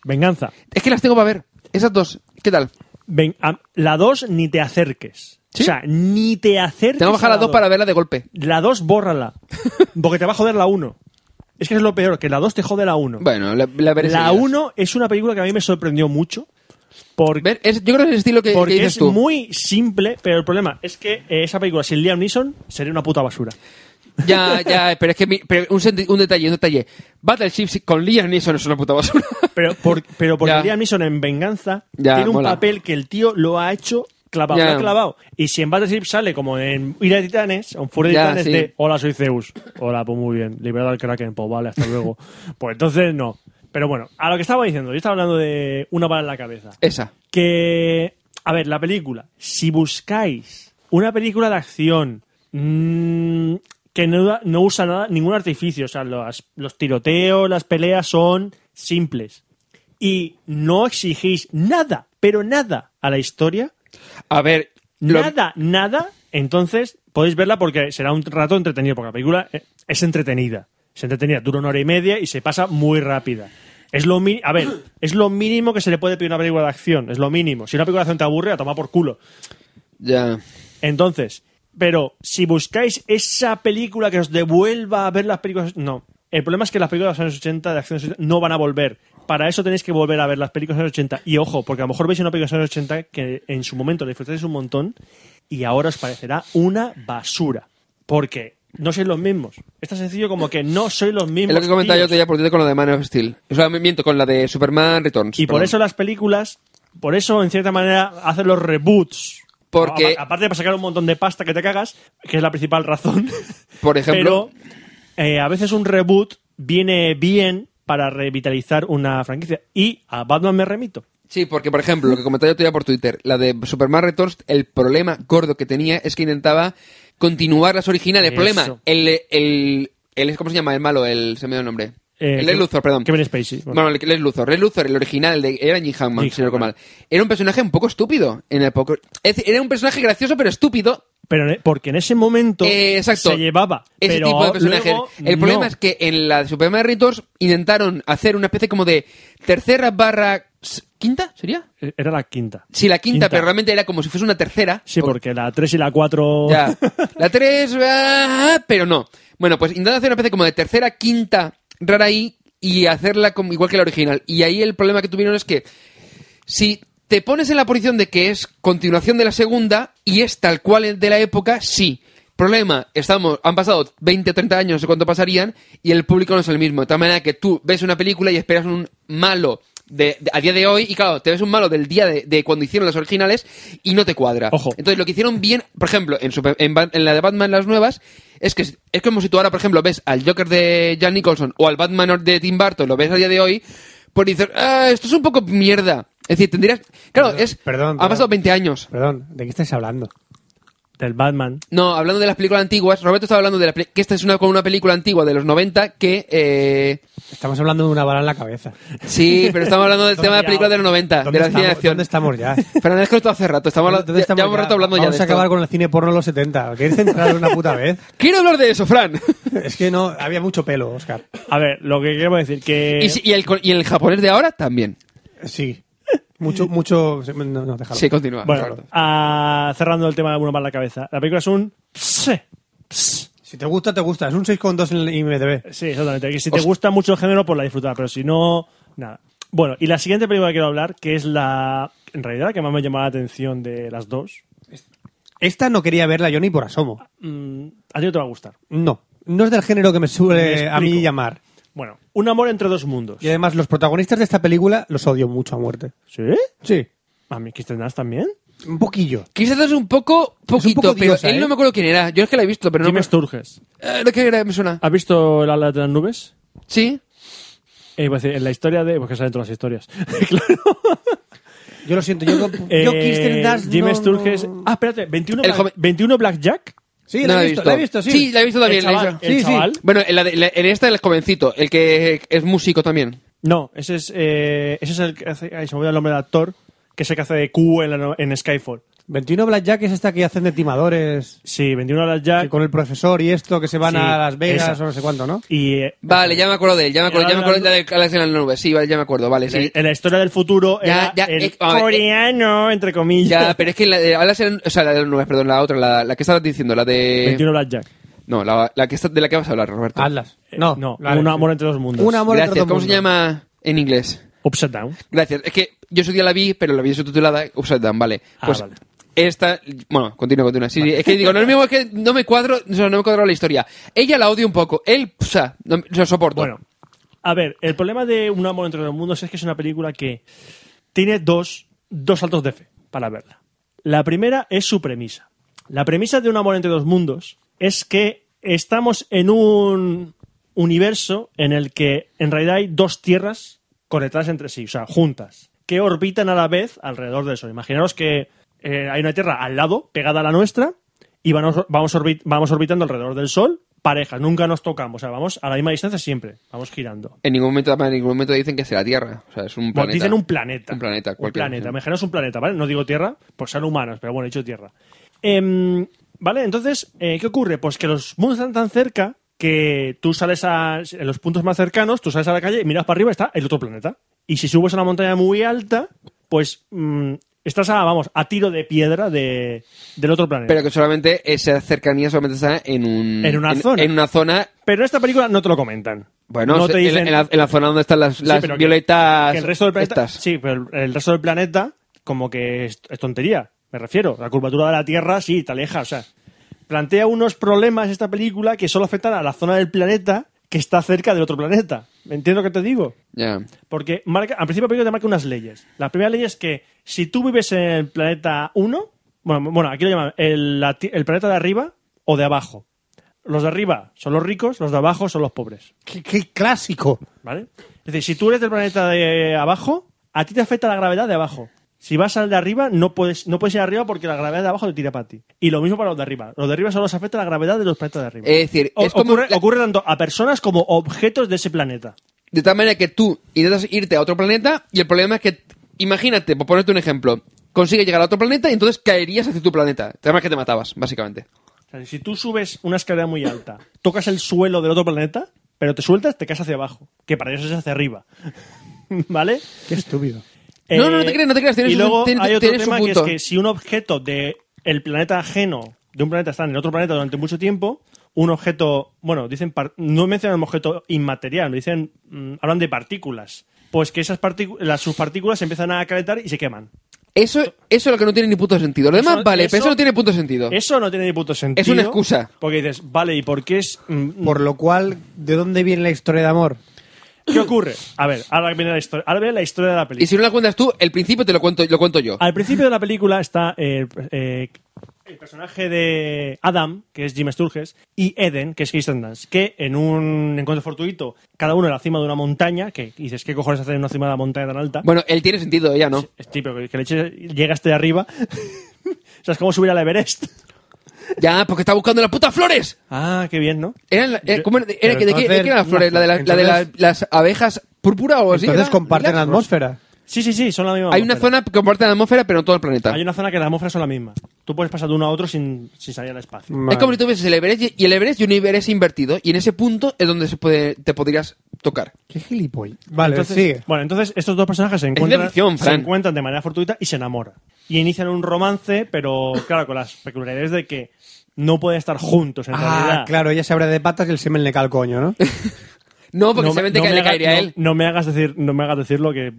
Venganza.
Es que las tengo para ver. Esas dos. ¿Qué tal?
Ven- a- la 2, ni te acerques.
¿Sí?
O sea, ni te acerques.
Tengo que bajar
a
las dos para verla de golpe.
La 2, bórrala. Porque te va a joder la 1. Es que es lo peor, que la 2 te jode la 1.
Bueno, la, la veré.
La
seguidas.
1 es una película que a mí me sorprendió mucho. Porque
Ver, es- yo creo que es el estilo que, que
Porque
dices
es
tú.
muy simple, pero el problema es que eh, esa película sin Liam Neeson sería una puta basura.
Ya, ya, pero es que mi- pero un, senti- un detalle, un detalle. Battleship si- con Liam Neeson es una puta basura.
Pero, por- pero porque
Ya.
Liam Neeson en Venganza
Ya,
tiene un
mola.
papel que el tío lo ha hecho clavado,
Ya.
lo ha clavado. Y si en Battleship sale como en Ira de Titanes, o en Furia de
Ya,
Titanes
sí.
de Hola, soy Zeus. Hola, pues muy bien, liberado al Kraken, pues vale, hasta luego. pues entonces no. Pero bueno, a lo que estaba diciendo, yo estaba hablando de una bala en la cabeza.
Esa.
que a ver la película si buscáis una película de acción mm, que no, no usa nada ningún artificio o sea los, los tiroteos las peleas son simples y no exigís nada pero nada a la historia
A ver. lo-
nada nada entonces podéis verla porque será un rato entretenido porque la película eh, es entretenida es entretenida dura una hora y media y se pasa muy rápida es lo mi- a ver, es lo mínimo que se le puede pedir a una película de acción, es lo mínimo. Si una película de acción te aburre, a tomar por culo.
Ya.
Entonces, pero si buscáis esa película que os devuelva a ver las películas, no. El problema es que las películas de los años 80 de acción de los 80 no van a volver. Para eso tenéis que volver a ver las películas de los años 80. Y ojo, porque a lo mejor veis una película de los años 80 que en su momento le disfrutasteis un montón y ahora os parecerá una basura. Porque no sois los mismos. Es tan sencillo como que no sois los mismos.
Es lo que comentaba yo
tíos.
te ya por cierto con la de Man of Steel. O sea, me miento, con la de Superman Returns.
Y por
perdón.
eso las películas, por eso en cierta manera hacen los reboots.
Porque-
A- aparte de para sacar un montón de pasta que te cagas, que es la principal razón.
Por ejemplo.
Pero eh, a veces un reboot viene bien para revitalizar una franquicia. Y a Batman me remito.
Sí, porque por ejemplo, lo que comentaba yo todavía por Twitter, la de Superman Returns, el problema gordo que tenía es que intentaba continuar las originales. El
Eso.
problema, el, el, el- ¿Cómo se llama el malo? El, se me dio el nombre.
Eh,
el Lex Luthor, perdón.
Kevin Spacey.
Bueno, el Lex Luthor. Lex Luthor, el original, de, era Jim Hammond,
Jim
si no recuerdo
Hammond.
mal. Era un personaje un poco estúpido. En el poco, es decir, era un personaje gracioso pero estúpido.
Pero en- e- porque en ese momento
Eh, exacto.
se llevaba.
Ese
pero
tipo de personajes.
luego
el problema
no.
es que en la de Superman Returns intentaron hacer una especie como de tercera barra... ¿Quinta sería?
Eh, Era la quinta.
Sí, la quinta, pero realmente era como si fuese una tercera.
Sí,
Por-
porque la 3 y la 4.
Ya. La tres, ah, pero no. Bueno, pues intentando hacer una especie como de tercera, quinta, rara ahí, y hacerla como, igual que la original. Y ahí el problema que tuvieron es que si te pones en la posición de que es continuación de la segunda y es tal cual el de la época, sí. Problema, estamos, han pasado 20 o 30 años, no sé cuánto pasarían, y el público no es el mismo. De tal manera que tú ves una película y esperas un malo de, de- a día de hoy, y claro, te ves un malo del día de, de cuando hicieron las originales y no te cuadra.
Ojo.
Entonces, lo que hicieron bien, por ejemplo, en, Super- en Bat- en la de Batman, las nuevas, es que es es como si tú ahora, por ejemplo, ves al Joker de Jan Nicholson o al Batman de Tim Burton, lo ves a día de hoy, pues dices, ah, esto es un poco mierda. Es decir, tendrías. Claro, es.
perdón,
Ha
perdón.
pasado 20 años.
Perdón, ¿de qué estáis hablando?
Del Batman.
No, hablando de las películas antiguas, Roberto estaba hablando de la peli- que esta es una, con una película antigua de los 90 que. eh,
Estamos hablando de una bala en la cabeza.
sí, pero estamos hablando del tema de la película de los 90, de
¿Dónde
la
estamos,
cine de acción.
¿Dónde estamos ya?
Fernández Coto hace rato, estamos, hablando-
¿Dónde
ya,
estamos
llevamos rato hablando
Vamos
ya de
a acabar
esto.
con el cine porno de los 70. ¿Queréis centrar una puta vez?
Quiero hablar de eso, Fran.
Es que no, había mucho pelo, Oscar.
A ver, lo que queremos decir que.
Y, si- y el, co- y el japonés de ahora también.
Sí. Mucho, mucho... No, no, déjalo.
Sí, continúa.
Bueno,
Roberto.
ah, cerrando el tema de uno más la cabeza. La película es un. pse.
Si te gusta, te gusta. Es un 6,2 en el IMDB.
Sí, exactamente. Que si te
Host-
gusta mucho el género, pues la disfrutar, pero si no, nada. Bueno, y la siguiente película que quiero hablar, que es la. En realidad, la que más me llamó la atención de las dos.
Esta no quería verla yo ni por asomo.
Mm, a ti no te va a gustar.
No. No es del género que me
Me
suele a mí
explico.
llamar.
Bueno, un amor entre dos mundos.
Y además, los protagonistas de esta película los odio mucho a muerte.
¿Sí?
Sí.
¿A mí Kirsten Dunst también?
Un poquillo.
Quizás es un poco, poquito,
poco
pero
diosa,
él
¿eh?
no me acuerdo quién era. Yo es que la he visto, pero no
Jimmy
me...
Sturges.
Eh, no, que era, me suena.
¿Has visto El ala de las nubes?
Sí.
Eh, iba a decir, en la historia de... Porque salen todas las historias. claro.
Yo lo siento, yo, yo
Eh,
Kirsten Dunst
Jimmy
no-
Sturges...
no-
Ah, espérate. 21,
El
Black-
joven-
21 Blackjack.
Sí,
No
la he visto, la he visto, sí.
Sí, la he visto también.
el
la he
chaval.
visto.
el
Sí, sí.
chaval.
Bueno, en, la de- la- en esta el jovencito, el que es músico también.
No, ese es, eh, ese es el que hace... Ay, se me olvidó el nombre del actor. Que es el que hace de Q en, la no- en Skyfall.
21 Blackjack es esta que hacen de timadores
Sí, 21 Blackjack.
que con el profesor y esto, que se van
Sí,
a Las Vegas
esa.
o no sé cuánto, ¿no?
Y eh,
Vale, ya me acuerdo de él, ya me acuerdo, ya me acuerdo de la de Galaxy en la nube. Sí, vale, ya me acuerdo, vale, sí.
en la historia del futuro
Ya,
era
ya,
el
eh, a ver, eh,
coreano, entre comillas.
Ya, pero es que la de Galaxy en- o sea, la de la nube, perdón, la otra, la, la que estabas diciendo, la de...
21 Blackjack.
No, la, la que está- de la que vas a hablar, Roberto.
Hazlas. No,
Eh, No,
vale,
un
sí.
amor entre dos mundos.
Un amor entre
Gracias,
dos
¿cómo se
mundos.
llama en inglés?
Upside Down.
Gracias. Es que yo su día la vi, pero la vi subtitulada Upside Down, vale.
Ah,
Pues
vale.
esta... Bueno, continúa, continúa. Sí, sí, es que digo, no es mismo, es que no me cuadro, o sea, no me cuadro la historia. Ella la odia un poco, él, o sea, no, lo soporto.
Bueno, a ver, el problema de Un amor entre dos mundos es que es una película que tiene dos, dos saltos de fe para verla. La primera es su premisa. La premisa de Un amor entre dos mundos es que estamos en un universo en el que en realidad hay dos tierras conectadas entre sí, o sea, juntas, que orbitan a la vez alrededor del Sol. Imaginaros que eh, hay una tierra al lado, pegada a la nuestra, y vamos, vamos, orbi- vamos orbitando alrededor del Sol, parejas, nunca nos tocamos, o sea, vamos a la misma distancia siempre, vamos girando.
En ningún momento, en ningún momento dicen que sea la Tierra. O sea, es un
Bueno,
planeta.
dicen un planeta.
Un planeta,
Un
cualquier
planeta.
cosa.
Imaginaos un planeta, ¿vale? No digo Tierra, pues sean humanos, pero bueno, he dicho Tierra. Em, ¿Vale? Entonces, eh, ¿qué ocurre? Pues que los mundos están tan cerca que tú sales a. En los puntos más cercanos, tú sales a la calle y miras para arriba, está el otro planeta. Y si subes a una montaña muy alta, pues. mm, estás a, vamos, a tiro de piedra de, del otro planeta.
Pero que solamente esa cercanía solamente está en un.
En una zona.
En una zona.
Pero en esta película no te lo comentan.
Bueno,
No
se-
te
en-
dicen-
en, la, en la zona donde están las,
Sí,
las
pero que-
violetas.
que el resto del planeta,
estas.
Sí, pero el, el resto del planeta, como que es, es tontería, me refiero. La curvatura de la Tierra, sí, te aleja. O sea, plantea unos problemas esta película que solo afectan a la zona del planeta que está cerca del otro planeta. ¿Me entiendes lo que te digo?
Ya.
Porque marca, al principio la película te marca unas leyes. La primera ley es que si tú vives en el planeta 1, bueno, bueno, aquí lo llaman el, la ti- el planeta de arriba o de abajo. Los de arriba son los ricos, los de abajo son los pobres.
¡Qué, qué clásico!
¿Vale? Es decir, si tú eres del planeta de abajo, a ti te afecta la gravedad de abajo. Si vas al de arriba, no puedes, no puedes ir arriba porque la gravedad de abajo te tira para ti. Y lo mismo para los de arriba. Los de arriba solo se afecta la gravedad de los planetas de arriba.
Es decir,
O-
es como-
ocurre, ocurre tanto a personas como objetos de ese planeta.
De tal manera que tú intentas irte a otro planeta y el problema es que, imagínate, por ponerte un ejemplo, consigues llegar a otro planeta y entonces caerías hacia tu planeta. Además que te matabas, básicamente.
O sea, si tú subes una escalera muy alta, tocas el suelo del otro planeta, pero te sueltas, te caes hacia abajo. Que para ellos es hacia arriba. ¿Vale?
¡Qué estúpido!
No, no, no te creas, no te creas, tienes
Eh, y
un-
luego
tienes-
hay otro
tienes un
tema que es
punto.
que si un objeto de el planeta ajeno, de un planeta está en el otro planeta durante mucho tiempo, un objeto, bueno, dicen par- no mencionan un objeto inmaterial, dicen mm, hablan de partículas. Pues que esas partículas, las sus partículas empiezan a calentar y se queman.
Eso, eso es lo que no tiene ni puto sentido. Lo demás
Eso-
vale, pero
eso-
eso no tiene puto sentido.
Eso no tiene ni puto sentido.
una excusa.
Porque dices, vale, ¿y por qué es mm,
Por lo cual, ¿de dónde viene la historia de amor?
¿Qué ocurre? A ver, ahora viene la historia, ahora viene la historia de la
Y
película.
si no la cuentas tú, el principio te lo cuento, lo cuento yo.
Al principio de la película está eh, eh, el personaje de Adam, que es Jim Sturges, y Eden, que es Kirsten Dunst, que en un encuentro fortuito, cada uno en la cima de una montaña, que dices, ¿qué cojones hacen en una cima de una montaña tan alta?
Bueno, él tiene sentido, ella no.
Es típico, que le eches- llegaste de arriba. o sea, es como subir al Everest.
Ya, porque está buscando las putas flores.
Ah, qué bien, ¿no?
Eran, la- eh, ¿cómo era? Era
Pero
que- ¿De, qué, de
entonces-
qué eran las flores? ¿La de, la- la de la-
entonces-
las abejas púrpura o así?
Entonces
Pues ¿Era?
comparten la
¿Lilas?
atmósfera.
Sí, sí, sí, son la misma
Hay una
atmósfera.
zona que comparte la atmósfera, pero no todo el planeta.
Hay una zona que las atmósferas son la misma. Tú puedes pasar de uno a otro sin, sin salir al espacio.
Es como si tú ves el Everest y- y el Everest y un Everest invertido. Y en ese punto es donde se puede, te podrías tocar.
¡Qué gilipollas! Vale,
Entonces-
sigue.
Bueno, entonces estos dos personajes se
de
encuentran,
ficción,
se
Fran.
encuentran de manera fortuita y se enamoran. Y inician un romance, pero claro, con las peculiaridades de que no pueden estar juntos en
Ah,
realidad.
claro, ella se abre de patas y el semen le cae al coño, ¿no?
No, porque
No me-
se
no me
le
haga-
caería a
no-
él.
No me hagas decir, no me hagas decirlo que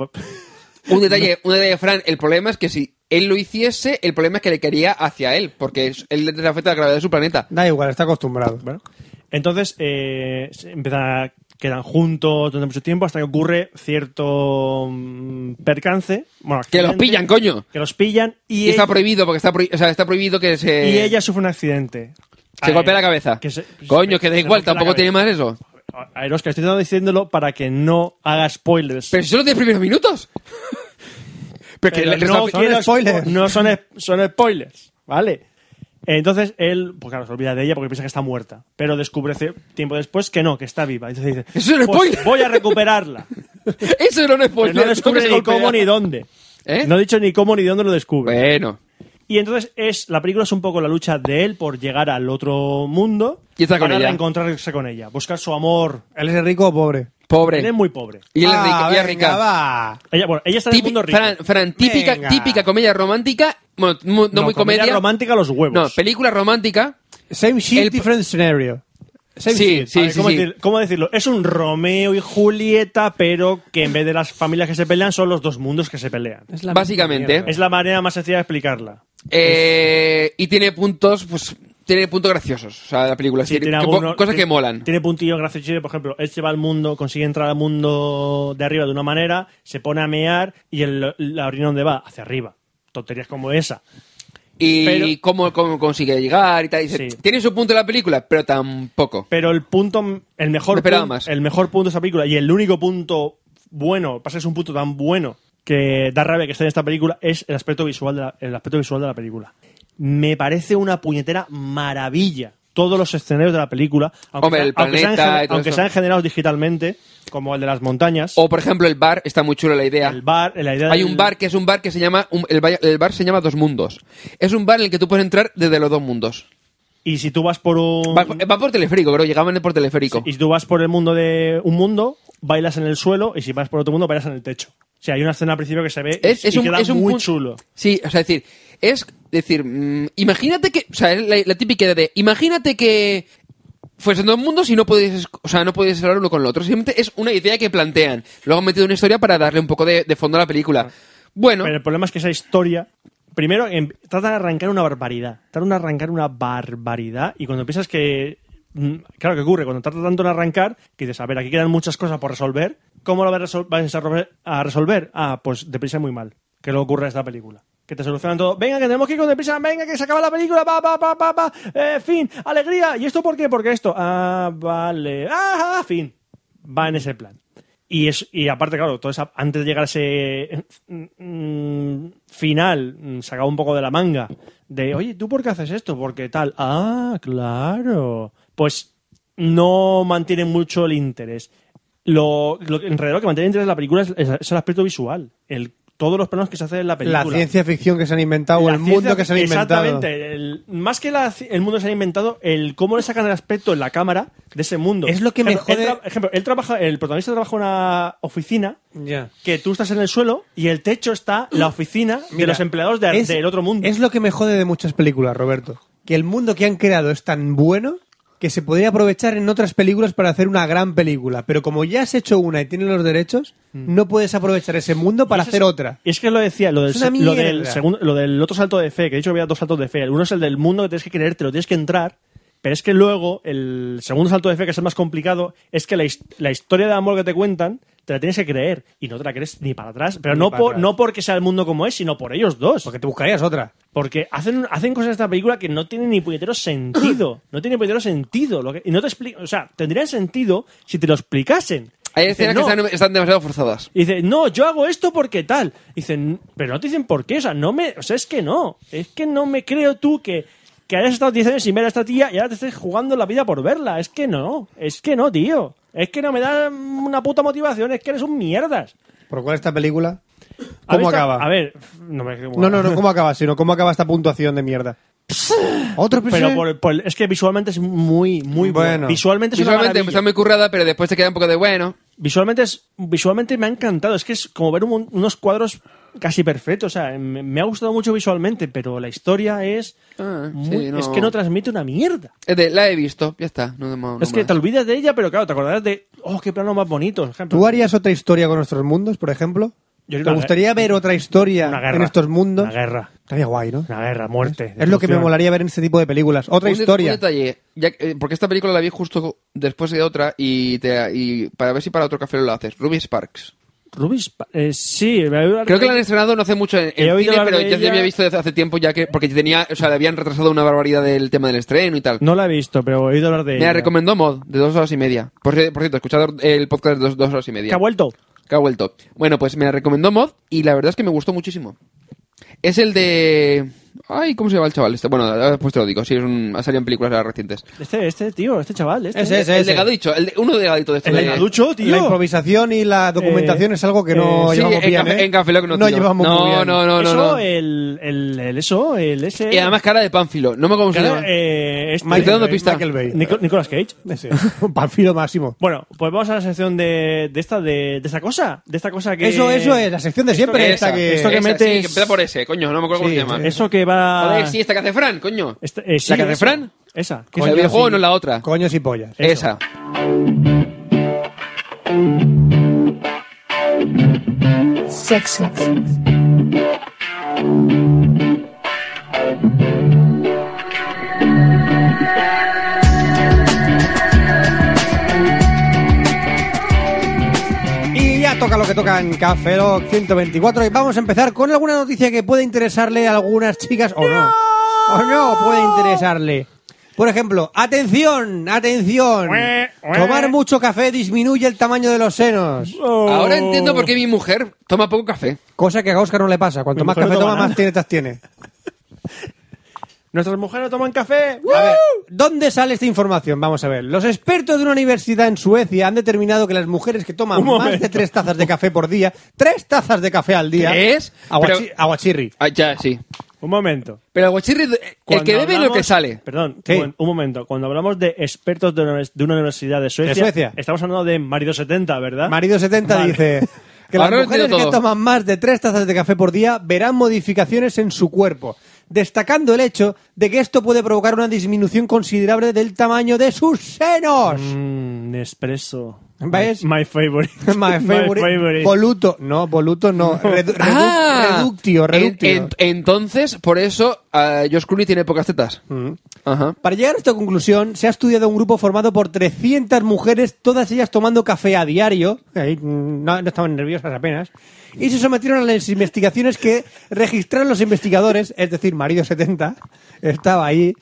Un detalle, un detalle, Fran. El problema es que si él lo hiciese, el problema es que le caería hacia él. Porque es- él le afecta la gravedad de su planeta.
Da igual, está acostumbrado.
Bueno, entonces eh, se empieza, quedan juntos durante mucho tiempo hasta que ocurre cierto mm, percance. Bueno,
Que los
accidente,
pillan, coño.
Que los pillan y,
Y está
ella,
prohibido, porque está, prohi- o sea, está prohibido que se...
y ella sufre un accidente.
Se
Eh,
golpea la cabeza.
que se-
Coño, que da
se
igual,
golpea la
tampoco tiene
cabeza.
más eso.
A ver, Oscar, estoy intentando diciéndolo para que no haga spoilers.
Pero si solo tiene primeros minutos. Pero que
Pero
le- le
no
está-
quiero
son spoilers.
spo- No son, es- son spoilers, ¿vale? Entonces él, pues claro, se olvida de ella porque piensa que está muerta. Pero descubre ce- tiempo después que no, que está viva. Entonces dice:
Eso es un
"Pues
spoiler". Pues
voy a recuperarla.
Eso era un
Pero
spoiler.
no descubre ni
¿Cómo que se
cómo
golpea?
ni dónde.
¿Eh?
No he dicho ni cómo ni dónde lo descubre.
Bueno.
Y entonces es la película es un poco la lucha de él por llegar al otro mundo
Y está con
para
ella.
encontrarse con ella, buscar su amor.
¿Él es rico o pobre?
Él es
Pobre.
muy pobre.
Y él es
Ah,
rico- y es
venga,
rica.
va.
Ella, bueno, ella está en el
Típi-
mundo rico.
Fran, Fran, típica,
Venga.
típica comedia romántica. Bueno, mu- no, muy comedia.
romántica los huevos.
No, película romántica.
Same shit,
El-
different scenario. Same
Sí,
shit.
sí,
A ver,
sí.
¿cómo,
sí.
decir- cómo decirlo? Es un Romeo y Julieta, pero que en vez de las familias que se pelean, son los dos mundos que se pelean.
Básicamente.
Es la manera más sencilla de explicarla.
Eh, y tiene puntos, pues, tiene puntos graciosos. O sea, la película.
Sí,
que-
tiene
que po-
algunos-
cosas que
tiene-
molan.
Tiene puntillos graciosos. Por ejemplo, él se va al mundo, consigue entrar al mundo de arriba de una manera, se pone a mear y el, la orina donde va, hacia arriba. Tonterías como esa.
Y
pero-
cómo, cómo consigue llegar y tal. y dice,
Sí.
Tiene su punto la película, pero tampoco.
Pero el punto, el
Me
mejor,
esperaba
pun-
más.
el mejor punto de esta película y el único punto bueno, pasa que es un punto tan bueno que da rabia que esté en esta película es el aspecto visual de la, el aspecto visual de la película. Me parece una puñetera maravilla todos los escenarios de la película, aunque,
Hombre,
sea-
el
aunque sean,
planeta
gen-
y todo
aunque
eso.
sean generados digitalmente, como el de las montañas,
O, por ejemplo, el bar. Está muy chula la idea.
el bar, la idea
Hay
del-
un bar que es un bar que se llama. un- el, ba- el bar se llama Dos Mundos. Es un bar en el que tú puedes entrar desde los dos mundos.
y si tú vas por un
Va, va por teleférico, creo. Llegaban por teleférico.
Y si tú vas por el mundo de un mundo, bailas en el suelo, y si vas por otro mundo, bailas en el techo. O sea, hay una escena al principio que se ve
Es,
y
es un,
queda
es un
muy
pun-
chulo.
Sí, o sea, es decir, es decir, mm, imagínate que, o sea, es la, la típica idea de, imagínate que fuesen dos mundos y no podéis, o sea, no podéis hablar uno con el otro. Simplemente es una idea que plantean. Luego han metido una historia para darle un poco de, de fondo a la película. Bueno,
Ah. Pero el problema es que esa historia. Primero, em- trata de arrancar una barbaridad. Trata de arrancar una barbaridad. Y cuando piensas que. mm, Claro que ocurre, cuando trata tanto de arrancar, que dices, a ver, aquí quedan muchas cosas por resolver. ¿Cómo lo vas a resol- vas a resolver? a resolver? Ah, pues deprisa y muy mal. Que lo ocurre en esta película. que te solucionan todo. Venga, que tenemos que ir con deprisa, venga, que se acaba la película, pa, pa, pa, pa, pa, eh, fin, alegría. ¿Y esto por qué? Porque esto. Ah, vale. Ah, ah, fin. Va en ese plan. Y, es, y aparte, claro, todo esa- antes de llegar a ese mm, final, mm, sacado un poco de la manga, de, oye, ¿tú por qué haces esto? Porque tal. Ah, claro. Pues no mantiene mucho el interés. Lo, lo- en realidad lo que mantiene el interés de la película es, es- es el aspecto visual. El, todos los planos que se hacen en la película.
La ciencia ficción que se han inventado, o
La
el
ciencia-
mundo que se han inventado.
Exactamente. El- más que la ci- el mundo que se han inventado, el cómo le sacan el aspecto en la cámara de ese mundo.
Es lo que me
Ejemplo, él
jode-
tra- ejemplo, él trabaja, el protagonista trabaja en una oficina que tú estás en el suelo y el techo está la oficina de
Mira,
los empleados de-
es-
del otro mundo.
Es lo que me jode de muchas películas, Roberto. Que el mundo que han creado es tan bueno que se podría aprovechar en otras películas para hacer una gran película. Pero como ya has hecho una y tienes los derechos, no puedes aprovechar ese mundo para
Mm. Y eso
hacer
es-
otra.
y Es que lo decía, lo del,
Es una
lo del
mierda.
segundo, lo del otro salto de fe, que he dicho que había dos saltos de fe. Uno es el del mundo que tienes que creerte, lo tienes que entrar. Pero es que luego, el segundo salto de fe, que es el más complicado, es que la, his- la historia de amor que te cuentan, te la tienes que creer. Y no te la crees ni para atrás. Pero
Ni
no,
para
por-
atrás.
no porque sea el mundo como es, sino por ellos dos.
Porque te buscarías otra.
Porque hacen, hacen cosas en esta película que no tienen ni puñetero sentido. No tiene puñetero sentido. Lo que, y no te explico. O sea, tendrían sentido si te lo explicasen.
Hay
Dice,
escenas
"No".
que están, están demasiado forzadas.
Y dice, no, yo hago esto porque tal. Y dicen, pero no te dicen por qué. O sea, no me, o sea, es que no. Es que no me creo tú que, que hayas estado 10 años sin ver a esta tía y ahora te estés jugando la vida por verla. Es que no. Es que no, tío. Es que no me da mm, una puta motivación. Es que eres un mierdas.
¿Por lo cual esta película?
¿Has
¿Cómo
visto?
acaba?
A ver, no me
No, no, no, ¿cómo acaba? Sino ¿cómo acaba esta puntuación de mierda? ¿Otro
Pero
episodio?
por- por- es que visualmente es muy, muy bueno.
Bueno.
Visualmente es una
Visualmente
maravilla.
está muy currada, pero después te queda un poco de bueno.
visualmente es visualmente me ha encantado es que es como ver un- unos cuadros casi perfectos o sea em, me, me ha gustado mucho visualmente pero la historia es
Ah,
muy-
sí, no.
es que no transmite una mierda
Es de, la he visto, ya está. No, no- no
es que
más.
te olvidas de ella pero claro te acordarás de oh qué planos más bonitos por ejemplo
¿Tú harías otra historia con nuestros mundos, por ejemplo?
Yo
¿Te
una
gustaría ver otra historia
una guerra
en estos mundos?
una guerra
Estaría guay, ¿no?
una guerra muerte
Es lo que me
destrucción.
molaría ver en este tipo de películas. Otra
Un de-
historia.
Un detalle, ya que- eh, porque esta película la vi justo después de otra y, te- y para ver si para otro café lo haces. Ruby Sparks.
Rubis eh, sí me había-
Creo que la han estrenado no hace mucho en,
He
en
oído
cine,
hablar
pero
de
ya se
ella.
había visto desde hace tiempo ya que porque tenía, o sea, le habían retrasado una barbaridad del tema del estreno y tal.
no la he visto pero he oído hablar de
Me la
ella.
recomendó Mod, de dos horas y media. Por, ci- por cierto, escuchado el podcast de dos, dos horas y media.
que ha vuelto
Que ha vuelto. Bueno, pues me la recomendó Mod y la verdad es que me gustó muchísimo. Es el de... Ay, ¿cómo se llama el chaval? Este? Bueno, después te lo digo. Sí, es un... ha salido en películas ahora recientes.
este este tío este chaval este
Ese, ese,
el
ese.
delgadito, el de- uno delgadito de este.
el
de-
delgaducho tío
La improvisación y la documentación
Eh,
es algo que no
eh,
Sí,
llevamos
en,
bien,
Café-
¿eh?
en Café Lock no,
No
tío.
llevamos
no,
muy bien.
no, no, no,
eso
no.
El, el el eso el ese
Y además cara de Pánfilo. No me acuerdo cómo se
Claro,
llama.
eh, este-
Michael- dando pista.
Michael Bay.
Nico- Nicolas Cage.
Ese. Un panfilo máximo.
Bueno, pues vamos a la sección de, de esta de, de esta cosa, de esta cosa que
Eso, eso es, la sección de siempre.
que-
esta que-
esto que
esa,
metes-
sí, que empieza por ese, coño. No me
Sí,
acuerdo cómo se llama.
Eso que va
Joder, sí, esta que hace Fran, coño.
Esta- eh, sí,
¿La que hace
esa.
Fran?
Esa.
O sea, el videojuego no la otra.
Coños y pollas.
Esa.
Sexo.
Y ya toca lo que toca en Café Lock 124 y vamos a empezar con alguna noticia que puede interesarle a algunas chicas o no. O no puede interesarle. Por ejemplo, atención, atención.
Ue, ue.
Tomar mucho café disminuye el tamaño de los senos.
Oh.
Ahora entiendo por qué mi mujer toma poco café.
Cosa que a Oscar no le pasa. Cuanto
Mi
más
mujer no
café
toma
toma, más
nada.
tiretas tiene.
Nuestras mujeres toman café.
A ver, ¿dónde sale esta información? Vamos a ver. Los expertos de una universidad en Suecia han determinado que las mujeres que toman
Un
más
momento.
de tres tazas de café por día, tres tazas de café al día,
¿Tres?
aguachi-
Pero-
aguachirri.
Ah, ya, sí.
Un momento.
Pero el guachirri, eh, el
Cuando
que bebe es lo
hablamos-
que sale.
Perdón,
Sí.
un, un momento. Cuando hablamos de expertos de una, univers- de una universidad de Suecia,
De Suecia.
estamos hablando de Marido 70, ¿verdad?
Marido 70
Vale.
dice que las
¿Ah? Ahora lo
mujeres
entiendo
que
todo.
toman más de tres tazas de café por día verán modificaciones en su cuerpo, destacando el hecho de que esto puede provocar una disminución considerable del tamaño de sus senos.
Mm, Nespresso.
¿Ves?
My, my favorite.
My favorite.
favorite.
Voluto. No, voluto no. Redu- redu-
Ah,
reductio, reductio.
en- en- entonces, por eso, ah, Josh Clooney tiene pocas tetas. Ajá.
Para llegar a esta conclusión, se ha estudiado un grupo formado por 300 mujeres, todas ellas tomando café a diario. Ahí, mm, no, no estaban nerviosas apenas. y se sometieron a las investigaciones que registraron los investigadores, es decir, Marido 70, estaba ahí,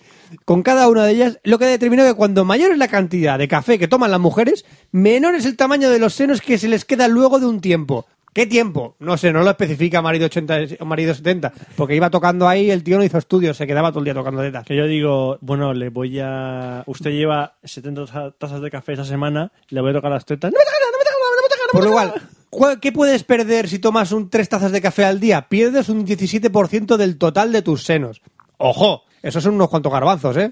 con cada una de ellas, lo que determinó que cuando mayor es la cantidad de café que toman las mujeres, menor es el tamaño de los senos que se les queda luego de un tiempo. ¿Qué tiempo? No sé, no lo especifica Marido 80 o Marido 70, porque iba tocando ahí, el tío no hizo estudios, se quedaba todo el día tocando tetas.
Que yo digo, bueno, le voy a. Usted lleva 70 taza- tazas de café esta semana, le voy a tocar las tetas. ¡No me toques, no me toques, no me toques, no me
Por lo
toques!
cual, ¿cuál- ¿qué puedes perder si tomas un tres tazas de café al día? Pierdes un 17% del total de tus senos. ¡Ojo! Esos son unos cuantos garbanzos, ¿eh?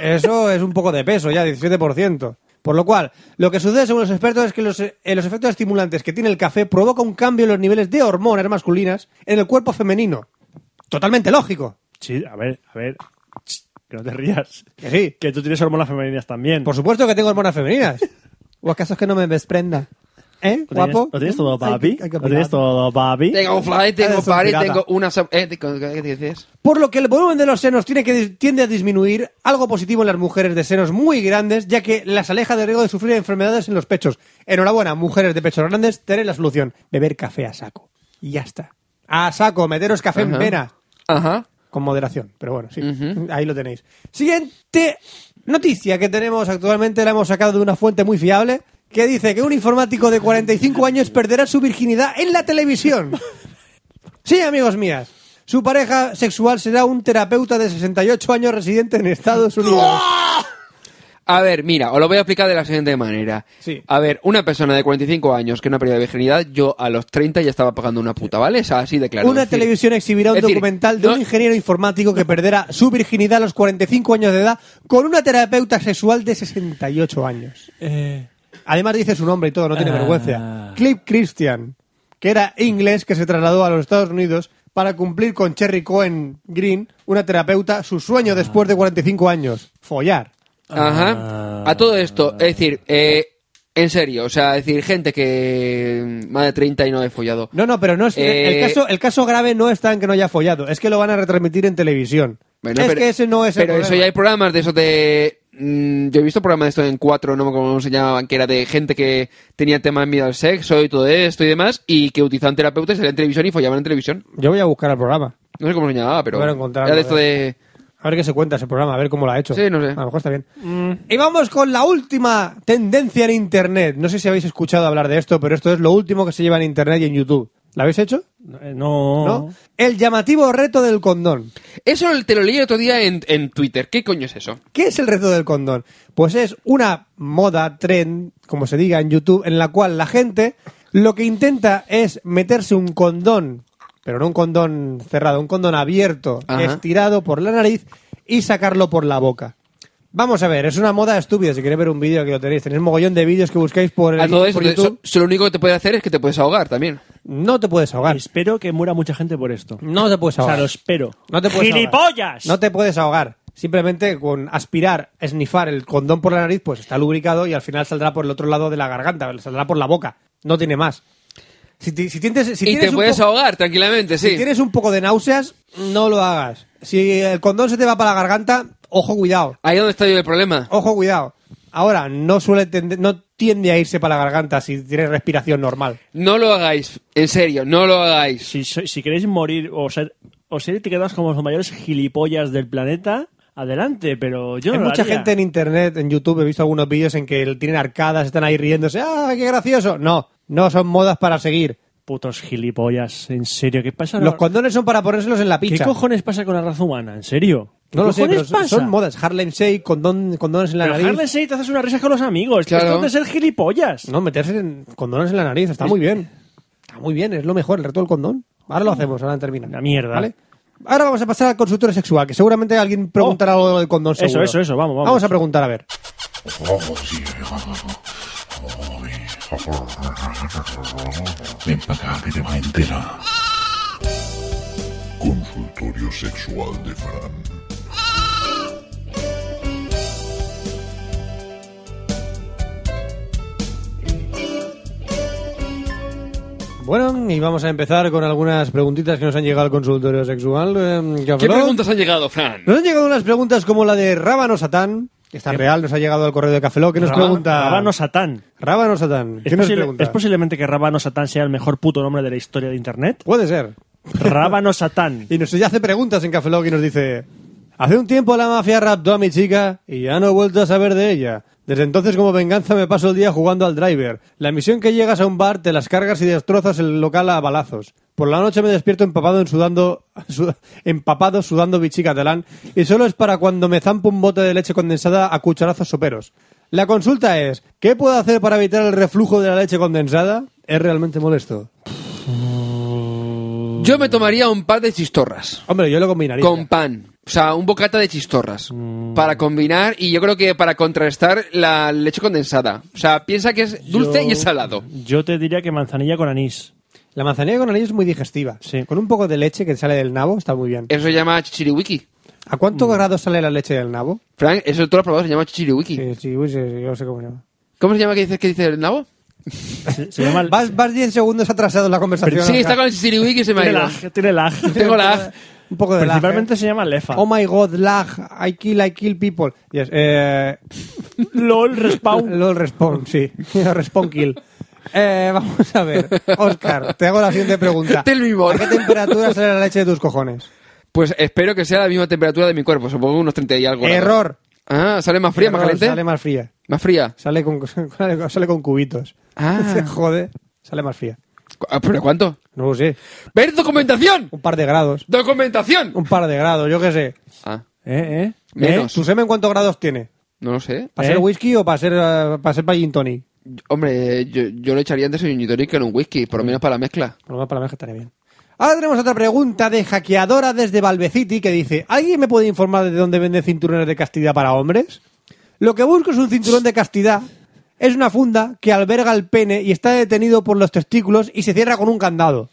Eso es un poco de peso ya, 17%. Por lo cual, lo que sucede según los expertos es que los, eh, los efectos estimulantes que tiene el café provoca un cambio en los niveles de hormonas masculinas en el cuerpo femenino. Totalmente lógico.
Sí, a ver, a ver. Ch, Que no te rías.
Que sí.
Que tú tienes hormonas femeninas también.
Por supuesto que tengo hormonas femeninas. ¿O acaso es que no me desprenda? ¿Eh?
¿Lo tienes-
¿Guapo?
¿Lo tienes todo,
Hay-
papi?
hay que
¿Lo tienes todo, papi?
Tengo un fly,
Eres
tengo
un
party,
pirata.
tengo una... so- eh, tengo- ¿Qué dices?
Por lo que el volumen de los senos tiene que, tiende a disminuir, algo positivo en las mujeres de senos muy grandes, ya que las aleja del riesgo de sufrir enfermedades en los pechos. Enhorabuena, mujeres de pechos grandes, tenéis la solución. Beber café a saco. Y ya está. A saco, meteros café en
Ajá.
pena.
Ajá.
Con moderación, pero bueno, sí. Ahí lo tenéis. Siguiente noticia que tenemos actualmente, la hemos sacado de una fuente muy fiable, que dice que un informático de 45 años perderá su virginidad en la televisión. Sí, amigos mías. Su pareja sexual será un terapeuta de 68 años residente en Estados Unidos.
A ver, mira, os lo voy a explicar de la siguiente manera.
Sí.
A ver, una persona de 45 años que no ha perdido de virginidad, yo a los 30 ya estaba pagando una puta, ¿vale? Es así de claro.
Una
Es decir-
televisión exhibirá un
es decir,
documental de
no-
un ingeniero informático que perderá su virginidad a los 45 años de edad con una terapeuta sexual de 68 años.
Eh.
Además dice su nombre y todo, no tiene
Ah.
vergüenza. Clip Christian, que era inglés que se trasladó a los Estados Unidos para cumplir con Cherry Cohen Green, una terapeuta, su
Ah.
sueño después de 45 años, follar.
Ajá. A todo esto, es decir, eh, en serio, o sea, es decir, gente que mm, más de 30 y no he follado.
No, no, pero no es
Eh,
el caso el caso grave no está en que no haya follado, es que lo van a retransmitir en televisión.
Bueno,
es
pero-
que ese no es el
Pero eso
problema.
ya hay programas de eso de... mm, Yo he visto programas de esto en cuatro, no me acuerdo cómo se llamaban, que era de gente que tenía temas de miedo al sexo y todo esto y demás, y que utilizaban terapeutas en televisión y follaban en televisión.
Yo voy a buscar el programa.
No sé cómo se llamaba, pero.
Voy a encontrarlo, ¿eh?
era de esto
a
de.
A ver qué se cuenta ese programa, a ver cómo lo ha hecho.
Sí, no sé.
A lo mejor está bien. Y vamos con la última tendencia en Internet. No sé si habéis escuchado hablar de esto, pero esto es lo último que se lleva en Internet y en YouTube. ¿La habéis hecho?
Eh, No.
¿No? El llamativo reto del condón.
Eso te lo leí el otro día en, en Twitter. ¿Qué coño es eso?
¿Qué es el reto del condón? Pues es una moda, trend, como se diga en YouTube, en la cual la gente lo que intenta es meterse un condón, pero no un condón cerrado, un condón abierto,
Ajá.
estirado por la nariz y sacarlo por la boca. Vamos a ver, es una moda estúpida. Si queréis ver un vídeo, aquí lo tenéis. Tenéis mogollón de vídeos que buscáis por, el-
A todo eso,
por
te-
YouTube.
so- so lo único que te puede hacer es que te puedes ahogar también.
No te puedes ahogar.
Espero que muera mucha gente por esto.
No te puedes
O sea,
ahogar.
lo espero.
No te puedes
¡Gilipollas!
ahogar. No te puedes ahogar. Simplemente con aspirar, esnifar el condón por la nariz, pues está lubricado y al final saldrá por el otro lado de la garganta, saldrá por la boca. No tiene más. Si, ti- si tientes- si
y
tienes
te
un
puedes
poco-
ahogar tranquilamente, sí.
si tienes un poco de náuseas, no lo hagas. Si el condón se te va para la garganta, ojo, cuidado.
Ahí es donde está yo el problema.
Ojo, cuidado. Ahora, no suele tende- no tiende a irse para la garganta si tienes respiración normal.
No lo hagáis. En serio, no lo hagáis.
Si, so- si queréis morir o ser, o ser etiquetados como los mayores gilipollas del planeta, adelante, pero yo
Hay
no lo
mucha
haría.
gente en internet, en YouTube, he visto algunos vídeos en que tienen arcadas, están ahí riéndose. ¡Ah, qué gracioso! No, no son modas para seguir.
Putos gilipollas, en serio, ¿qué pasa?
Los condones son para ponérselos en la
¿Qué
picha.
cojones pasa con la raza humana? ¿En serio? ¿Qué
No lo sé, pero
cojones
son,
pasa?
son modas. Harlem Shake, condón, condones en la
Pero
nariz.
Harlem Shake, te haces unas risas con los amigos.
Claro.
Esto es de ser gilipollas.
No, meterse en condones en la nariz, está muy bien. Está muy bien, es lo mejor, el reto del condón. Ahora lo hacemos, ahora termina.
Una mierda.
¿Vale? Ahora vamos a pasar al consultorio sexual, que seguramente alguien preguntará algo del condón
Oh, Eso,
seguro.
eso, eso, vamos, vamos.
Vamos a preguntar, a ver.
Ven para acá que te va a enterar. Consultorio sexual de Fran.
Bueno, y vamos a empezar con algunas preguntitas que nos han llegado al consultorio sexual. eh,
¿Qué
Gafelón.
preguntas han llegado, Fran?
Nos han llegado unas preguntas como la de Rábano Satán, Está real, nos ha llegado al correo de Cafeló. ¿Qué nos
Rábano-
pregunta?
Rábano Satán.
Rábano Satán. ¿Qué
¿Es,
nos
posible-
pregunta?
es posiblemente que Rábano Satán sea el mejor puto nombre de la historia de Internet?
Puede ser.
Rábano Satán.
Y nos y hace preguntas en Cafelog y nos dice: Hace un tiempo la mafia raptó a mi chica y ya no he vuelto a saber de ella. Desde entonces, como venganza, me paso el día jugando al driver. La misión que llegas a un bar, te las cargas y destrozas el local a balazos. Por la noche me despierto empapado en sudando, su- empapado sudando bichi catalán y solo es para cuando me zampo un bote de leche condensada a cucharazos soperos. La consulta es, ¿qué puedo hacer para evitar el reflujo de la leche condensada? Es realmente molesto.
Yo me tomaría un par de chistorras
Hombre, yo lo combinaría.
con pan. O sea, un bocata de chistorras para combinar y yo creo que para contrastar la leche condensada. O sea, piensa que es dulce
Yo-
y es salado.
Yo te diría que manzanilla con anís.
La manzanilla con anillo es muy digestiva.
Sí.
Con un poco de leche que sale del nabo está muy bien.
Eso se llama chichiriwiki.
¿A cuánto
mm.
grados sale la leche del nabo?
Frank, eso tú lo has probado, se llama chichiriwiki.
Sí, sí, uy, sí, sí, yo sé cómo se llama.
¿Cómo se llama que dices que dice el nabo?
Se, se llama...
Vas, vas 10 segundos atrasado en la conversación.
Sí, está con el chichiriwiki y se me ha
tiene
ido.
lag, tiene lag.
Tengo la
Un poco de lag, ¿eh?
Principalmente se llama lefa.
Oh my god, lag. I kill, I kill people. Yes, eh,
LOL respawn.
LOL respawn, sí. respawn kill. Eh, vamos a ver, Oscar, te hago la siguiente pregunta.
Tell me more.
¿A qué temperatura sale la leche de tus cojones?
Pues espero que sea la misma temperatura de mi cuerpo, supongo unos 30 y algo.
Error.
Ah, ¿sale más fría, más
Error,
caliente?
Sale más fría.
Más fría.
Sale con, sale con cubitos.
Ah.
Joder, sale más fría.
Cu- ah, ¿Pero cuánto?
No lo sé.
¡Ver documentación!
Un par de grados.
¡Documentación!
Un par de grados, yo qué sé.
Ah,
¿Eh, eh?
menos.
¿Tu semen cuántos grados tiene?
No lo sé.
¿Para
¿Eh?
ser whisky o para ser, eh, para ser para gin tonic?
Hombre, yo, yo lo echaría antes en un gin tonic que en un whisky, por lo menos para la mezcla.
Por lo menos para la mezcla estaría bien. Ahora tenemos otra pregunta de hackeadora desde Valvecity que dice ¿Alguien me puede informar de dónde vende cinturones de castidad para hombres? Lo que busco es un cinturón de castidad. Es una funda que alberga el pene y está detenido por los testículos y se cierra con un candado.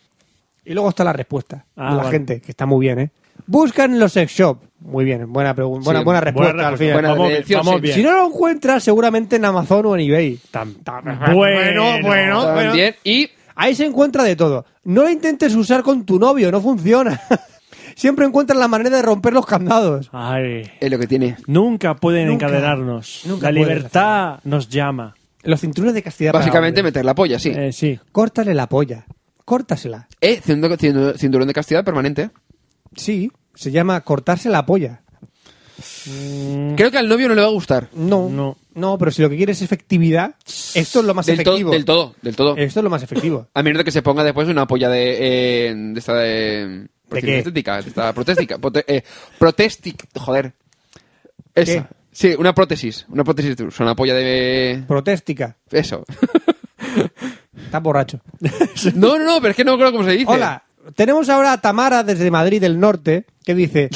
Y luego está la respuesta
Ah,
de la
vale.
gente, que está muy bien, ¿eh? Buscan en los sex shop. Muy bien, buena pregunta, buena,
Sí,
buena
buena
respuesta, al
respuesta,
final.
Buena
Vamos bien,
dirección,
vamos
sí.
bien.
Si no lo encuentras, seguramente en Amazon o en eBay.
Bueno, bueno.
También, Y
Ahí se encuentra de todo. No lo intentes usar con tu novio, no funciona. Siempre encuentras la manera de romper los candados.
Ay.
es lo que tiene.
Nunca pueden
Nunca,
encadenarnos.
nunca
la
pueden
libertad nos llama.
Los cinturones de castidad. para
Básicamente
hombres.
meter la polla, sí.
Eh, sí.
Córtale la polla. Córtasela.
Eh, cintu- cintu- cinturón de castidad permanente.
Sí, se llama cortarse la polla. Mm.
Creo que al novio no le va a gustar.
No, no.
No.
pero si lo que quieres es efectividad, esto es lo más
Del, to-
efectivo.
del todo, del todo.
Esto es lo más efectivo.
A menos de que se ponga después una polla de, eh, de esta de... protéstica
qué?
estética, de esta protéstica. prote- eh, protéstic- joder. Esa.
¿Qué?
Sí, una prótesis. Una prótesis, es una polla de...
Protéstica.
Eso.
Está borracho.
No, no, no, pero es que no me acuerdo cómo se dice.
Hola, tenemos ahora a Tamara desde Madrid del Norte que dice...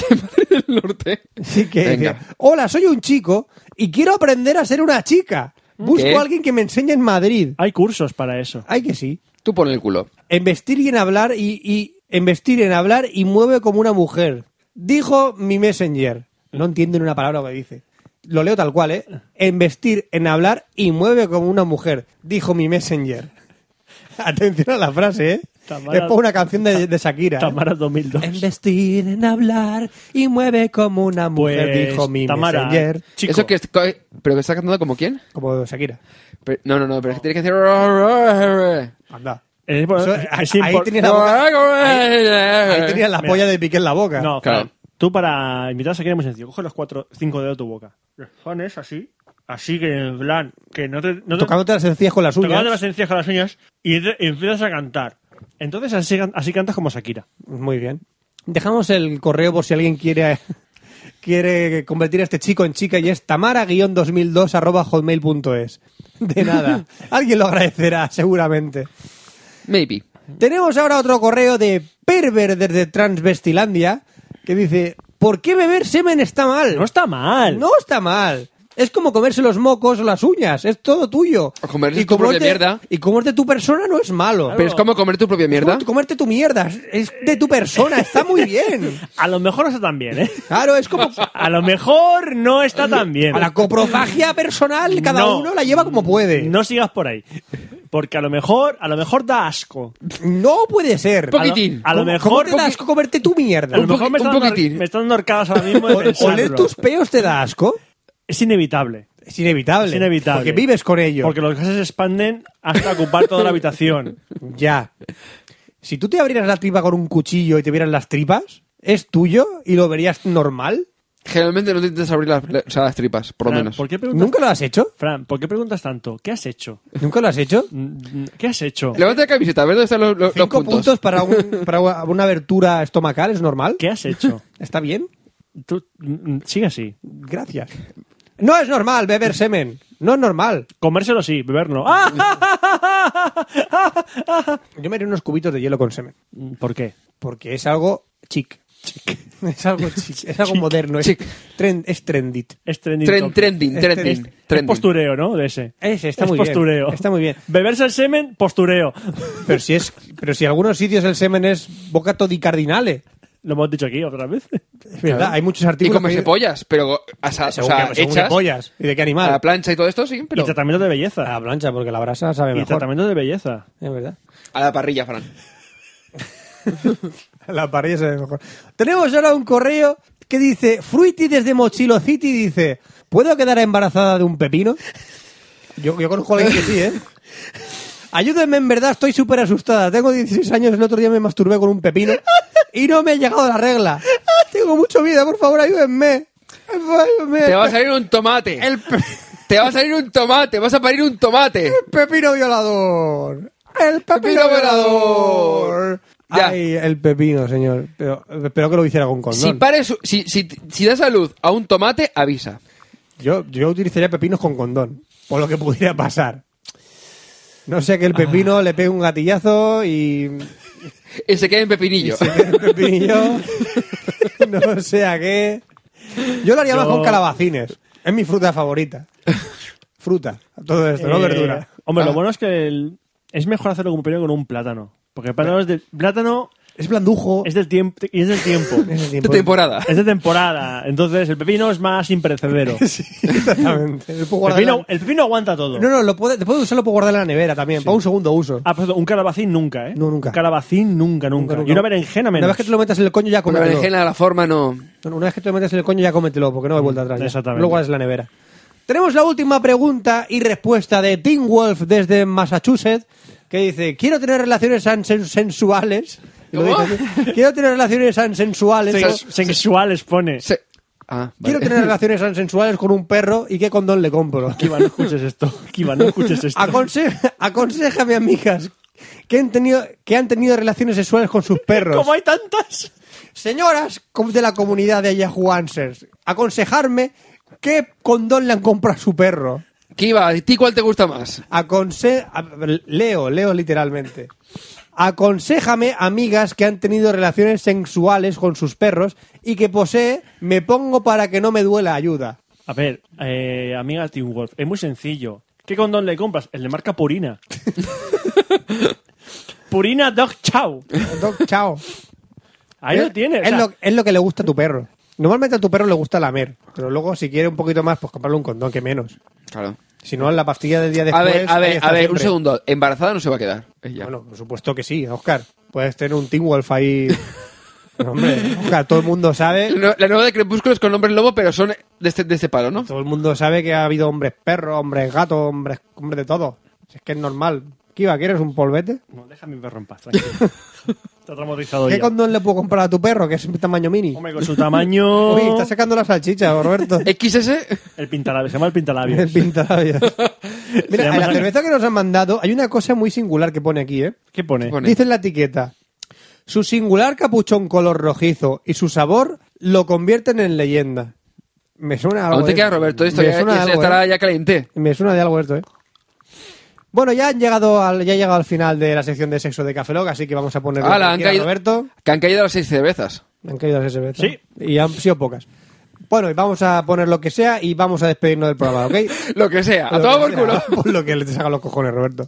Del norte.
Sí, que
Venga.
dice, hola, soy un chico y quiero aprender a ser una chica. Busco
¿Qué?
a alguien que me enseñe en Madrid.
Hay cursos para eso.
Ay, que sí.
Tú pon el culo.
En vestir y en hablar y, y- en vestir, en hablar y mueve como una mujer. Dijo mi messenger. No entiendo ni una palabra lo que dice. Lo leo tal cual, ¿eh? En vestir, en hablar y mueve como una mujer. Dijo mi messenger. Atención a la frase, ¿eh?
Tamara-
es por una canción de, de Shakira. ¿eh?
Tamara 2002.
En vestir, en hablar y mueve como una mujer,
Pues,
dijo mi
¿eh?
Tamara,
messenger.
chico.
Eso que es- ¿Pero que está cantando como quién?
Como Shakira.
Pero- no, no, no, pero es que tienes que decir...
Anda.
Es por-
Eso-
es
ahí
impor-
tenía la boca- ahí tenía la polla de pique en la boca.
Eh, No,
Claro.
Fran, tú para imitar a Shakira es muy sencillo. Coge los cuatro, cinco dedos de tu boca. Los pones así. Así que en plan, que no te... No te
Tocándote las encías con las uñas.
tocándote las encías con las uñas y, te- y empiezas a cantar. Entonces así, can- así cantas como Shakira.
Muy bien. Dejamos el correo por si alguien quiere, quiere convertir a este chico en chica y es tamara-2002 arroba hotmail.es. De nada. alguien lo agradecerá, seguramente.
Maybe.
Tenemos ahora otro correo de Perver desde Transvestilandia que dice: ¿Por qué beber semen está mal?
No está mal.
No está mal. Es como comerse los mocos o las uñas. Es todo tuyo.
O comerse tu
como
propia
es de-
mierda.
Y como es de tu persona no es malo.
Pero es como comer tu propia mierda.
Tú Comerte tu mierda. es- Es de tu persona. Está muy bien.
A lo mejor no está tan bien, ¿eh?
Claro, es como...
A lo mejor no está tan bien.
A la coprofagia personal cada
No.
uno la lleva como puede. No,
No sigas por ahí. Porque a lo mejor, a lo mejor da asco.
puede ser.
A lo,
Poquitín.
a lo
¿Cómo-
mejor.
¿Cómo te da asco comerte tu
A
mierda?
lo
Un
mejor me
poqui-
están,
un poquitín.
me están dando arcadas ahora mismo de
¿O- ¿Oler
pensarlo.
tus peos te da asco?
es inevitable.
Es inevitable.
Es inevitable.
Porque vives con ello.
Porque los gases se expanden hasta ocupar toda la habitación.
Ya. Si tú te abrieras la tripa con un cuchillo y te vieran las tripas, ¿es tuyo y lo verías normal?
Generalmente no te intentas abrir las, o sea, las tripas, por lo
Fran,
menos.
¿por qué preguntas,
¿Nunca lo has hecho?
Fran, ¿por qué preguntas tanto? ¿Qué has hecho?
¿Nunca lo has hecho?
Mm, ¿Qué has hecho?
Levanta la camiseta, a ver dónde están los, los- los
Cinco
puntos.
puntos, para, un- para una- una abertura estomacal, ¿es normal?
¿Qué has hecho?
¿Está bien?
Tú, mm, sigue así.
Gracias. No es normal beber semen. No es normal.
Comérselo sí, beber no. ¡Ah!
Yo me haría unos cubitos de hielo con semen.
¿Por qué?
Porque es algo chic. Es algo chic. Es algo moderno. Es,
Chic.
trend, es trendy.
Es trending
Tren-
topic.
trending,
Este Es
trending,
trending.
Es
trending.
postureo, ¿no? De ese.
Es, está
Es
muy
postureo.
bien. Está muy bien.
Beberse el semen, postureo.
Pero si es, pero si en algunos sitios el semen es bocato di cardinale.
Lo hemos dicho aquí otra vez.
Es verdad, hay muchos
Y
artículos.
comerse
que-
pollas, pero o sea,
Según
o sea,
que- según
hechas
qué pollas. ¿Y de qué
a
animal?
la plancha y todo esto, sí, pero
Y tratamiento de
A
belleza.
la plancha, porque la brasa sabe
Y
mejor.
tratamiento de belleza.
Es verdad.
a la parrilla, Fran.
La parrilla se ve mejor. Tenemos ahora un correo que dice, Fruity desde Mochilo City dice, ¿puedo quedar embarazada de un pepino? Yo, yo conozco a alguien que sí, ¿eh? Ayúdenme, en verdad, estoy súper asustada. Tengo 16 años, el otro día me masturbé con un pepino y no me ha llegado la regla. Tengo mucho miedo, por favor, ayúdenme. Por favor, ayúdenme.
Te va a salir un tomate.
El pe-
Te va a salir un tomate, vas a parir un tomate.
pepino violador. El pepino,
Pepino
violador.
violador. Ya.
Ay, el pepino, señor. Pero espero que lo hiciera con condón.
Si pares, si, si, si das a luz a un tomate, avisa.
Yo, yo utilizaría pepinos con condón, por lo que pudiera pasar. No sea que el pepino le pegue un gatillazo y
Y se queda en pepinillo.
se quede el pepinillo. no sea que... Yo lo haría más
Yo-
con calabacines. Es mi fruta favorita. Fruta, a todo esto, no
Eh,
verdura.
Hombre, lo
Ah.
bueno es que el- es mejor hacerlo con un pepino que con un plátano. Porque el plátano es, de, plátano
Es blandujo.
es del tiempo y es del tiempo.
Es el
Esta
tiempo.
temporada.
es de temporada. Entonces el pepino es más imperecedero.
Sí, exactamente. Lo puedo
El
guardar en la-
pepino, el pepino aguanta todo.
No, no, lo puede, después de usarlo puedo guardar en la nevera también, para un segundo uso.
Ah, perdón, un calabacín nunca, ¿eh?
No, nunca.
Un calabacín nunca, nunca.
nunca.
Y una berenjena menos.
Una vez que te lo metas en el coño ya
Con la
cómetelo.
berenjena, la forma no.
No, no, Una vez que te lo metes en el coño ya cómetelo, porque no hay vuelta atrás. ya.
Exactamente.
Luego es la nevera. Tenemos la última pregunta y respuesta de Tim Wolf desde Massachusetts, que dice, quiero tener relaciones ansen- sensuales. Y lo
¿Cómo?
dice así. Quiero tener relaciones ansensuales.
Sex-
O-
Sexuales pone.
Se- Ah, vale.
Quiero tener relaciones ansensuales con un perro y qué condón le compro.
Kiva, no escuches esto. Kiva, no escuches esto.
Aconse- aconsejame, amigas, que han, tenido, que han tenido relaciones sexuales con sus perros.
Como hay tantas.
Señoras com- de la comunidad de Yahoo Answers, aconsejarme qué condón le han comprado a su perro.
Kiva, ¿a ti cuál te gusta más?
Aconse a- leo, leo literalmente. Aconsejame, amigas que han tenido relaciones sexuales con sus perros y que posee, me pongo para que no me duela ayuda.
A ver, eh, amiga Team Wolf, es muy sencillo. ¿Qué condón le compras? El de marca Purina. Purina Dog Chow.
Doc, chao.
Ahí lo tienes. o
Eh, Es,
sea,
lo, es lo que le gusta a tu perro. Normalmente a tu perro le gusta lamer, pero luego si quiere un poquito más, pues comprarle un condón, que menos.
Claro.
Si no, la pastilla del día
A
después...
ver, a
ahí
ver,
está
a ver, un
siempre.
segundo. Embarazada no se va a quedar. Ella.
Bueno, por supuesto que sí, Oscar. Puedes tener un Team Wolf ahí. No, hombre, Oscar, todo el mundo
La
sabe.
nue- la nueva de Crepúsculo es con hombres lobo, pero son de este, de este palo, ¿no?
Todo el mundo sabe que ha habido hombres perros, hombres gatos, hombres, hombres de todo. Si es que es normal. Kiva, ¿quieres un polvete?
no, deja a mi perro en paz, tranquilo. Está traumatizado
¿Qué
ya.
condón le puedo comprar a tu perro, que es un tamaño mini?
Hombre, con su tamaño...
Uy, está sacando la salchicha, Roberto.
XS.
El pintalabios, se llama el pintalabios.
El pintalabios.
Se
Mira,
llama-
en la cerveza que nos han mandado hay una cosa muy singular que pone aquí, ¿eh?
¿Qué pone?
Pone.
Dice en la etiqueta, su singular capuchón color rojizo y su sabor lo convierten en leyenda. Me suena a algo.
Aún te
¿eh?
queda Roberto, esto
me
ya,
suena
ya
a algo,
estará
¿eh?
ya caliente.
Me suena de algo esto, ¿eh? Bueno, ya han llegado al, ya ha llegado al final de la sección de sexo de Café Lock, así que vamos a poner
Ala, han caído-
Roberto.
Que han caído las seis cervezas.
Han caído las SB.
Sí.
Y han sido pocas. Bueno, y vamos a poner lo que sea y vamos a despedirnos del programa, ¿ok?
Lo que sea, a
Lo
todo
que
por
sea,
culo.
Por lo que le te sacan los cojones, Roberto.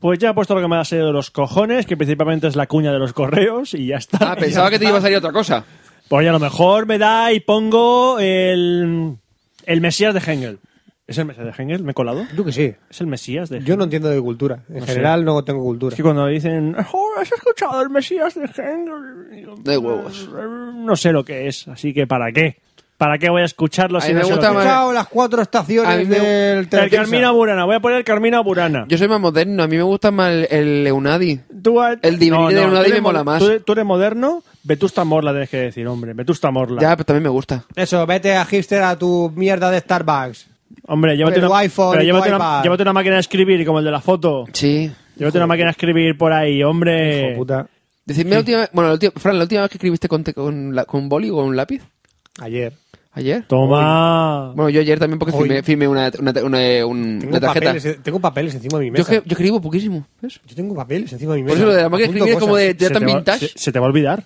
Pues ya he puesto lo que me ha sido de los cojones, que principalmente es la cuña de los correos y ya está.
Ah, pensaba que te iba a salir otra cosa.
Pues a lo mejor me da y pongo el, el Mesías de Hengel. ¿Es el Mesías de Hengel? ¿Me he colado?
Yo que sí.
¿Es el Mesías de Hengel?
Yo no entiendo de cultura. En general no tengo cultura.
Es que cuando dicen, "Oh, ¿has escuchado el Mesías de Hengel? Digo,
De huevos.
No sé lo que es, así que ¿para qué? ¿Para qué voy a escucharlo
A
si
mí
no
me
sé lo
gusta
que
más-
es?
Chao, las cuatro
A mí
estaciones
me-
del
El
Televisa.
Carmina Burana, voy a poner el Carmina Burana.
Yo soy más moderno, a mí me gusta más el, el Eunadi.
Tú a-
El Divinity de
tú
Unadi
eres
me mola
mo-
más.
Tú, tú eres moderno, Vetusta Morla tienes que decir, hombre. Vetusta Morla.
Ya, pero también me gusta.
Eso, vete a hipster a tu mierda de Starbucks.
Hombre, llévate
Con el
una,
iPhone
pero
y tu
llévate, una,
iPad.
llévate una máquina de escribir como el de la foto.
Sí.
Llévate una máquina de escribir por ahí, hombre.
Hijo puta.
Decidme la última bueno, la última, Fran, la última vez que escribiste con, te- con, la- con boli o con lápiz.
Ayer.
¿Ayer?
Toma.
Bueno, yo ayer también porque
Hoy.
firmé, firmé una, una, una- un-
Tengo
una tarjeta.
papeles, eh, tengo papeles encima de mi
Yo,
mesa.
escri- yo escribo poquísimo, ¿ves?
Yo tengo papeles encima de mi
Por
mesa.
eso lo de la máquina de
Apunto
escribir es como
cosas.
de, de
Se
tan
te va-
vintage.
se- se te va a olvidar.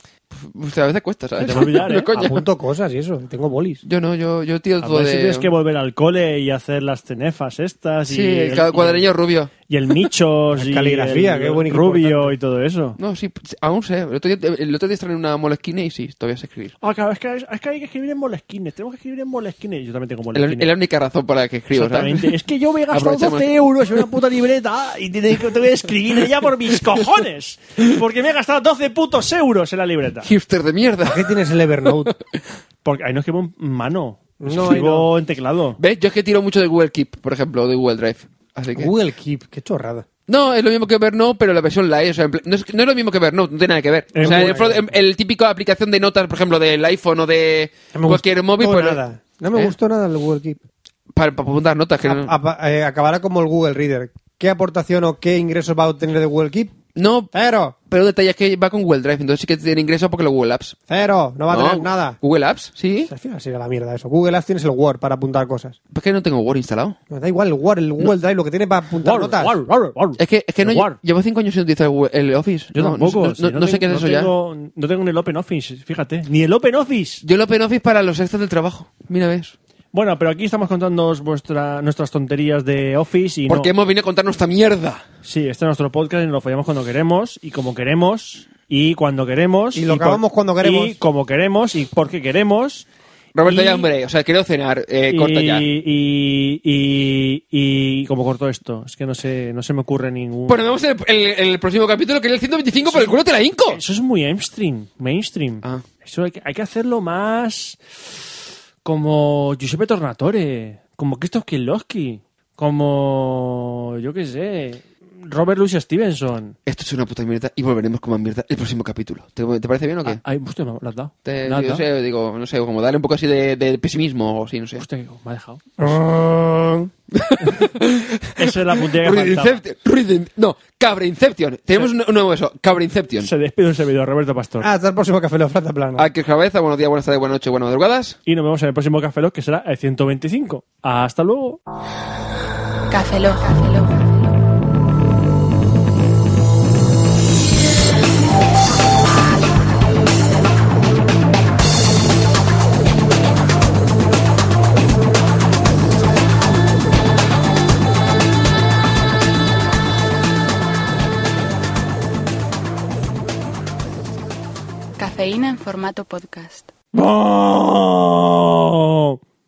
Pues a veces cuesta, ¿sabes?
Se te va a olvidar,
No,
¿eh?
coño.
Apunto cosas y eso. Tengo bolis.
Yo no, yo, yo tiro
A
todo
ver si
de...
tienes que volver al cole y hacer las cenefas estas.
Sí,
y
el ca- cuadernillo rubio.
Y el Michos.
La
y
caligrafía,
el
qué bonito,
Rubio y todo eso.
No, sí, aún sé. El otro día, el otro día estaba en una molesquina y sí, todavía sé escribir.
Ah, claro, es que, es que hay que escribir en molesquines. Tenemos que escribir en molesquines. Yo también tengo
Es la-
molesquines.
es la única razón para la que escribo,
Exactamente.
¿sabes?
Es que yo me he gastado
Aprovechamos.
12 euros en una puta libreta y te, te voy a escribir ya por mis cojones. Porque me he gastado 12 putos euros en la libreta.
Hipster de mierda.
¿Qué tienes el Evernote?
Porque ahí no escribo en mano.
No,
escribo
ahí no.
en teclado.
¿Ves? Yo es que tiro mucho de Google Keep, por ejemplo, o de Google Drive. Así que...
Google Keep, qué chorrada.
No, es lo mismo que Evernote, pero la versión live. O sea, en pla- no, es, no es lo mismo que Evernote, no tiene nada que ver.
Es
o sea,
muy-
el, fro- em- el típico aplicación de notas, por ejemplo, del iPhone o de
No me
cualquier
gustó
móvil. pues,
nada. No me
¿Eh? Mm.
gustó nada el Google Keep.
Para, para apuntar notas. Que no...
Apa- eh, acabará como el Google Reader. ¿Qué aportación o qué ingresos va a obtener de Google Keep?
no,
Cero,
pero el detalle es que va con Google Drive, entonces sí que tiene ingresos porque lo Google Apps.
cero, no va a tener nada.
Google Apps, sí.
Al final será la mierda eso. Google Apps tienes el Word para apuntar cosas.
Es que no tengo Word instalado.
Me da igual el Word, el Google Drive, lo que tiene para apuntar
War,
notas.
war, war, war.
Es que, es que no,
El Word.
llevo cinco años sin utilizar Google- el Office.
Yo
No,
tampoco.
No,
si
no- no
tengo-
sé qué es eso
no
ya.
tengo- No tengo ni el Open Office, fíjate. Ni el Open Office.
Yo el Open Office para los extras del trabajo. Mira, ves.
Bueno, pero aquí estamos contándoos vuestra, nuestras tonterías de Office y no.
Porque hemos venido a contarnos esta mierda.
Sí, este es nuestro podcast y nos lo follamos cuando queremos y como queremos y cuando queremos.
Y lo acabamos cuando queremos.
Y como queremos y porque queremos.
Roberto,
Y-
ya, hombre. O sea, quiero cenar. Eh, corta
y,
ya.
Y, y, y- ¿Cómo corto esto? Es que no sé, no se me ocurre ningún.
Bueno, vemos el, el- el próximo capítulo, que es el 125, por el culo te la hinco.
Eso es muy mainstream. Mainstream.
Ah.
Eso hay que, hay que hacerlo más como Giuseppe Tornatore, como Krzysztof Kieslowski, como yo qué sé, Robert Louis Stevenson.
Esto es una puta mierda y volveremos con más mierda el próximo capítulo. ¿Te, te parece bien o qué?
Ah, Ay, hostia, me la has dado.
Ah, Te-
Me la has
yo
dado.
sé, digo, no sé, como darle un poco así de, de pesimismo o así, no sé.
Hostia, me ha dejado.
Ah,
Esa es la puntilla que faltaba.
Ruidinception. Ruidin- no, Cabrinception. Tenemos un, un nuevo eso, Cabrinception.
Se despide un servidor, Roberto Pastor.
Hasta el próximo Café Lo Plata Plana.
Aquí cabeza, buenos días, buenas tardes, buenas noches, buenas madrugadas.
Y nos vemos en el próximo Café Lock, que será el 125. Hasta luego.
Café Lock. Cafeína en formato podcast.
¡Oh!